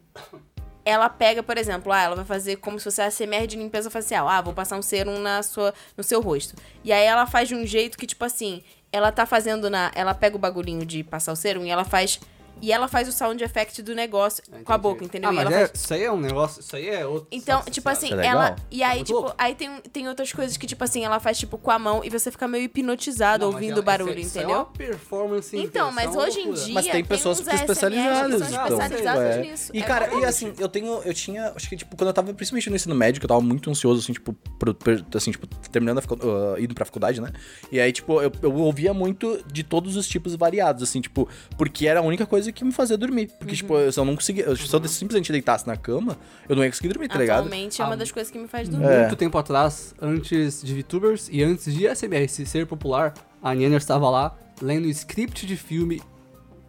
D: Ela pega, por exemplo, ah, ela vai fazer como se fosse a CMR de limpeza facial. Ah, vou passar um serum na sua, no seu rosto. E aí ela faz de um jeito que, tipo assim, ela tá fazendo na. Ela pega o bagulhinho de passar o serum e ela faz. E ela faz o sound effect do negócio
B: Ah,
D: com a
B: entendi.
D: boca, entendeu?
B: Ah,
D: e
B: mas
D: ela
B: é-
D: faz
B: isso aí é um negócio. Isso aí é outro.
D: então,
B: nossa
D: tipo assim,
A: Isso é legal?
D: ela. E aí,
B: muito
D: tipo,
B: louco.
D: aí tem, tem outras coisas que, tipo assim, ela faz, tipo, com a mão e você fica meio hipnotizado
B: Não, mas
D: tá ouvindo
B: ela-
D: o barulho,
B: isso- isso
D: entendeu?
B: É uma performance
D: Então,
B: intensa,
D: mas
B: é uma
D: hoje em
B: loucura.
D: dia.
A: Mas tem pessoas que
D: uns
A: são
D: ASMR
A: especializadas,
D: que são
A: então.
D: especializadas
A: é.
D: nisso.
A: E,
D: É
A: cara, e
D: verdade.
A: assim, eu tenho. Eu tinha. Acho que, tipo, quando eu tava principalmente no ensino médio, que eu tava muito ansioso, assim, tipo, pro- per- assim, tipo, terminando a facu- ah, indo pra faculdade, né? E aí, tipo, eu, eu ouvia muito de todos os tipos variados, assim, tipo, porque era a única coisa que me fazia dormir. Porque,
D: Uhum.
A: tipo, eu só não conseguia. Eu, se eu simplesmente deitasse na cama, eu não ia conseguir dormir, tá ligado?
D: Atualmente é uma das coisas que me faz
A: É.
D: dormir.
B: muito tempo atrás, antes de VTubers e antes de ASMR se ser popular, a Nienner estava lá lendo um script de filme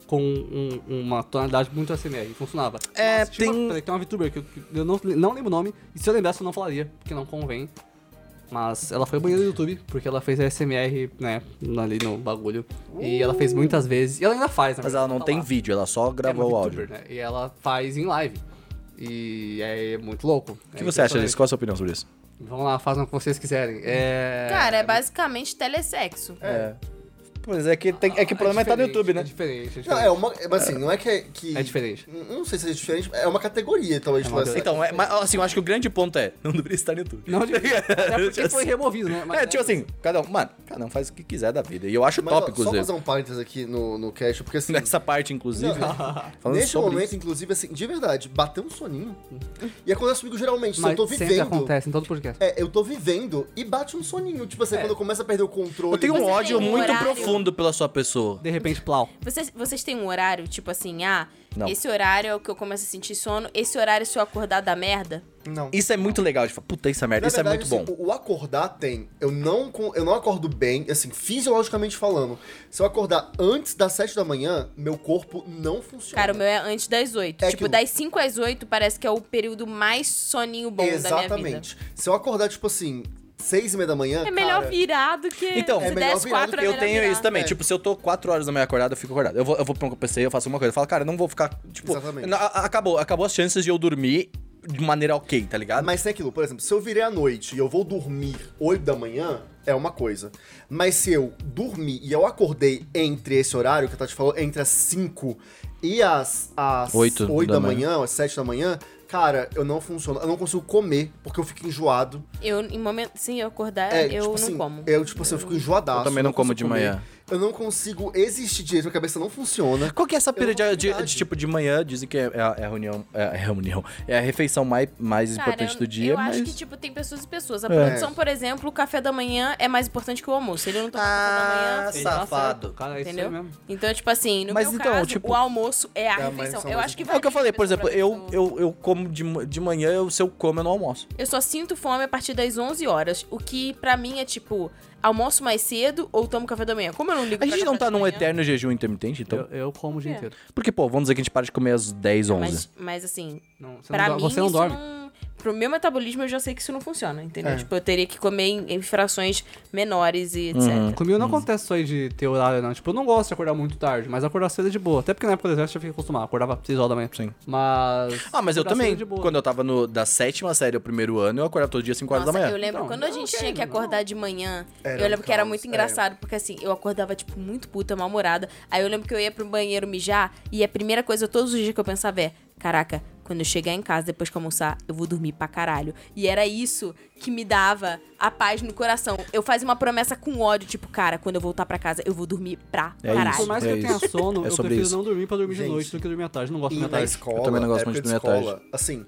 B: com um- uma tonalidade muito ASMR e funcionava.
A: É,
B: Nossa, tinha
A: tem-
B: Uma, peraí, tem uma VTuber que eu, que eu não, não lembro o nome, e se eu lembrasse eu não falaria, porque não convém. Mas ela foi banhada do YouTube, porque ela fez ASMR, né, ali no bagulho. E ela fez muitas vezes. E ela ainda faz, né?
A: Mas ela não tem vídeo, ela
B: É
A: só gravou o áudio.
B: Né? E ela faz em live. E é muito louco.
A: O que você acha disso? Qual a sua opinião sobre isso?
B: Vão lá, façam o que vocês quiserem. É...
D: Cara, é basicamente telesexo.
A: É. Pois é que, tem, é que o
B: É
A: problema tá no
B: diferente,
A: YouTube, né?
B: É diferente, é
C: Não,
B: diferente.
C: é uma. Mas assim, não é que. que
B: É diferente.
C: N- Não sei se é diferente, é uma categoria, talvez.
B: É
C: É
B: uma categoria.
A: Então, é, mas, assim, eu acho que o grande ponto é, não deveria estar no YouTube.
B: Não, tipo, até porque foi removido, né? Mas-
A: É, tipo assim, cada um, mano, cada um faz o que quiser da vida. E eu acho
C: Mas,
A: top,
C: ó, só fazer
A: inclusive.
C: um parênteses aqui no, no cast, porque assim.
A: Nessa parte, inclusive. é falando
C: Neste
A: sobre
C: momento,
A: isso.
C: inclusive, assim, de verdade, bateu um soninho. E acontece comigo geralmente, se
B: Mas
C: eu tô
B: sempre
C: vivendo.
B: acontece em todo podcast.
C: É, eu tô vivendo e bate um soninho. Tipo assim, quando eu começo a perder o controle.
A: É. Eu tenho um
D: Você
A: ódio
D: tem um
A: muito
D: horário?
A: profundo pela sua pessoa.
B: De repente, plau.
D: Vocês, vocês têm um horário, tipo assim, ah,
A: Não.
D: esse horário é o que eu começo a sentir sono, esse horário se eu acordar da merda.
C: assim, Não.
A: Isso é muito legal, de falar, puta, isso é merda,
C: Na
A: isso é muito
C: verdade,
A: bom.
C: assim, o o acordar tem. Eu não, con- eu não acordo bem, assim, fisiologicamente falando. Se eu acordar antes das 7 da manhã, meu corpo não funciona.
D: Cara, o meu é antes das oito
C: É
D: tipo,
C: aquilo.
D: das 5 às 8 parece que é o período mais soninho bom da minha vida.
C: Exatamente. Se eu acordar, tipo assim, 6 e meia da manhã.
D: É melhor
C: cara,
D: virar do que
A: Então,
D: se
A: é
C: melhor
D: der às
C: virar do
D: quatro,
C: que-
D: é
A: Eu
D: melhor
A: tenho
D: virar.
A: isso também.
C: É.
A: Tipo, se eu tô 4 horas da manhã acordado, eu fico acordado. Eu vou, eu vou pra um PC, eu faço uma coisa. Eu falo, cara, eu não vou ficar. Tipo,
C: Exatamente.
A: na- a- acabou, acabou as chances de eu dormir de maneira ok, tá ligado?
C: Ah, Mas tem aquilo, por exemplo, se eu virei à noite e eu vou dormir 8 da manhã, é uma coisa. Mas se eu dormi e eu acordei entre esse horário que a Tati falou, entre as 5 e as, as
A: Oito
C: oito
A: da
C: da manhã, ou as 7 da manhã, cara, eu não funciono. Eu não consigo comer porque eu fico enjoado.
D: Eu, em momento, sim, eu acordar,
C: É,
D: eu
C: tipo
D: não
C: assim,
D: como.
C: Eu, tipo assim, eu fico enjoadaço.
A: Eu também não como
C: consigo
A: de
C: comer,
A: manhã.
C: Eu não consigo existir direito, minha cabeça não funciona.
A: Qual que é essa pira
C: não
A: de,
C: faço
A: de-
C: verdade.
A: de tipo de manhã? Dizem que é, é a, é a reunião. É a reunião. É a refeição mais, mais
D: Cara,
A: importante
D: eu-
A: do dia,
D: eu
A: mas. É.
D: acho que, tipo, tem pessoas e pessoas. A produção, por exemplo, o café da manhã é mais importante que o almoço. Ele não toma café da manhã,
B: Ele tá
A: safado.
B: certo, Cara, é isso aí
D: Entendeu?
B: mesmo.
D: Então, tipo assim, no
A: Mas
D: meu
A: então,
D: caso,
A: tipo-
D: o almoço é a
C: É, mas
D: refeição.
C: são
D: Eu
C: mais
D: acho que
A: É o que eu falei,
D: varia de
A: por
D: pessoa
A: exemplo,
D: pra
A: eu,
D: pessoa.
A: eu, eu como de, ma- de manhã, eu, se eu como, eu não almoço.
D: Eu só sinto fome a partir das 11 horas, o que pra mim é tipo, almoço mais cedo ou tomo café da manhã. Como eu não ligo
A: A
D: pra
A: gente não
D: café
A: tá
D: da
A: num
D: manhã,
A: eterno jejum intermitente, então.
B: Eu, eu como o dia
D: É.
B: inteiro.
A: Porque, pô, vamos dizer que a gente para de comer às 10, 11.
D: Mas, mas assim,
B: Não, você,
D: pra
B: não,
D: mim,
B: do- você não
D: isso
B: dorme.
D: não- Pro meu metabolismo, eu já sei que isso não funciona, entendeu?
C: É.
D: Tipo, eu teria que comer em, em frações menores e
A: Uhum.
D: etc.
B: Comigo
A: Hum.
B: não acontece isso aí de ter horário, não. Tipo, eu não gosto de acordar muito tarde, mas acordar cedo é de boa. Até porque na época do exército eu fiquei acostumado. Acordava 6 horas da manhã.
A: Sim.
B: Mas.
A: Ah, mas eu
B: acordar cedo é
A: também.
B: de boa.
A: Quando eu tava no, da sétima série ao primeiro ano, eu acordava todo dia 5 horas
D: Nossa,
A: da manhã.
D: eu lembro
B: Então,
D: quando a
B: não,
D: gente
B: ok,
D: tinha que
B: não.
D: acordar de manhã,
C: Era
D: eu lembro
C: um
D: que era
C: caos,
D: muito
C: é.
D: engraçado, porque assim, eu acordava, tipo, muito puta, mal-humorada. Aí eu lembro que eu ia pro banheiro mijar, e a primeira coisa todos os dias que eu pensava é, caraca, quando eu chegar em casa, depois que eu almoçar, eu vou dormir pra caralho. E era isso que me dava a paz no coração. Eu fazia uma promessa com ódio, tipo, cara, quando eu voltar pra casa, eu vou dormir pra
A: É
D: caralho.
A: isso.
B: Por mais que
A: É
B: eu tenha
A: isso.
B: sono,
A: É
B: eu
A: sobre
B: prefiro
A: isso.
B: não dormir pra dormir de
C: Gente,
B: noite do que dormir à tarde. Não gosto de
C: E
B: dormir à
C: na
B: tarde.
C: escola,
A: Eu também não gosto
C: época
A: muito
C: de
A: de manhã à
C: escola, assim,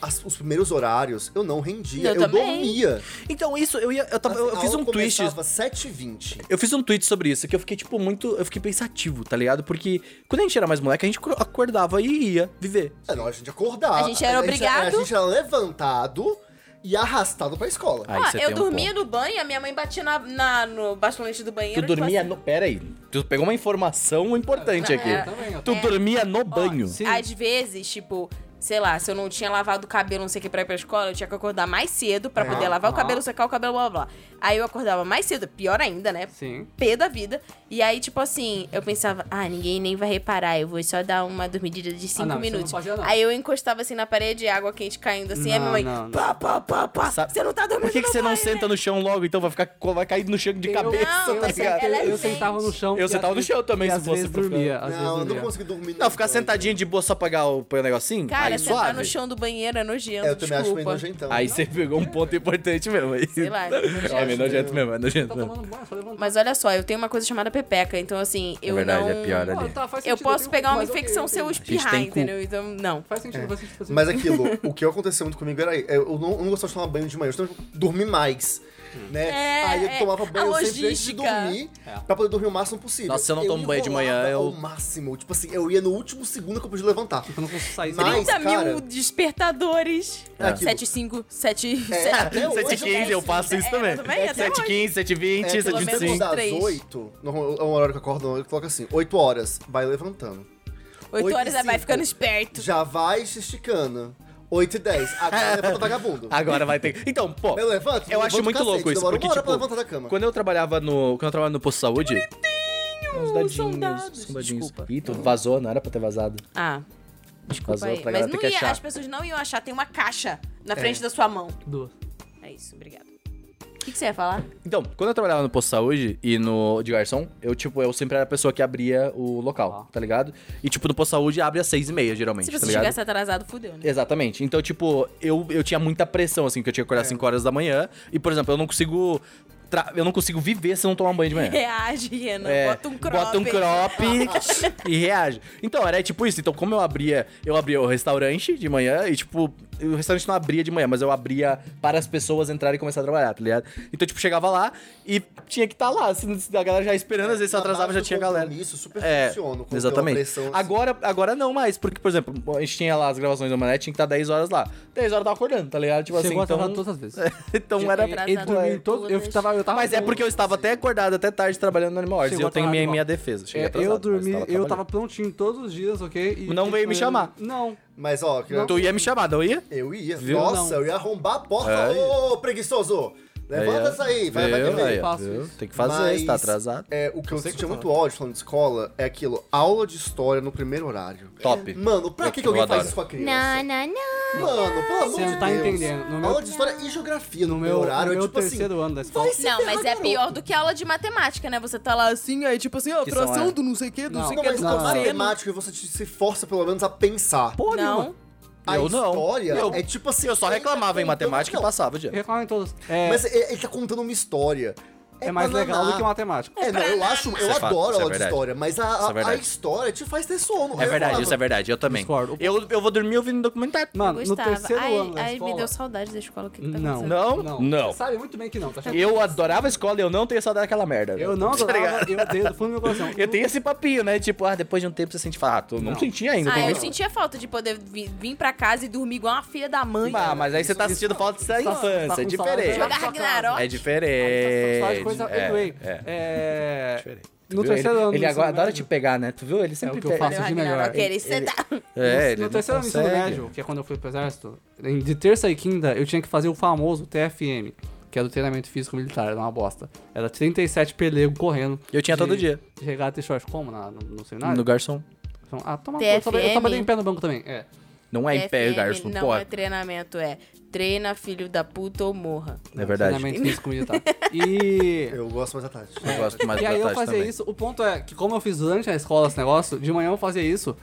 C: as- os primeiros horários eu não rendia,
D: Eu
C: eu,
D: também.
C: dormia. Assim,
A: Então, isso, eu ia. Eu, tava, eu, eu fiz um twist.
C: Eu 7h20.
A: Eu fiz um tweet sobre isso, que eu fiquei, tipo, muito. Eu fiquei pensativo, tá ligado? Porque quando a gente era mais moleque, a gente cro- acordava e ia viver.
C: É, não, a gente acordava.
D: A gente era obrigado.
C: a gente era levantado e arrastado pra escola.
A: Aí
D: Ó,
A: você tem
D: Ah, eu
A: um
D: dormia no banho, a minha mãe batia na, na- no bastonete do banheiro.
A: Tu
D: tipo
A: dormia
D: assim,
A: no. Pera aí. Tu pegou uma informação
D: É.
A: importante aqui.
D: então,
B: Eu também, eu
A: Tu dormia no banho.
B: Sim.
D: Às vezes, tipo, sei lá, se eu não tinha lavado o cabelo, não sei o que, pra ir pra escola, eu tinha que acordar mais cedo pra
B: É.
D: poder lavar o
B: Aham.
D: cabelo, secar o cabelo, blá blá blá. Aí eu acordava mais cedo, pior ainda, né?
B: Sim.
D: P da vida. E aí, tipo assim, eu pensava, ah, ninguém nem vai reparar, eu vou só dar uma dormidinha de cinco
B: Ah, não, isso eu não
D: minutos.
B: fazia, não.
D: Aí eu encostava assim na parede, água quente caindo assim, aí
B: Não,
D: minha mãe,
B: não, não.
D: pá, pá, pá, pá,
A: Sabe-
D: você não tá dormindo
A: Por que, que
D: no
A: você não
D: banho,
A: senta no chão logo, então? Vai, ficar, vai cair no chão de
B: Eu-
A: cabeça,
D: Não,
A: tá
D: mas
A: ligado?
D: ela é
B: Eu
D: gente.
B: sentava no chão.
A: Eu
B: e
A: sentava
B: às
A: no chão também,
B: vezes-
A: se
B: e às
A: fosse
B: vezes
A: pra ficar-
B: dormia. Às vezes
C: não, eu não
B: dormia.
C: consegui dormir.
A: Não, ficar sentadinho de boa só pegar o, põe o negocinho?
D: Cara,
A: aí,
D: sentar
A: suave.
D: no chão do banheiro é nojento,
C: É, eu também acho meio
D: desculpa.
C: nojentão.
A: Aí você pegou um ponto importante mesmo. Aí.
D: Sei lá, é
A: É,
D: nojento.
A: é nojento mesmo, é nojento
B: Tá
A: mesmo.
B: tomando banho, só levantar.
D: Mas olha só, eu tenho uma coisa chamada pepeca, então assim, eu
A: verdade,
D: não...
A: é pior, né?
B: Ah, tá, faz
D: Eu
B: sentido,
D: posso
B: tenho-
D: pegar uma
B: mas ok,
D: infecção
B: eu
D: se eu
B: tenho-
A: tem
D: espirrar,
A: cu.
D: entendeu? Então, não.
B: Faz sentido, faz sentido. faz
C: Mas
B: sentido.
C: aquilo, o que aconteceu muito comigo era. é, Eu eu não, eu não gostava de tomar banho de manhã, eu gostava de dormir mais. Né?
D: É,
C: Aí eu
D: é,
C: tomava
D: a
C: banho sempre antes de
D: logística.
C: dormir
B: É.
C: pra poder dormir o máximo possível.
A: Nossa, se eu não tomo banho de manhã,
C: enrolava
A: eu-
C: ao máximo. Tipo assim, eu ia no último segundo que eu podia levantar.
B: Eu não consigo sair.
C: Mas-
D: 30 mil
C: cara-
D: despertadores.
C: É aquilo.
D: 7, 5, 7,
C: É,
D: 7.
C: até hoje
A: 7h15 eu
D: É,
A: faço isso também.
D: até
A: 7h15, 7h20,
C: É, pelo menos
A: 7h25.
C: das
D: Três.
C: 8, no- é um horário que eu acordo, eu coloco assim, 8 horas, vai levantando.
D: 8 horas
C: oito e
D: ela vai
C: cinco.
D: ficando esperto.
C: Já vai se esticando. 8 e 10. Agora levanta vagabundo.
A: Agora vai ter. Então, pô.
C: Eu levanto?
A: eu
C: levanto
A: acho
C: o
A: muito
C: cacete,
A: louco isso.
C: demora
A: Porque,
C: uma hora
A: tipo,
C: pra levantar da cama.
A: quando eu trabalhava no. Quando eu trabalhava no posto de saúde. Os
D: são dados.
A: os dadinhos.
D: Desculpa.
A: Ih, tu vazou, não era pra ter vazado.
D: Ah, desculpa
A: Vazou
D: aí.
A: pra
D: Mas
A: galera
D: não
A: ter que
D: ia,
A: achar.
D: as pessoas não iam achar. Tem uma caixa na frente da sua mão.
B: Duas.
D: É isso, obrigado. O que, que você ia falar?
A: Então, quando eu trabalhava no posto de saúde e no de garçom, eu, tipo, eu sempre era a pessoa que abria o local, tá ligado? E, tipo, no posto de saúde abre às seis e meia, geralmente,
D: Ah. Se
A: tá
D: você
A: ligado?
D: chegasse atrasado, fudeu, né?
A: Exatamente. Então, tipo, eu, eu tinha muita pressão, assim, que eu tinha que acordar às
D: É.
A: 5 horas da manhã. E, por exemplo, eu não consigo. tra- Eu não consigo viver se eu não tomar banho de manhã.
D: Reage, Renan.
A: É,
D: bota um crop.
A: Bota um crop e reage. Então, era tipo isso. Então, como eu abria, eu abria o restaurante de manhã e, tipo, o restaurante não abria de manhã, mas eu abria para as pessoas entrarem e começar a trabalhar, tá ligado? Então, tipo, chegava lá e tinha que estar lá. se- se A galera já esperando, às vezes se eu atrasava, já tinha galera.
C: Isso super
A: É,
C: funciona. quando tem uma
A: exatamente.
C: pressão, assim.
A: Agora, agora não mais, porque, por exemplo, a gente tinha lá as gravações da Manete, tinha que estar 10 horas lá. 10 horas eu tava acordando, tá ligado? Tipo
B: Chegou
A: assim,
B: atrasado
A: então...
B: todas as vezes. tá
A: então
D: Chegou
A: era...
D: atrasado.
B: Ele dormiu em todo... Eu
D: todas.
B: tava... Eu tava
A: Mas é porque eu estava até acordado até tarde trabalhando no Animal Arts. E
B: Chegou
A: eu tenho
B: atrasado,
A: minha,
B: igual.
A: minha defesa. Cheguei
B: É,
A: atrasado,
B: eu dormi,
A: mas
B: eu tava prontinho todos os dias, ok? E-
A: Não veio me chamar.
B: Não.
C: Mas, ó, que-
A: trabalhando. Tu ia me chamar, não ia?
C: eu ia.
A: Viu?
C: Nossa,
B: Não.
C: eu ia arrombar a porta.
A: Aí.
C: Ô, preguiçsoso! Levanta isso aí, vai, vai
A: Viu?
C: beber.
A: Aí, ó,
B: Faço
A: viu?
B: isso.
A: Tem que fazer,
C: Mas,
A: você tá atrasado.
C: É, o que eu,
B: sei que
C: sentia
B: eu
C: muito ódio falando de escola é aquilo, aula de história no primeiro horário.
A: Top.
C: Mano, pra que, que
A: Eu
C: alguém
A: adoro.
C: faz isso com a
D: Não,
C: criança?
D: não, não.
C: Mano, pelo amor
B: Você
C: de
B: não tá
C: Deus.
B: entendendo. No meu-
C: aula de história e geografia no,
B: No
C: meu
B: meu,
C: horário
B: no meu
C: é tipo assim.
B: terceiro ano da escola.
C: se
D: Não,
C: ferrar,
D: mas é
C: garoto.
D: pior do que aula de matemática, né? Você tá lá assim, aí tipo assim, ó,
A: Que são
D: fração
A: as-
D: do não sei o que, do não
B: Não,
D: sei o
C: Não,
D: que,
C: mas
D: do
C: na
B: Não.
C: é matemática você te- se força pelo menos a pensar.
B: Pô,
D: Não.
C: A
A: eu não.
C: história
A: Eu-
C: é tipo assim.
A: Eu só
C: ele
A: reclamava
C: tá
A: em matemática e
C: contando-
A: passava, já.
B: Reclamem todos. É,
C: não, Mas ele, ele tá contando uma história.
B: é mais
C: pra
B: legal
C: nanar.
B: do que matemática.
C: É, não, eu acho, eu
A: Isso é fato, isso é
C: adoro aula de
A: verdade.
C: história, mas a,
A: Isso é
C: a, a
A: verdade.
C: história te faz ter sono.
A: É verdade, isso é verdade. Eu também.
B: Discordo.
A: Eu, eu vou dormir ouvindo documentário.
B: Mano, no
D: Gostava.
B: terceiro
D: ai,
B: ano da
D: ai,
B: escola...
D: me deu saudade da escola. O que, que tá
B: Não.
D: acontecendo?
A: Não? Não.
B: Você sabe muito bem que não, tá achando?
A: Eu adorava a escola e eu não tenho saudade daquela merda.
B: Eu não
A: Tá ligado?
B: adorava, eu odeio do fundo do meu coração.
A: Eu tenho esse papinho, né? Tipo, ah, depois de um tempo você sente falar, ah, tu não,
B: Não.
A: sentia ainda. tem
D: Ah, eu
A: vezes-
D: sentia falta de poder vi- vir pra casa e dormir igual uma filha da mãe.
A: Ah, mas aí você tá sentindo falta da
B: Tá- tá
A: infância, é
B: com saudade.
A: diferente.
D: Jogar Ragnarok.
A: É diferente.
B: Só de coisa...
A: é,
B: Anyway,
A: é.
B: é...
A: Diferente. Tu
B: No
A: viu?
B: terceiro
A: ele,
B: ano
A: Ele agora
B: do ensino
A: adora
B: médio.
A: te pegar, né? Tu viu? Ele sempre
B: É o que eu
A: pega.
B: faço.
D: Deu
B: de
D: Ragnarok,
B: melhor.
D: ele,
A: Ele-
D: senta.
A: É,
B: no,
A: ele
B: no
A: não
B: terceiro ano do ensino
A: consegue.
B: médio, que é quando eu fui pro exército, em- de terça e quinta eu tinha que fazer o famoso TFM, que é do treinamento físico militar, era uma bosta. Era 37 pelego correndo.
A: Eu tinha
B: de-
A: todo dia.
B: De regata e short, como na, no, no seminário?
A: No garçom.
B: Então, ah, toma, eu trabalhei- eu
D: TFM.
B: trabalhei em pé no banco também, é.
A: Não é em pé,
D: FM
A: garçom.
D: Não
A: Pô,
D: é treinamento, é treina, filho da puta ou morra.
A: é verdade.
B: Treinamento físico militar. E...
C: Eu gosto mais da tarde.
A: Eu gosto mais
B: e
A: da
B: aí eu
A: tarde
B: fazia
A: também.
B: isso, o ponto é que como eu fiz durante a escola esse negócio, de manhã eu fazia isso,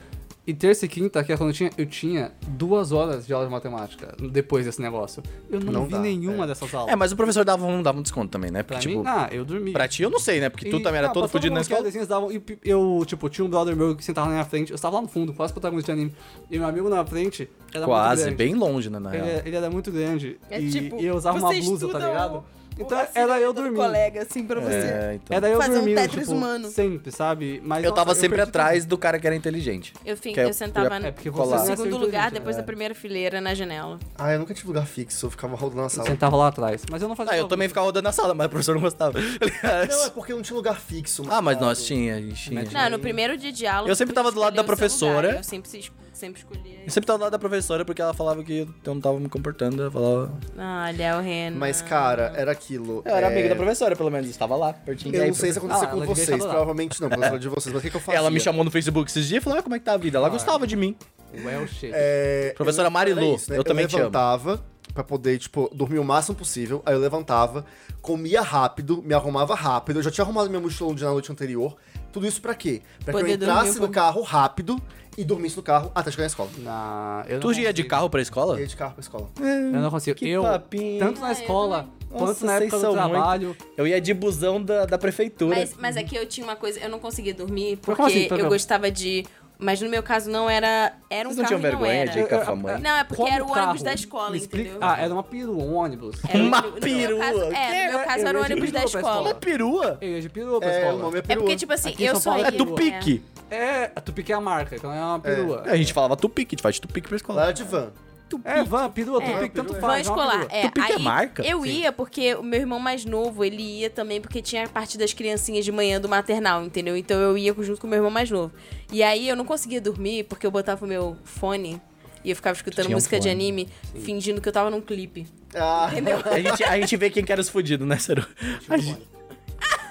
B: e terça e quinta, que é quando eu tinha, eu tinha duas horas de aula de matemática depois desse negócio. Eu não,
C: Não
B: vi
C: dá,
B: nenhuma dessas aulas.
A: É, mas o professor dava um, dava um desconto também, né?
B: pra
A: Porque, tipo,
B: mim, ah, eu dormi.
A: pra ti eu não sei, né? Porque tu
B: E- ah,
A: também era
B: não,
A: todo
B: pra
A: fodido na
B: mundo que era
A: escola.
B: desenho, eles davam- e p- eu, tipo, tinha um brother meu que sentava na minha frente, eu estava lá no fundo, quase protagonista de anime, e meu amigo na frente era
A: Quase,
B: muito grande.
A: bem longe, né? Na
B: Ele,
A: real.
B: ele era muito grande,
D: É
B: e,
D: tipo,
B: e eu usava uma
D: você
B: blusa, tá
D: estuda
B: ligado?
D: o-
B: Então
D: o vacilo
B: era eu
D: do
B: dormindo.
D: colega, assim, pra você.
A: É, então.
B: Era eu
D: Fazer um
B: dormindo,
D: Tetris
B: tipo,
D: humano.
B: sempre, sabe? Mas,
A: Eu tava
B: nossa,
A: sempre
B: perdi
A: atrás do cara que era inteligente.
D: Eu, fin-
A: Que é-
D: eu sentava
A: é
D: no
B: porque você
A: colar.
B: nasceu
D: segundo lugar,
B: inteligente,
D: depois
B: é.
D: da primeira fileira na janela.
C: Ah, eu nunca tive lugar fixo, eu ficava rodando na
A: Tá
B: Eu
C: sala.
B: sentava lá atrás. Mas eu não fazia.
A: Ah, eu
B: favor.
A: também ficava rodando na sala, mas o professor não gostava.
C: Não, é porque não tinha lugar fixo.
A: ah, mas
C: cara.
A: nós tinha, a gente tinha.
D: Não, no primeiro dia de aula.
A: Eu sempre
D: tu
A: tava do lado da
D: escolhia o seu lugar,
A: professora.
D: Eu sempre, se- sempre escolhia.
A: Eu sempre tava do lado da professora porque ela falava que eu não tava me comportando. Ela falava.
D: Olha Ah, é o Renan.
C: Mas, cara, era aquilo.
A: Eu era
C: é,
A: amigo da professora, pelo menos. Estava lá, pertinho.
C: Eu
A: Aí,
C: não sei se
A: professora-
B: Ah,
C: aconteceu com
B: ela devia
C: vocês,
B: estar lá.
C: provavelmente não, professora de vocês, mas o que, que eu fazia?
A: Ela me chamou no Facebook esses dias e falou: ah, como é que tá a vida? Ela gostava de mim.
B: Well, shit.
C: É,
A: Professora
C: eu-
A: Marilu,
C: era né?
A: eu também te
C: eu
A: amo.
C: levantava pra poder, tipo, dormir o máximo possível. Aí eu levantava, comia rápido, me arrumava rápido. Eu já tinha arrumado minha mochila no dia na noite anterior. Tudo isso pra quê? Pra que eu
D: Poder
C: entrasse
D: dormir um
C: no
D: com-
C: carro rápido e dormisse no carro até chegar na escola.
B: Na- eu não
A: Tu ia de
B: consigo.
A: carro pra escola?
C: Eu ia de carro pra escola.
B: Eu não consigo.
A: Que
B: eu,
A: papinho.
B: tanto na
D: Ah, eu
B: escola, quanto
A: Nossa,
B: na
A: vocês
B: época do
A: são muito-
B: trabalho.
A: Eu ia de busão da, da prefeitura.
D: Mas, mas aqui eu tinha uma coisa, eu não conseguia dormir
B: Mas
D: porque
B: como assim, tá
D: eu
B: bom.
D: gostava de. Mas no meu caso não era. Era um
A: Vocês não tinham
D: carro e não
A: vergonha
D: era.
A: de ir com a sua mãe?
D: Não, é porque
B: Como
D: era o
B: carro?
D: ônibus da escola,
B: Me explica-
D: entendeu? É.
B: Ah, era uma perua, um ônibus.
D: Era
A: Uma
D: no meu
A: perua.
D: caso-
A: Que
D: é, no meu
B: era-
D: caso era o
B: eu ia de
D: ônibus da
B: perua pra escola.
A: Uma
D: escola.
A: perua?
B: Eu ia de perua pra
C: É, o
B: escola.
C: nome é
D: É
C: perua.
D: porque, tipo assim,
B: Aqui em
D: eu
B: São
D: só
B: Paulo
A: É
D: ia.
B: É.
A: Tupique.
B: É, a Tupiqui é a marca, então é uma perua.
A: A gente falava Tupique, a gente faz de Tupique pra
C: Lá
A: escola.
C: era de van.
B: É, van, perua, Tupiqui, tanto
C: perua, é.
B: faz.
D: Vão
B: é uma
D: escolar.
B: perua.
D: É,
A: Tupi que é
D: aí
A: marca?
D: Eu
A: Sim.
D: ia porque o meu irmão mais novo, ele ia também porque tinha a parte das criancinhas de manhã do maternal, entendeu? Então eu ia junto com o meu irmão mais novo. E aí eu não conseguia dormir porque eu botava o meu fone E eu ficava escutando
A: Tinha um
D: música de
A: fone,
D: anime, fingindo que eu tava num clipe.
C: Ah,
D: Entendeu?
A: A gente, a gente vê quem quer os fudidos, né, Saru? A gente-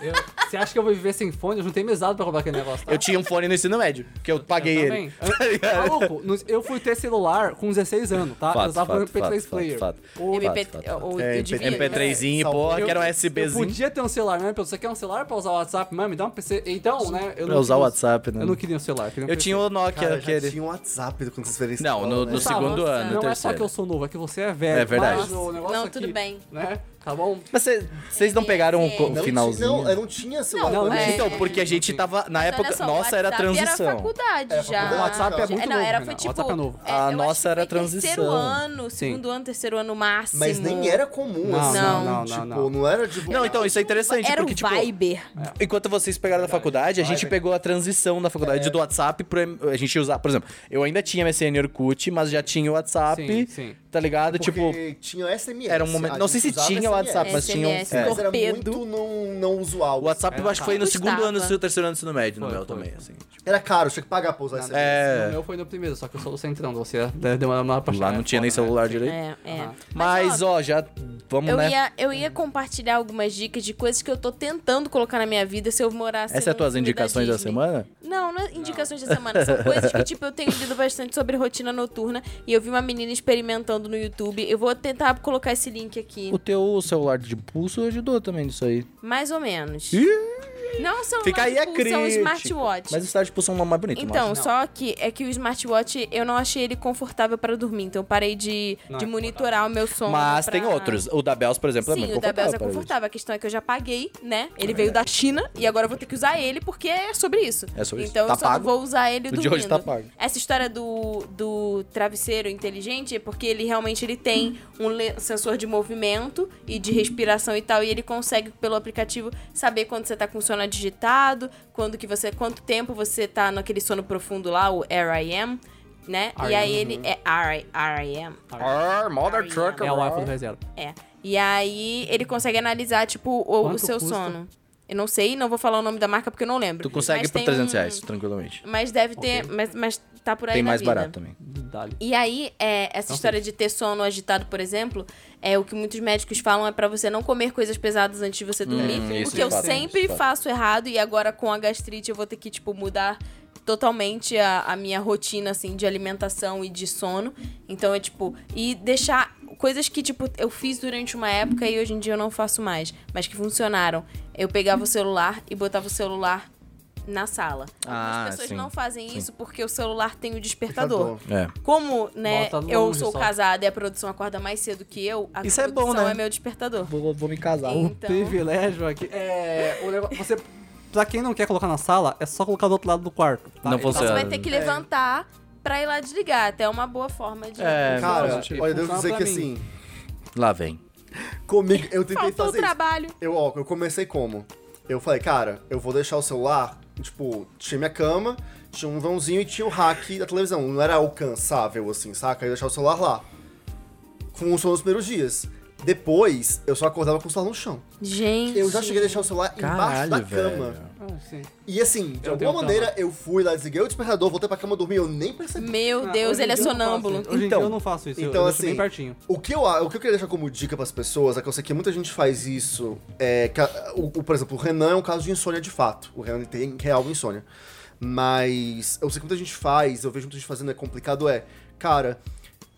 B: Eu- Você acha que eu vou viver sem fone? Eu juntei mesado pra roubar aquele negócio. Tá?
A: Eu tinha um fone no ensino médio, que eu paguei
B: também.
A: ele. Tá ligado?
B: Maluco, no- eu fui ter celular com 16 anos, tá?
A: Fato,
B: eu tava falando
A: fato, fato,
B: MP3
A: fato,
B: player.
A: fato.
B: Ou-
D: MP3
A: Fato, fato, fato.
D: ou
A: É,
D: eu devia, né?
A: MP3zinho,
C: Salvo.
A: porra, que era um
B: Eu
A: SBzinho.
B: podia ter um celular, né? Você quer um celular pra usar o WhatsApp? Mano, me dá um PC. Então, né? Eu
A: Pra
B: não
A: usar o
B: queria-
A: WhatsApp, né?
B: Eu não queria um celular. Eu, queria um
A: Eu
B: PC.
A: tinha o Nokia,
C: cara, já
A: aquele.
C: tinha um WhatsApp quando vocês viram
A: Não, no- no
B: Tá,
A: segundo
B: mas
A: ano,
B: Não é só
A: terceiro.
B: que eu sou novo, é que você é velho.
A: É verdade.
B: Mas o negócio
D: Não,
B: é que,
D: tudo bem.
B: Né? Tá bom?
A: Mas cê- vocês não pegaram o co- o
C: não,
A: finalzinho?
C: Não, eu não tinha celular.
B: Não,
C: quando
B: não
C: eu
B: tinha.
C: tinha.
A: Então, porque a gente tava. Na
D: É. Mas olha
A: época.
D: só,
A: Nossa,
D: o
A: era
D: WhatsApp Era
A: transição.
D: faculdade já.
C: faculdade.
B: O WhatsApp é
C: É,
B: muito
D: É, não,
B: novo,
D: era
B: Renan.
D: foi
B: O
D: tipo.
B: WhatsApp é novo.
D: é,
A: A
D: eu acho que
A: né? Ah, nossa
D: foi
A: era
D: Terceiro
A: transição.
D: ano, segundo ano, terceiro ano máximo.
C: Mas nem era comum,
B: Não,
C: assim.
D: não,
B: não,
C: tipo,
B: não, não.
C: era tipo.
A: Não, então, isso é interessante,
D: Era
A: porque,
D: o
A: tipo.
D: Viber.
A: Enquanto vocês pegaram da faculdade, a gente
C: Viber.
A: pegou a transição da faculdade do WhatsApp pro. M- A gente usar, por exemplo, eu ainda tinha MSN e Orkut, mas já tinha o WhatsApp.
B: Sim, sim.
A: Tá ligado?
C: Porque
A: Tipo,
C: tinha SMS.
A: era um momento-
C: a
A: não
C: gente
A: sei se
C: usava
A: tinha
C: SMS,
A: WhatsApp, mas tinha um-
D: SMS,
A: é.
C: Mas era
D: torpedo.
C: muito não, não usual.
A: o WhatsApp eu acho que foi no
D: Era,
A: segundo
D: custava.
A: ano do terceiro ano do ensino médio, no
B: Foi,
A: meu
B: foi.
A: também, assim. tipo.
C: Era caro, tinha que pagar pra usar
B: Não,
C: SMS.
B: não,
A: É.
B: O meu foi no primeiro, só que eu sou do centrão. então Você é, né, deu uma, uma
A: Lá não tinha nem
B: foda, né?
A: celular
B: Sim.
A: direito.
D: É, é.
B: Ah.
A: Mas, ó, já. Vamos,
D: Eu
A: né?
D: ia, eu ia compartilhar algumas dicas de coisas que eu tô tentando colocar na minha vida se eu morasse.
A: Essas são é as
D: num
A: tuas
D: filme
A: indicações da
D: Disney.
A: semana?
D: Não, não é indicações da semana. São coisas que, tipo, eu tenho lido bastante sobre rotina noturna. E eu vi uma menina experimentando no YouTube. Eu vou tentar colocar esse link aqui.
A: O teu celular de pulso ajudou também nisso aí.
D: Mais ou menos.
A: Ih!
D: Não são
A: Fica aí a
D: notebooks,
A: crítica.
D: são um smartwatch.
A: Mas o celular de pulso é uma mais bonita, eu
D: Então,
A: acho.
D: só que é que o smartwatch eu não achei ele confortável pra dormir, então eu parei de,
B: Não
D: de
B: é
D: monitorar o meu sono.
A: Mas
D: pra-
A: tem outros. O da Bells, por exemplo, é
D: Sim,
A: muito
D: o da Bells é
A: pra gente. Ah,
D: confortável. A questão é que eu já paguei, né? Ele veio da China e agora eu vou ter que usar ele porque é sobre isso.
A: É sobre isso.
D: então
A: Tá
D: eu só não
A: pago.
D: vou usar ele
A: O de
D: dormindo.
A: hoje tá pago.
D: Essa história do, do travesseiro inteligente é porque ele realmente ele tem um le- sensor de movimento e de respiração e tal, e ele consegue pelo aplicativo saber quando você tá com sono digitado, quando que você, quanto tempo você tá naquele sono profundo lá, o RIM, né? E aí
A: uhum.
D: ele é RIM.
A: Ah, mother
B: É o
A: trucker.
B: iPhone reserva.
D: É. E aí ele consegue analisar, tipo, o, o
B: Quanto
D: seu
B: custa?
D: sono. Eu não sei, não vou falar o nome da marca porque eu não lembro.
A: Tu consegue
D: Mas
A: por
D: tem
A: 300
D: um-
A: reais, tranquilamente.
D: Mas deve ter, mas, mas tá por aí
A: Tem
D: na
A: mais
D: vida.
A: barato também.
B: Dali.
D: E aí, é, essa história de ter sono agitado, por exemplo, é o que muitos médicos falam é pra você não comer coisas pesadas antes de você dormir.
A: isso
D: o que
A: é
D: eu
A: fato,
D: sempre
A: isso é fato.
D: faço errado e agora com a gastrite eu vou ter que, tipo, mudar totalmente a, a minha rotina, assim, de alimentação e de sono. Então é tipo, e deixar coisas que, tipo, eu fiz durante uma época e hoje em dia eu não faço mais, mas que funcionaram. Eu pegava o celular e botava o celular na sala. Algumas
A: Ah,
D: pessoas
A: sim,
D: não fazem
A: sim.
D: isso porque o celular tem o despertador.
A: É.
D: Como, né,
B: Bota longe
D: eu sou
B: só.
D: casada e a produção acorda mais cedo que eu, a
A: Isso é
D: produção
A: bom, né?
D: é meu despertador.
A: Vou, vou me casar.
D: Sim.
B: Um
D: Então-
B: privilégio aqui. É. O negócio. Você. Pra quem não quer colocar na sala, é só colocar do outro lado do quarto. tá?
A: Não
B: Ele
A: funciona.
D: Você vai ter que levantar pra ir lá desligar. Até é uma boa forma de.
A: É,
C: Cara,
A: Funciona
C: olha, eu devo
B: pra
C: dizer que
B: mim.
C: assim,
A: Lá vem.
C: comigo, eu tentei
D: Faltou o
C: fazer isso.
D: trabalho.
C: Eu, ó, eu comecei como? Eu falei, cara, eu vou deixar o celular, tipo, tinha minha cama, tinha um vãozinho e tinha o rack da televisão. Não era alcançável, assim, saca? Eu ia deixar o celular lá. Com o sono nos primeiros dias. Depois, eu só acordava com o celular no chão.
D: Gente.
C: Eu já cheguei a deixar o celular embaixo
A: Caralho,
C: da
A: velho.
C: cama.
B: Ah, sim.
C: E assim, de
B: Eu
C: alguma
B: tenho
C: maneira, eu fui lá, desliguei o despertador, voltei pra cama dormir, eu nem percebi.
D: Meu
B: Ah,
D: Deus,
B: hoje em
D: ele é
B: dia eu não faço
D: sonâmbulo.
B: isso. Hoje em
A: Então-
B: dia eu não faço isso.
C: Então,
B: eu deixo
C: assim,
B: bem pertinho.
C: o que, eu, o que eu queria deixar como dica pras pessoas é que eu sei que muita gente faz isso. É, que a- o, o- por exemplo, o Renan é um caso de insônia de fato. O Renan ele tem real insônia. Mas eu sei que muita gente faz, eu vejo muita gente fazendo, é complicado, é. Cara,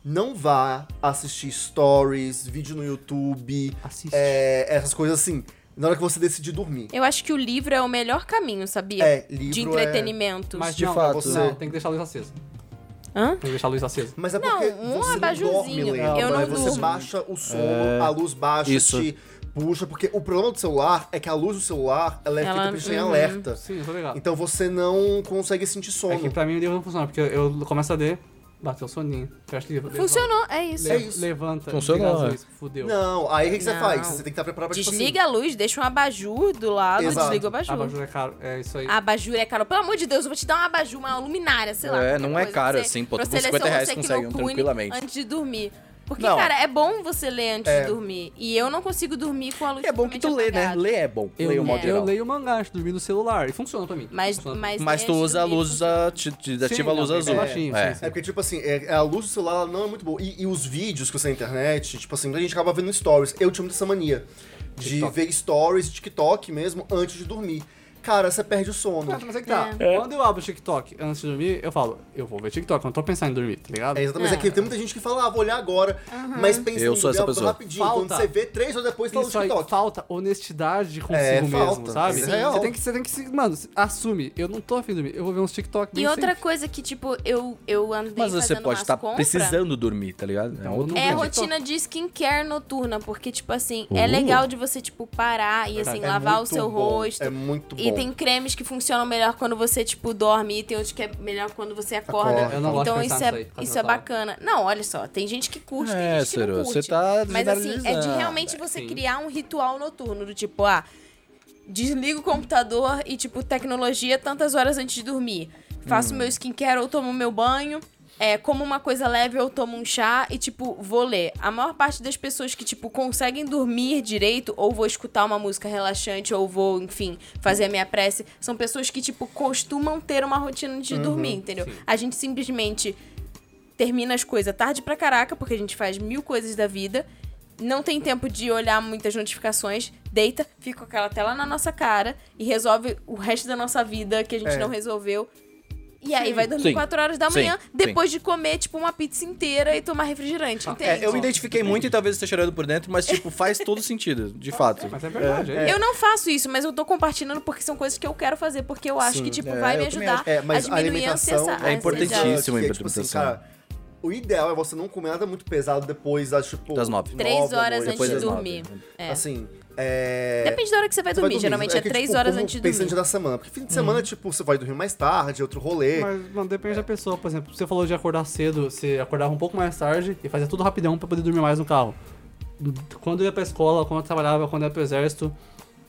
C: não vá assistir stories, vídeo no YouTube,
B: Assiste.
C: é, essas coisas assim, na hora que você decidir dormir.
D: Eu acho que o livro é o melhor caminho, sabia?
C: É, livro
D: de
C: é-
D: entretenimento.
B: Mas
A: de
B: não,
A: fato.
B: Você... Não, tem que deixar a luz acesa. Tem
D: Hã?
B: que deixar a luz acesa.
C: Mas é
D: Não,
C: porque
D: um
C: você não
D: abajurzinho.
C: dorme, Leandro.
D: Eu não
C: Aí você
D: durmo.
C: baixa o sono, a luz baixa,
A: Isso.
C: te puxa. Porque o problema do celular é que a luz do celular, ela é
D: Ela-
C: feita pra estar em
D: uhum.
C: alerta.
B: Sim, eu tô ligado.
C: Então você não consegue sentir sono.
B: É que pra mim o livro não funciona, porque eu, eu começo a ler, bateu o soninho. Fecha o livro.
D: Funcionou, é isso.
B: Levanta,
C: É isso.
B: Levanta.
A: Funcionou,
B: desliga as
A: é.
B: luzes, Fudeu.
C: Não, aí o que, que você
D: Não.
C: faz? Você tem que estar preparado pra tipo assim,
D: Desliga a luz, deixa um abajur do lado,
C: Exato.
D: desliga o
B: Ah,
D: abajur.
B: Abajur é caro. É isso aí.
D: Abajur é caro. Pelo amor de Deus, eu vou te dar uma abajur, uma luminária, sei lá.
A: É,
D: qualquer
A: não é
D: coisa.
A: caro
D: Você-
A: assim, pô,
D: pra
A: tu com
D: seleção
A: 50 reais
D: você que
A: consegue um
D: locune
A: tranquilamente.
D: Antes de dormir. Porque,
A: Não.
D: cara, é bom você ler antes
C: É.
D: de dormir. E eu não consigo dormir com a luz
A: É bom que tu lê,
D: totalmente
A: né?
D: apagada.
A: Lê é bom.
B: Eu,
A: lê o modo
D: é.
A: geral.
B: eu leio mangá, acho que dormi no celular. E funciona pra mim.
D: Mas,
B: funciona.
D: mas,
A: Mas tu
D: antes de
A: usa a
D: dormir
A: luz,
D: funciona.
A: a, te, te ativa a
B: não,
A: luz
B: bem
A: azul.
B: baixinho,
A: É.
B: sim, sim.
C: É porque, tipo assim, é- a luz do celular ela não é muito boa. E, e os vídeos que você na internet, tipo assim, a gente acaba vendo stories. Eu tinha muito essa mania de
B: TikTok.
C: ver stories, TikTok mesmo, antes de dormir. Cara, você perde o sono.
B: Ah, mas é que tá. Quando eu abro o TikTok antes de dormir, eu falo, eu vou ver TikTok, eu não tô pensando em dormir, tá ligado?
C: É, exatamente. É. que tem muita gente que fala, ah, vou olhar agora, mas pensa
A: Eu
C: em
A: sou essa
C: ver
A: pessoa.
C: rapidinho. Quando
B: Falta.
C: você vê, três horas depois, tá no
B: Isso aí,
C: TikTok.
B: falta honestidade consigo
C: É,
B: mesmo,
C: falta.
B: sabe?
C: Sim. É real.
B: Você tem que, você tem que se, mano, se- assume, eu não tô afim de dormir, eu vou ver uns TikTok bem
D: E outra
B: coisa,
D: coisa que, tipo, eu, eu andei
A: Mas você
D: fazendo
A: pode
D: umas
A: estar
D: compras.
A: precisando dormir, tá ligado? É
B: Então,
A: outro
B: não
D: É
B: Entendi.
D: a rotina de skincare noturna, porque, tipo assim, é
A: Uh.
D: legal de você, tipo, parar e, assim,
B: Verdade.
C: É
D: lavar o
C: muito
D: seu
C: bom,
D: rosto.
C: É muito bom.
D: E tem cremes que funcionam melhor quando você, tipo, dorme, e tem outros que é melhor quando você acorda.
C: Acorda. Eu
B: não gosto de
D: então
B: pensar
D: isso é,
B: nisso aí,
D: isso é
B: Natal.
D: bacana. Não, olha só, tem gente que curte,
A: É,
D: tem gente que
A: Ciro,
D: não curte.
A: você tá
D: Mas assim, é de
A: generalizando.
D: realmente você
B: Sim.
D: criar um ritual noturno, do tipo, ah, desligo o computador e, tipo, tecnologia tantas horas antes de dormir. Faço
A: Hum.
D: meu skincare ou tomo meu banho. É, como uma coisa leve, eu tomo um chá e, tipo, vou ler. A maior parte das pessoas que, tipo, conseguem dormir direito, ou vou escutar uma música relaxante, ou vou, enfim, fazer a minha prece, são pessoas que, tipo, costumam ter uma rotina
A: Uhum.
D: de dormir, entendeu? A gente simplesmente termina as coisas tarde pra caraca, porque a gente faz mil coisas da vida. Não tem tempo de olhar muitas notificações, deita, fica com aquela tela na nossa cara e resolve o resto da nossa vida que a gente
C: É.
D: não resolveu. E aí
A: Sim.
D: vai dormir
A: Sim.
D: 4 horas da
A: Sim.
D: manhã,
A: Sim.
D: depois de comer, tipo, uma pizza inteira e tomar refrigerante, entende?
A: É, eu me identifiquei muito e talvez esteja chorando por dentro, mas, tipo, faz todo sentido, de fato.
B: Mas é verdade, é.
D: Eu não faço isso, mas eu tô compartilhando porque são coisas que eu quero fazer, porque eu acho
A: Sim,
D: que, tipo,
A: é,
D: vai
A: eu
D: me
A: também
D: ajudar
A: acho.
C: É, mas
D: a
C: a
D: diminuir a
C: alimentação
D: ansiedade.
A: é importantíssimo.
C: Exato, que é,
A: a
C: tipo assim,
A: alimentação.
C: cara, o ideal é você não comer nada muito pesado depois das, tipo...
A: Das nove.
D: Três
C: nove da
D: horas
C: noite.
D: antes
A: Depois
D: de
A: das nove.
D: dormir. É.
C: Assim, é...
D: Depende da hora que você vai
C: Você
D: dormir.
C: vai
D: Geralmente é,
C: que,
D: 3
C: tipo,
D: horas
C: como
D: antes de dormir.
C: Pensante da semana. Porque fim de semana, tipo, você vai dormir mais tarde, outro rolê.
B: Mas, mano, depende da pessoa. Por exemplo, você falou de acordar cedo, você acordava um pouco mais tarde e fazia tudo rapidão pra poder dormir mais no carro. Quando eu ia pra escola, quando eu trabalhava, quando eu ia pro exército,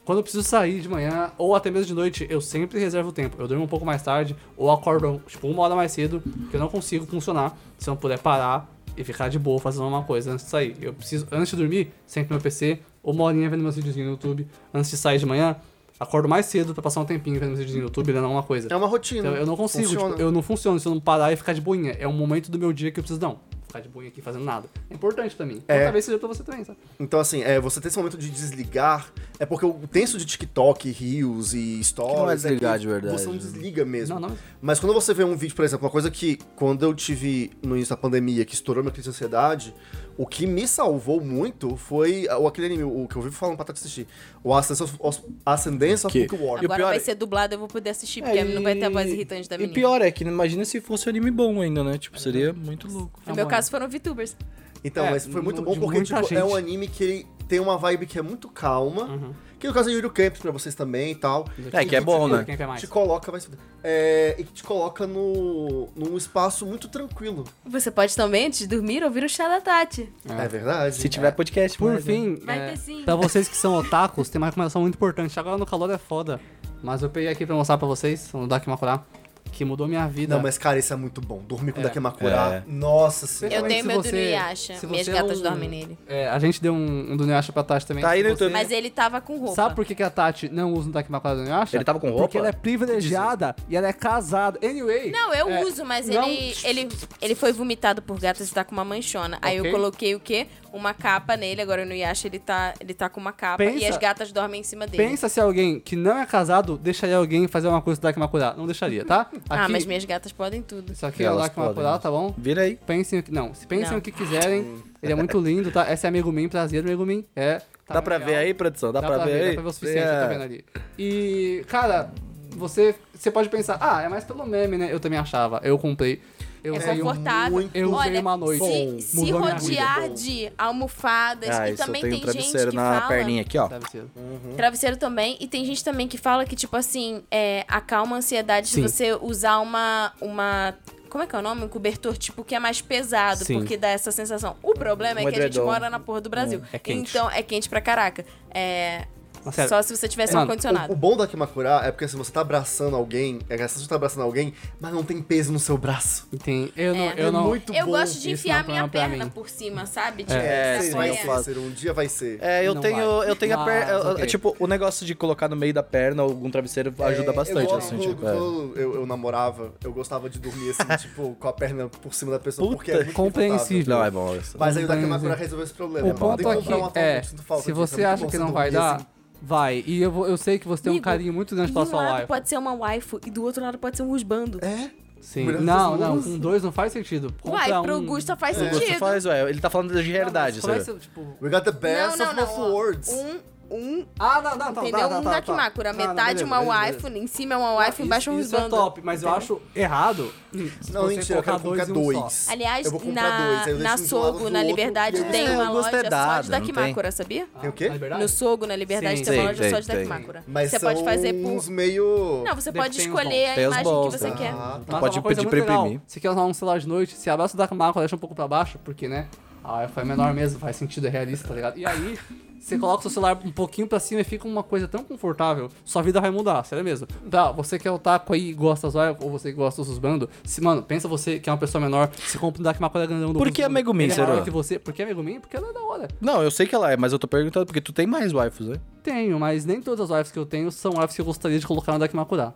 B: quando eu preciso sair de manhã ou até mesmo de noite, eu sempre reservo o tempo. Eu durmo um pouco mais tarde ou acordo, tipo, uma hora mais cedo, que eu não consigo funcionar se eu não puder parar e ficar de boa fazendo alguma coisa antes de sair. Eu preciso, antes de dormir, sempre meu PC, ou uma horinha vendo meus videozinhos no YouTube, antes de sair de manhã, acordo mais cedo pra passar um tempinho vendo meus videozinhos no YouTube, lendo alguma coisa.
C: É uma rotina.
B: Então, eu não consigo,
C: Funciona.
B: tipo, eu não funciono se eu não parar e ficar de boinha. É um momento do meu dia que eu preciso, não, ficar de boinha aqui fazendo nada. É importante pra mim.
C: É.
B: Talvez seja pra você também, sabe?
C: Então, assim, é, você ter esse momento de desligar. É porque o tenso de TikTok, Reels e Stories.
A: Que não é desligar
C: que
A: de verdade,
C: Você não
A: né?
C: desliga mesmo.
B: Não, é não.
C: Mas quando você vê um vídeo, por exemplo, uma coisa que quando eu tive no início da pandemia, que estourou minha crise de ansiedade, o que me salvou muito foi o- aquele anime, o que eu vivo falando pra tu assistir: O Ascendance of, os- Ascendance of
A: Que-
C: Pink War.
A: E o
D: Agora
A: pior
D: vai
A: é-
D: ser dublado, eu vou poder assistir, É, porque
A: e-
D: não vai ter a voz irritante da menina.
A: E pior é que imagina se fosse um anime bom ainda, né? Tipo, seria muito louco.
D: No meu caso, foram VTubers.
C: Então,
B: É,
C: mas foi muito
B: no-
C: bom
B: de
C: porque
B: muita
C: tipo, é um
B: gente. Uhum.
C: anime que ele tem uma vibe que é muito calma. Que no caso é Yuri Camps pra vocês também e tal.
A: É, que é bom, né?
B: Quem quer mais?
C: Te coloca, vai se fuder. É, e que te coloca no, num espaço muito tranquilo.
D: Você pode também, antes de dormir, ouvir o chá da Tati.
C: É, verdade.
A: Se tiver podcast,
B: Por
A: mas, né?
B: fim,
D: Vai
B: é,
D: ter sim.
B: pra vocês que são otakus, tem uma recomendação muito importante. Agora no calor é foda. Mas eu peguei aqui pra mostrar pra vocês, no Dakimakura, que mudou minha vida.
C: Não, mas cara, isso é muito bom. Dormir com
B: É.
C: Dakimakura.
A: É.
C: Nossa senhora.
D: Eu tenho
B: se
D: medo do
B: você-
D: Yasha.
B: se
D: Minhas
B: você
D: gatas
B: não-
D: dormem nele.
B: É, a gente deu um, um do Neasha pra Tati também.
A: Tá aí no
B: Se você-
A: YouTube.
D: Mas ele tava com roupa.
B: É. Sabe por que, que a Tati não usa um Dakimakura do Neasha?
A: Ele tá tava com roupa?
B: Porque ela é privilegiada e ela é casada. Anyway.
D: Não, eu
B: é,
D: uso, mas
B: não-
D: ele, ele, ele foi vomitado por gatas e tá com uma manchona. Aí eu
B: Ok.
D: coloquei o quê? Uma capa nele. Agora no Yasha ele tá, ele tá com uma capa e
B: Pensa-
D: as gatas dormem em cima dele.
B: Pensa se alguém que não é casado deixaria alguém fazer uma coisa do Dakimakura. Não deixaria, tá?
D: Ah,
B: Aqui-
D: mas minhas gatas podem tudo.
B: Isso aqui é o
A: Elas
B: Dakimakura,
A: podem.
B: tá bom?
A: Vira aí.
B: Pensem o que. Não, se pensem
D: Não.
B: o que quiserem. Ele é muito lindo, tá? Essa é a Megumin, prazer, Megumin. É. tá
A: Dá pra
B: legal.
A: ver aí, produção? Dá,
B: Dá, pra ver, dá pra ver o suficiente,
A: É.
B: tá vendo ali. E, cara, você, você pode pensar, ah, é mais pelo meme, né? Eu também achava. Eu comprei. Eu
D: é
B: usei um-
D: confortável.
C: muito
B: eu usei
D: Olha,
B: uma noite.
D: se, se
B: Mudou minha
D: rodear
C: vida.
D: de almofadas
A: Ah,
D: e
A: isso eu
D: também
A: tenho um
D: tem gente
A: travesseiro
D: que
A: na
D: fala...
A: perninha aqui, ó.
B: Travesseiro.
D: Travesseiro também. E tem gente também que fala que, tipo assim, é, acalma a ansiedade
B: Sim.
D: se você usar uma. uma como é que é o nome? Um cobertor, tipo, que é mais pesado,
B: Sim.
D: porque dá essa sensação. O
A: Um
D: problema é que a gente
A: edredom.
D: mora na porra do Brasil.
B: É quente.
D: Então, é quente pra caraca. É,
B: Mas sério,
D: Só se você tivesse um
B: Mano,
C: O,
D: ar-condicionado.
C: o bom da Kimakura é porque assim, você tá abraçando alguém, é que assim, você tá abraçando alguém, mas não tem peso no seu braço.
B: e tem- eu não,
D: É.
B: eu não,
C: muito
D: Eu
C: bom.
D: gosto de
B: Isso não é
D: enfiar
B: um
D: minha
B: problema pra
D: perna
B: mim.
D: por cima, sabe? Tipo,
A: É,
D: essa
A: sim,
D: só
A: eu
D: é-
A: faço.
C: ser, um dia vai ser.
A: É, eu
B: Não
A: tenho,
B: vai.
A: eu tenho a perna.
B: Mas,
A: eu- eu-
B: ok.
A: Tipo, o negócio de colocar no meio da perna algum travesseiro ajuda
C: É,
A: bastante
C: eu,
A: nesse
C: gosto-
A: sentido. é.
C: quando eu, eu namorava, eu gostava de dormir assim, tipo, com a perna por cima da pessoa,
A: Puta,
C: porque é muito
B: compreensível.
A: Não, é bom. isso.
C: Mas aí o da Kimakura resolveu esse problema.
B: O ponto
C: Tem que
B: aqui
C: comprar uma toalha,
B: é,
C: Tá então eu sinto falta
B: se
C: disso, é
B: você
C: muito
B: acha
C: bom
B: que
C: você
B: não vai
C: dormir
B: dar,
C: assim.
B: vai. E eu, vou- eu sei que você tem um
D: Amigo,
B: carinho muito grande
D: E
B: pela
D: um
B: sua
D: lado
B: live.
D: pode ser uma waifu e do outro lado pode ser um husbando.
C: É?
B: Sim.
C: Mulher
B: Não,
C: das
B: não,
C: Musas.
B: com dois não faz sentido. Compra
D: Uai, pro
B: um...
D: Gusta faz
A: O Gusto
D: sentido.
A: É, faz, ué, ele tá falando
C: É
A: de realidade,
B: Não, mas
A: sabe?
B: parece, tipo...
C: We got the best
D: Não,
C: of
D: não, não.
C: both
D: ó.
C: worlds.
D: Um, um,
B: Ah, não, não, tá,
D: entendeu?
B: tá, tá,
D: um
B: tá,
D: da
B: tá.
D: Kimakura.
B: Não, não,
D: Metade
B: beleza,
D: uma
B: beleza,
D: wife,
B: beleza.
D: em cima uma wife, embaixo um
B: isso, isso é
D: husbando.
B: top, mas eu acho errado. hum, se
C: Não,
B: você
C: mentira, eu quero
B: colocar
C: comprar
B: dois e um
C: dois.
B: só.
D: Aliás,
C: Eu vou comprar
D: na,
C: dois, aí eu deixo
D: na
C: um de um lado
D: Sogo,
C: do
D: na
C: outro,
D: Liberdade,
C: e aí
D: tem
A: você- É,
D: uma
A: o gosto
D: loja
A: é
D: só
A: dado,
D: de da
A: não
D: Kimakura, sabia?
C: Tem o quê?
B: Na liberdade?
D: No Sogo, na Liberdade,
B: Sim.
D: tem uma
A: Tem,
D: loja
A: tem,
D: só de da
A: tem.
D: Kimakura.
C: Mas
D: Você
C: são
D: pode fazer por...
C: uns meio...
D: Não, você
B: Deve
D: pode
B: ter uns
D: escolher a
A: Tem os
D: imagem
A: bons,
D: que você
A: tá.
D: quer.
C: Ah,
B: Nossa,
C: tá.
A: Pode
B: Então, é uma coisa
A: pedir
B: muito
A: pra
B: legal.
A: imprimir.
B: Você quer usar um celular de noite, se abraça da Kimakura, deixa um pouco pra baixo, porque, né? A wifi é menor mesmo, faz sentido, é realista, tá ligado? E aí, você coloca o seu celular um pouquinho pra cima e fica uma coisa tão confortável, sua vida vai mudar, sério mesmo. Tá, você que é o taco aí e gosta das wifi, ou você que gosta dos bandos, se, mano, pensa você que é uma pessoa menor, se compra um da Kimakura grandão do
A: Por que a Megumin,
B: ele é maior
A: será?
B: que você. Por que a Megumin? Porque ela é da hora.
A: Não, eu sei que ela é, mas eu tô perguntando porque tu tem mais waifus, né?
B: Tenho, mas nem todas as wives que eu tenho são wives que eu gostaria de colocar na Dakimakura.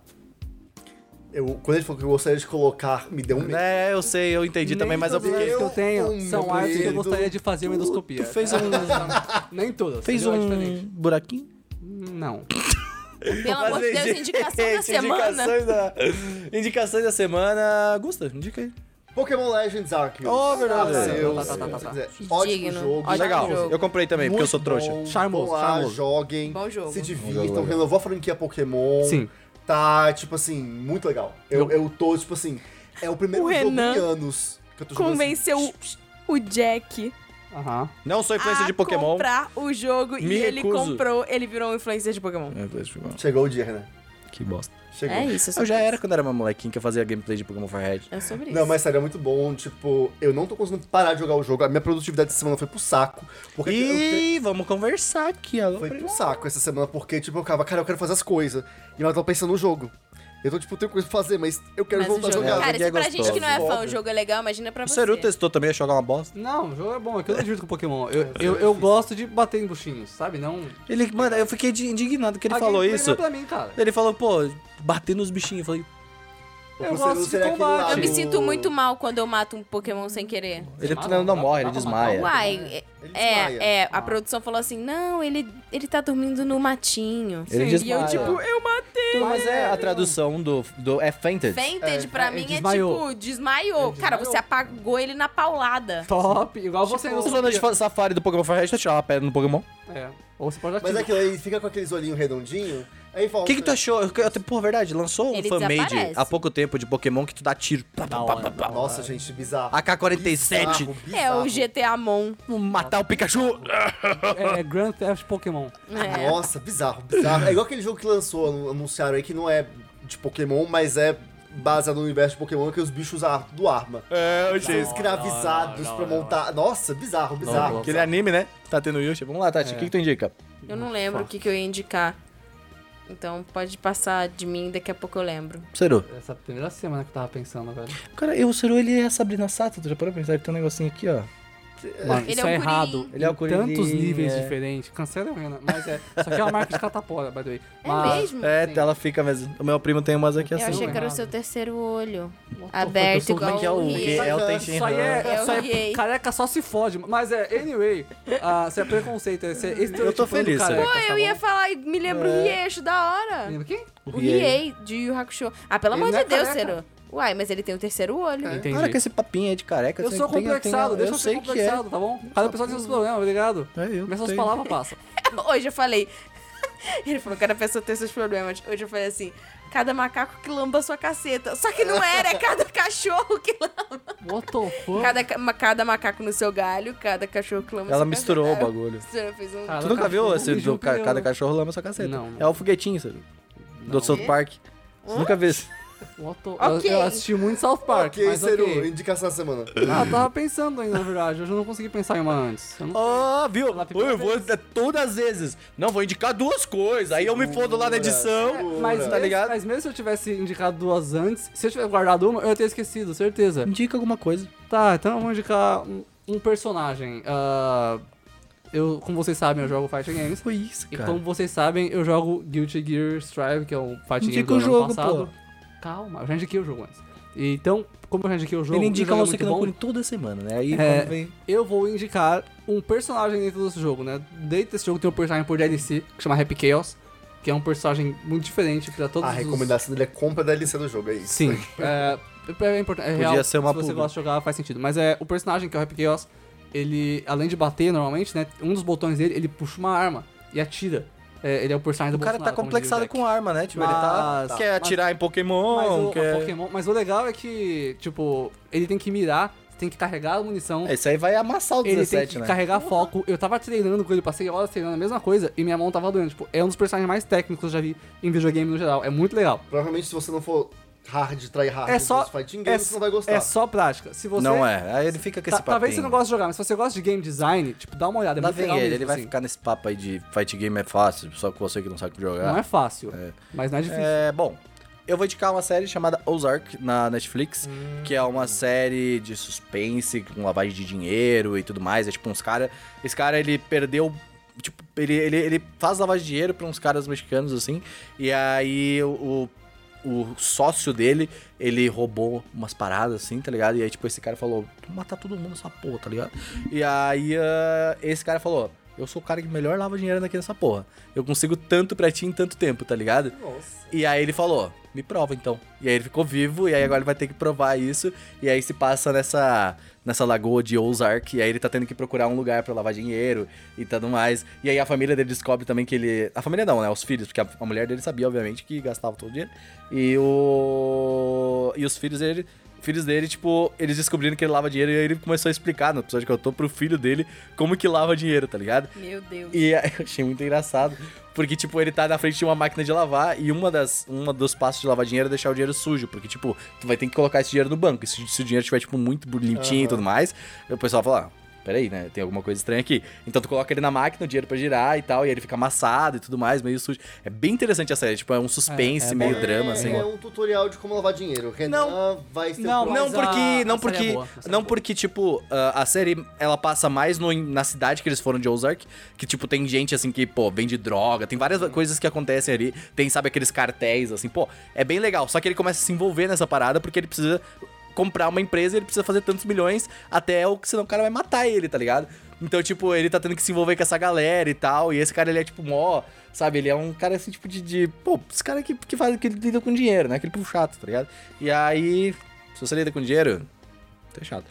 C: Eu, quando ele falou que eu gostaria de colocar, me deu um medo.
A: É, eu sei, eu entendi
B: Nem
A: também, mas eu
B: todas
A: fiquei.
B: as que eu
C: Meu
B: tenho são artes que eu
C: querido,
B: gostaria de fazer uma endoscopia.
A: tu fez um-
B: Nem todas.
A: Fez
B: entendeu? É
A: um
B: diferente.
A: buraquinho?
B: Não.
D: Pelo amor de Deus, indicação da semana.
A: Indicações da, indicações da semana. Gusta, indica aí.
C: Pokémon Legends Arceus.
A: Oh, verdade.
C: Seu,
B: Tá, tá,
C: se
B: tá, tá,
C: você
B: tá.
C: quiser.
D: Digno,
C: Ótimo jogo.
D: ótimo
A: Legal,
D: jogo.
A: eu comprei também, porque eu sou
C: Muito
A: trouxa.
C: bom.
B: Charmoso,
C: Vão lá,
B: charmoso.
C: joguem.
D: Bom jogo.
C: Se
A: Bom jogo,
C: divirtam, renovou a franquia Pokémon.
B: Sim.
C: Tá, tipo assim, muito legal. Eu, eu tô, tipo assim, é o primeiro
D: O
C: jogo
D: Renan
C: em anos que eu tô jogando. assim.
D: Convenceu o Jack
B: Aham.
A: Não sou influencer
D: a
A: de Pokémon.
D: comprar o jogo
A: Me
D: e ele
A: recuso.
D: comprou, ele virou um influencer de Pokémon.
A: É, influencer de Pokémon.
C: Chegou o dia, Renan.
A: Que bosta.
C: Chegou.
D: É isso. é
A: Eu
D: sobre
A: já
D: isso.
A: era quando era uma molequinha que eu fazia gameplay de Pokémon Firehead.
D: É sobre isso.
C: Não, mas sério, é muito bom. Tipo, eu não tô conseguindo parar de jogar o jogo. A minha produtividade essa semana foi pro saco. Porque eu te-
A: Ih, vamos conversar aqui. ó.
C: foi pro saco essa semana, porque, tipo, eu ficava, cara, eu quero fazer as coisas. E eu tava pensando no jogo. Eu tô, tipo, tenho coisa pra fazer, mas eu quero
D: Mas o
C: voltar a
D: jogo-
C: jogar.
D: Cara,
A: Ninguém
D: se pra
A: gostou.
D: gente que não é fã, o
C: Óbvio.
D: jogo é legal, imagina pra
A: O
D: você.
A: Seru testou também a jogar uma bosta.
B: Não, o jogo é bom, é que eu não divirto com Pokémon. Eu, eu, eu gosto de bater em buchinhos, sabe? Não.
A: é Ele, mano, eu fiquei de- indignado que ele
B: A
A: falou
B: gameplay não é
A: isso.
B: pra mim, cara.
A: Ele falou, pô, bater nos bichinhos. Eu falei,
C: Porque
B: Eu
C: você
B: gosto
C: não
B: de
C: será aquele
B: combate.
C: lado-
D: Eu me sinto muito mal quando eu mato um Pokémon sem querer.
A: ele
B: mata,
A: não, não
B: dá-
A: morre, ele
B: dá pra
A: desmaia.
B: matar.
D: Uai,
C: Ele
D: é,
C: desmaia.
D: é, a produção falou assim: não, ele, ele tá dormindo no matinho.
A: Ele
B: Sim,
A: diz-
D: E eu,
A: desmaia.
D: tipo, eu matei.
A: Mas é a
B: Mas-
A: tradução do, do é fainted.
D: Fainted pra
B: ele
D: mim
B: desmaiou.
D: é tipo, desmaiou.
B: Ele
D: Cara,
B: desmaiou.
D: você apagou ele na paulada.
B: Top, igual você. não
A: Você anda Tipo, de fa- safari do Pokémon Firehead, tu tirar uma pedra no Pokémon.
B: É. Ou você pode dar
C: Mas
B: tiro.
C: é que ele fica com aqueles olhinhos redondinhos. Aí "Ah,
A: O
C: volta.
A: que, que tu achou? Eu- eu- Pô, verdade, lançou um
D: Ele
A: fanmade
D: desaparece.
A: há pouco tempo de Pokémon que tu dá tiro. Pá, pá,
B: Da
A: pá,
B: hora,
A: pá, pá.
C: Nossa, gente, bizarro.
A: AK-47,
C: Bizarro,
D: É o
C: bizarro.
D: GTA Mon.
A: vamos matar o Pikachu.
B: É, é Grand Theft Pokémon.
D: É.
C: Nossa, bizarro, bizarro. É igual aquele jogo que lançou, anu- anunciaram aí, que não é de Pokémon, mas é baseado no universo de Pokémon, que os bichos ar- do arma.
A: É, eu
C: São escravizados
B: não,
C: pra
B: não,
C: montar. Nossa, bizarro, bizarro.
A: Aquele anime, né? Tá tendo Yoshi. Vamos lá, Tati, o que, que tu indica?
D: Eu não lembro o que, que eu ia indicar. Então pode passar de mim, daqui a pouco eu lembro.
A: Seru.
B: Essa primeira semana que eu tava pensando, velho.
A: Cara, eu, o Seru, ele é a Sabrina Sato, tu já parou pra pensar? Ele tem um negocinho aqui, ó.
B: Mano,
D: Ele
B: isso
D: é um
B: é,
D: curim.
B: errado.
A: Ele é um
B: em
A: curim,
B: tantos níveis
A: é.
B: diferentes. Cancela a Helena. Mas é. Só que é uma marca de catapora, by the way.
D: É
B: Mas-
D: mesmo?
A: É,
B: Sim.
A: ela fica mesmo. O meu primo tem umas aqui
D: eu
A: assim.
D: achei
A: né?
D: que era o
B: errado.
D: seu terceiro olho.
B: What the
D: Aberto
B: fuck, eu sou-
D: igual um
A: que é o
D: o
A: quê?
D: Rio.
A: É o Tenshin
B: Isso aí é,
D: É
B: isso aí é
D: ok.
B: careca só se fode. Mas é, anyway, ah, isso é preconceito. Isso é
A: Eu tô feliz,
B: Careca,
A: Pô,
B: tá
D: Ah,
B: É.
D: Eu
B: bom? É.
D: ia falar, e me lembro o Rieixo, da hora.
B: Lembra quem?
D: O
A: Riei.
D: Riei de Yu Hakusho. Ah, pelo
B: Ele
D: amor
B: não é
D: de Deus,
B: careca. É.
D: Cero. Uai, mas ele tem o terceiro olho.
B: Entendi.
A: Para com esse papinho aí de careca.
B: Eu
A: você
B: sou
A: tem- tem-
B: complexado, deixa eu
A: eu
B: ser
A: sei que é.
B: complexado, tá bom? Cada pessoa tem seus problemas, obrigado.
A: É, eu
B: Começa as
A: tenho.
B: palavras, passa.
D: Hoje eu falei. Ele falou que cada pessoa tem seus problemas. Hoje eu falei assim: cada macaco que lamba a sua caceta. Só que não era, é cada cachorro que lamba.
B: What the fuck?
D: Cada, ca- ma- cada macaco no seu galho, cada cachorro que lamba
A: Ela
D: sua
A: misturou o
D: caceta.
A: bagulho.
D: Você fez um.
B: Cara,
A: Tu nunca viu
B: cachorro
A: esse
B: mijou
A: do ca-
B: pneu.
A: cada cachorro lama sua caceta?
B: Não.
A: É o foguetinho, Seru. Do South Park. Você nunca viu esse.
B: O auto...
D: Ok.
B: eu, eu assisti muito South Park,
C: Ah, ok,
B: mas
C: Seru,
B: ok.
C: indicação da semana.
B: Ah, eu tava pensando ainda, na verdade. Hoje eu não consegui pensar em uma antes. Eu não-
A: Ah, viu?
B: Na primeira
A: Eu vou
B: vez.
A: todas as vezes. Não, vou indicar duas coisas. Aí eu me fodo lá na edição.
C: Segura.
B: Mas,
A: tá
B: mesmo,
A: ligado?
B: mas mesmo se eu tivesse indicado duas antes, se eu tivesse guardado uma, eu ia ter esquecido, certeza.
A: Indica alguma coisa.
B: Tá, então eu vou indicar um, um personagem. Ah, eu, como vocês sabem, eu jogo fighting games.
A: Foi isso,
B: E
A: cara.
B: como vocês sabem, eu jogo Guilty Gear Strive, que é um fighting game
A: Indica
B: do
A: o
B: ano
A: jogo,
B: passado. Calma, eu já indiquei o jogo antes. E, então, como eu já indiquei o jogo,
A: Ele
B: e o
A: indica
B: jogo é
A: você que
B: muito
A: não
B: bom,
A: cura toda semana, né? Aí
B: É.
A: quando vem.
B: eu vou indicar um personagem dentro desse jogo, né? Dentro desse jogo tem um personagem por DLC, que chama Happy Chaos, que é um personagem muito diferente pra todos
C: A
B: os...
C: recomendação dele é compra da DLC do jogo, é isso.
B: Sim. é, é importante. É
A: Podia
B: real,
A: ser uma
B: se você
A: publi.
B: gosta de jogar, faz sentido. Mas é o personagem que é o Happy Chaos, ele, além de bater normalmente, né? Um dos botões dele, ele puxa uma arma e atira. É, ele é o personagem
A: O
B: do
A: cara tá
B: Bolsonaro, como diz o
A: complexado
B: Jack.
A: com arma, né? Tipo, ele tá.
B: Mas-
A: Quer
B: mas-
A: atirar em
B: Mas
A: Pokémon,
B: o,
A: quer.
B: o Pokémon, mas o legal é que, tipo, ele tem que mirar, tem que carregar a munição,
A: É, Isso aí vai amassar o
B: ele
A: 17,
B: tem que
A: né?
B: carregar foco. Eu tava treinando com ele, passei horas treinando a mesma coisa e minha mão tava doendo. Tipo, é um dos personagens mais técnicos que eu já vi em videogame no geral. É muito legal.
C: Provavelmente se você não for hard, try
A: Ah,
C: hard,
B: É só,
C: dos fighting
B: é,
C: games, você não vai gostar.
B: é só prática. Se você
A: Não é. Aí ele fica com
B: Ta-
A: esse papinho.
B: talvez você não goste de jogar, mas se você gosta de game design, tipo, dá uma olhada. É
A: Lá
B: muito
A: vem
B: legal
A: ele,
B: mesmo,
A: ele vai
B: assim.
A: ficar nesse papo aí de fight game é fácil, só que você que não sabe jogar.
B: Não é fácil,
A: É.
B: mas não é difícil.
A: É, bom, eu vou indicar uma série chamada Ozark na Netflix, que é uma série de suspense com lavagem de dinheiro e tudo mais. É tipo uns caras. Esse cara ele perdeu. Tipo, ele, ele, ele faz lavagem de dinheiro pra uns caras mexicanos assim. E aí o. o o sócio dele, ele roubou umas paradas assim, tá ligado? E aí, tipo, esse cara falou: "Tu matar todo mundo nessa porra, tá ligado? E aí, ah, esse cara falou: Eu sou o cara que melhor lava dinheiro daqui nessa porra. Eu consigo tanto pra ti em tanto tempo, tá ligado?
C: Nossa.
A: E aí ele falou, me prova então. E aí ele ficou vivo, e aí agora ele vai ter que provar isso. E aí se passa nessa, nessa lagoa de Ozark, e aí ele tá tendo que procurar um lugar pra lavar dinheiro e tudo mais. E aí a família dele descobre também que ele. A família não, né? Os filhos, porque a, a mulher dele sabia, obviamente, que gastava todo o dinheiro. E o. E os filhos dele. Filhos dele, tipo, eles descobriram que ele lava dinheiro e aí ele começou a explicar no episódio que eu tô pro filho dele como que lava dinheiro, tá ligado?
D: Meu Deus.
A: E aí eu achei muito engraçado, porque, tipo, ele tá na frente de uma máquina de lavar e uma das, uma dos passos de lavar dinheiro é deixar o dinheiro sujo, porque, tipo, tu vai ter que colocar esse dinheiro no banco. E se, se o dinheiro estiver, tipo, muito limpinho e
C: Aham.
A: tudo mais, o pessoal fala, ah, peraí, né, tem alguma coisa estranha aqui. Então tu coloca ele na máquina, o dinheiro pra girar e tal, e aí ele fica amassado e tudo mais, meio sujo. É bem interessante a série, tipo, é um suspense,
B: É, é
A: meio
B: bom.
A: drama, assim.
C: É um tutorial de como lavar dinheiro. Renan vai ser
B: Não,
C: o
A: Não
B: mas a-
A: porque, não
B: a série é
A: porque,
B: boa, a série é
A: não
B: boa.
A: porque tipo a- a série ela passa mais no- na cidade que eles foram de Ozark, que tipo tem gente assim que pô vende droga, tem várias coisas que acontecem ali, tem sabe aqueles cartéis assim, pô é bem legal. Só que ele começa a se envolver nessa parada porque ele precisa comprar uma empresa, e ele precisa fazer tantos milhões até o que senão o cara vai matar ele, tá ligado? Então, tipo, ele tá tendo que se envolver com essa galera e tal. E esse cara, ele é, tipo, mó. Sabe? Ele é um cara assim, tipo, de. de- pô, esse cara que, que faz. que lida com dinheiro, né? Aquele povo chato, tá ligado? E aí. Se você lida com dinheiro, tá chato.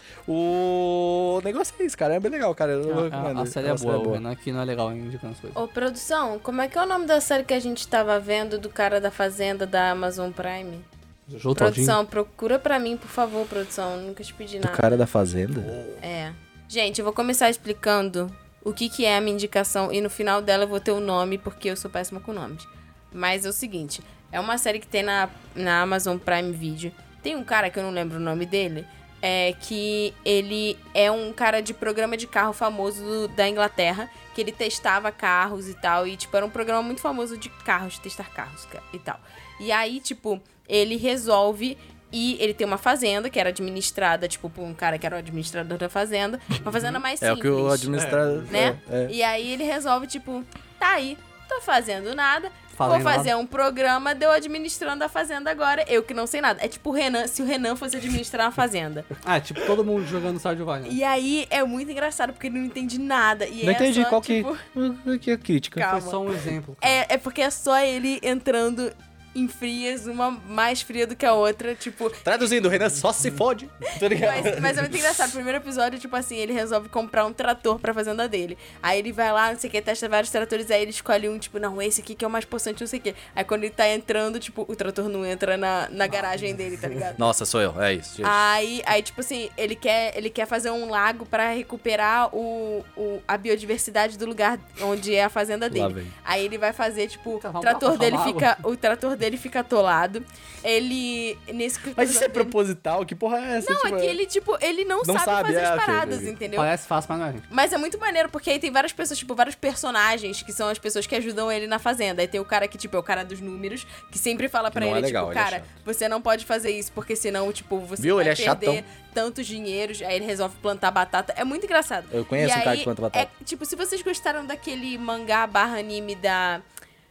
A: O negócio é isso, cara. É bem legal, cara. Eu
B: A-
A: recomendo.
B: a, a série é
A: Ela
B: boa, o Renan aqui não é legal em indicando as coisas.
D: Ô, produção, como é que é o nome da série que a gente tava vendo do cara da Fazenda da Amazon Prime?
B: Jojo
D: Produção, procura pra mim, por favor, produção. Nunca te pedi
A: Do
D: nada.
A: cara da fazenda?
D: É. Gente, eu vou começar explicando o que, que é a minha indicação e no final dela eu vou ter o nome, porque eu sou péssima com nomes. Mas é o seguinte: é uma série que tem na, na Amazon Prime Video. Tem um cara que eu não lembro o nome dele, é que ele é um cara de programa de carro famoso do- da Inglaterra, que ele testava carros e tal, e tipo, era um programa muito famoso de carros, de testar carros ca- e tal. E aí, tipo, ele resolve e ele tem uma fazenda que era administrada, tipo, por um cara que era o administrador da fazenda. Uma fazenda mais
A: É
D: simples.
A: o que o administrador.
D: Né?
A: É.
D: E aí ele resolve, tipo, tá aí, tô fazendo nada.
B: Fazendo
D: vou fazer um programa, deu administrando a fazenda agora. Eu que não sei nada. É tipo o Renan, se o Renan fosse administrar uma fazenda.
B: Ah, é tipo todo mundo jogando Stardew Valley. né?
D: E aí é muito engraçado, porque ele não entende nada. E
A: Não
D: é
A: entendi
D: só,
A: qual que.
D: tipo,
A: qual que é a crítica.
D: Calma.
B: Foi só um exemplo. cara.
D: É, é porque é só ele entrando em frias, uma mais fria do que a outra, tipo...
A: Traduzindo, o Renan só se fode. Tá ligado?
D: Mas, mas é muito engraçado. O primeiro episódio, tipo assim, ele resolve comprar um trator pra fazenda dele. Aí ele vai lá, não sei o que, testa vários tratores, aí ele escolhe um, tipo, não, esse aqui que é o mais possante, não sei o que. Aí quando ele tá entrando, tipo, o trator não entra na, na garagem dele, tá ligado?
A: Nossa, sou eu. É isso, gente.
D: Aí, aí, tipo assim, ele quer, ele quer fazer um lago pra recuperar o, o- a biodiversidade do lugar onde é a fazenda
A: Lá
D: dele.
A: vem.
D: Aí ele vai fazer, tipo, o
B: Cavar um
D: trator
B: barco,
D: dele
B: cavar
D: fica. O trator dele fica atolado. Ele. Nesse
A: Mas isso é
D: dele-
A: proposital? Que porra é essa?
D: Não,
A: Tipo,
D: é que ele, tipo, ele não, sabe,
A: sabe,
D: fazer
A: é,
D: as
A: ok,
D: paradas,
A: entendi.
D: entendeu?
B: Parece fácil, mas não é, gente.
D: Mas é muito maneiro, porque aí tem várias pessoas, tipo, vários personagens que são as pessoas que ajudam ele na fazenda. Aí tem o cara que, tipo, é o cara dos números, que sempre fala pra
A: Não
D: ele,
A: é legal,
D: tipo,
A: ele é
D: cara,
A: chato.
D: você não pode fazer isso, porque senão, tipo, você
A: Viu?
D: vai
A: Ele é
D: perder
A: chatão.
D: tantos dinheiros. Aí ele resolve plantar batata. É muito engraçado.
A: Eu conheço
D: E
A: um cara
D: aí,
A: que planta batata.
D: é, tipo, se vocês gostaram daquele mangá barra anime da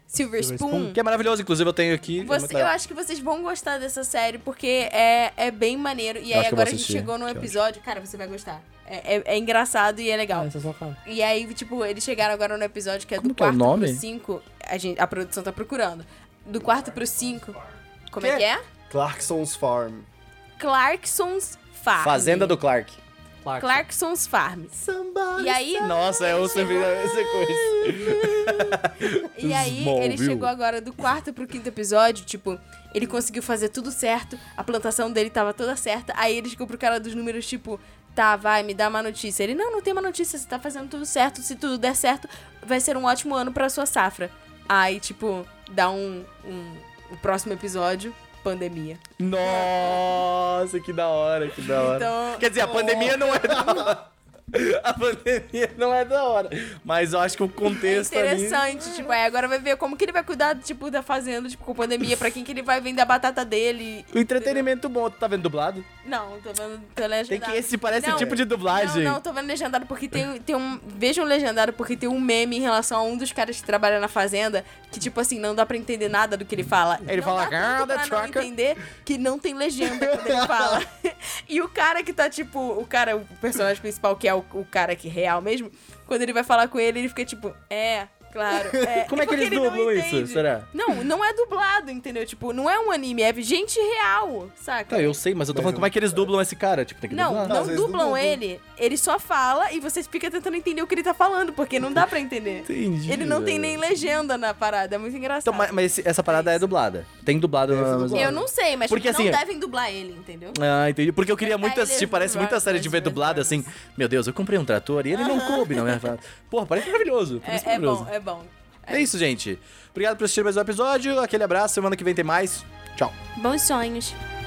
D: Silver,
B: Silver
D: Spoon,
B: Spoon?
A: Que é maravilhoso, inclusive eu tenho aqui. é
D: você-
A: muito
D: eu
A: legal.
D: acho que vocês vão gostar dessa série, porque é, é bem maneiro. E
A: Eu
D: aí
A: acho que eu vou
D: agora a gente
A: assistir,
D: chegou num
A: que ótimo.
D: episódio, cara, você vai gostar. É, é- é engraçado e é legal.
B: Parece só cara.
D: E aí, tipo, eles chegaram agora no episódio que é
A: Como
D: do
A: que é o
D: quarto
A: nome?
D: pro 5. A, gente- a produção tá procurando. Do quarto pro 5. Como é
A: Quê?
D: que é?
C: Clarkson's Farm.
D: Clarkson's Farm.
A: Fazenda do Clark.
B: Clark.
D: Clarkson's Farm.
C: Somebody.
D: E aí, né?
A: Nossa, é eu sempre essa coisa. é
D: e aí ele
A: Smallville.
D: chegou agora do quarto pro quinto episódio, tipo, ele conseguiu fazer tudo certo, a plantação dele tava toda certa, aí ele chegou pro cara dos números, tipo, tá, vai, me dá uma notícia. Ele, não, não tem uma notícia, você tá fazendo tudo certo, se tudo der certo, vai ser um ótimo ano pra sua safra. Aí, tipo, dá um, um, o próximo episódio, pandemia.
A: Nossa, que da hora, que da hora.
D: Então-
A: Quer dizer, a pandemia não é da hora. A pandemia não é da hora. Mas eu acho que o
D: É
A: contexto ali...
D: interessante, tipo, aí agora vai ver como que ele vai cuidar, tipo, da fazenda, tipo, com pandemia, pra quem que ele vai vender a batata dele.
A: O entretenimento bom, tu tá vendo dublado?
D: Não, tô vendo tô
A: Tem
D: legendado.
A: que esse parece
D: Não,
A: o tipo de dublagem.
D: Não, não, tô vendo legendado porque tem, tem um. Vejam legendado porque tem um meme em relação a um dos caras que trabalha na fazenda que, tipo assim, não dá pra entender nada do que ele fala.
A: Ele
D: Não
A: fala,
D: dá
A: "Ah,
D: tanto
A: the
D: pra não
A: trucker."
D: entender que não tem legenda quando ele fala. e o cara que tá, tipo, o cara, o personagem principal, que é o, o cara que é real mesmo, quando ele vai falar com ele, ele fica tipo, é. Claro. é."
A: Como é que
D: Porque
A: eles
D: ele não
A: dublam isso,
D: entende.
A: será?
D: Não, não é dublado, entendeu? Tipo, não é um anime, é gente real, saca?
A: Tá, eu sei, mas eu tô
C: Mas
A: falando
C: eu-
A: como é que eles dublam esse cara. Tipo, tem que
D: Não,
A: dublar.
D: não
C: às vezes
D: dublam
C: dublam.
D: ele. Ele só fala e você fica tentando entender o que ele tá falando, porque não dá pra entender.
A: Entendi,
D: Ele não tem
A: velho.
D: nem legenda na parada, é muito engraçado.
A: Então, mas, mas esse- essa parada é, dublada. Tem é dublado
C: Deve ser
A: na...
C: dublado.
D: Eu não sei, mas
A: Porque,
D: tipo,
A: assim,
D: não devem dublar ele, entendeu?
A: Ah, entendi. Porque eu queria muito
D: Tyler
A: assistir, parece
D: Rock,
A: muita série de ver
D: Rock,
A: dublado assim. Meu Deus, eu comprei um trator e ele não coube na minha. Porra, parece maravilhoso. Parece
D: É, é
A: maravilhoso.
D: bom, é bom.
A: é... isso, gente. Obrigado por assistir mais um episódio. Aquele abraço. Semana que vem tem mais. Tchau.
D: Bons sonhos.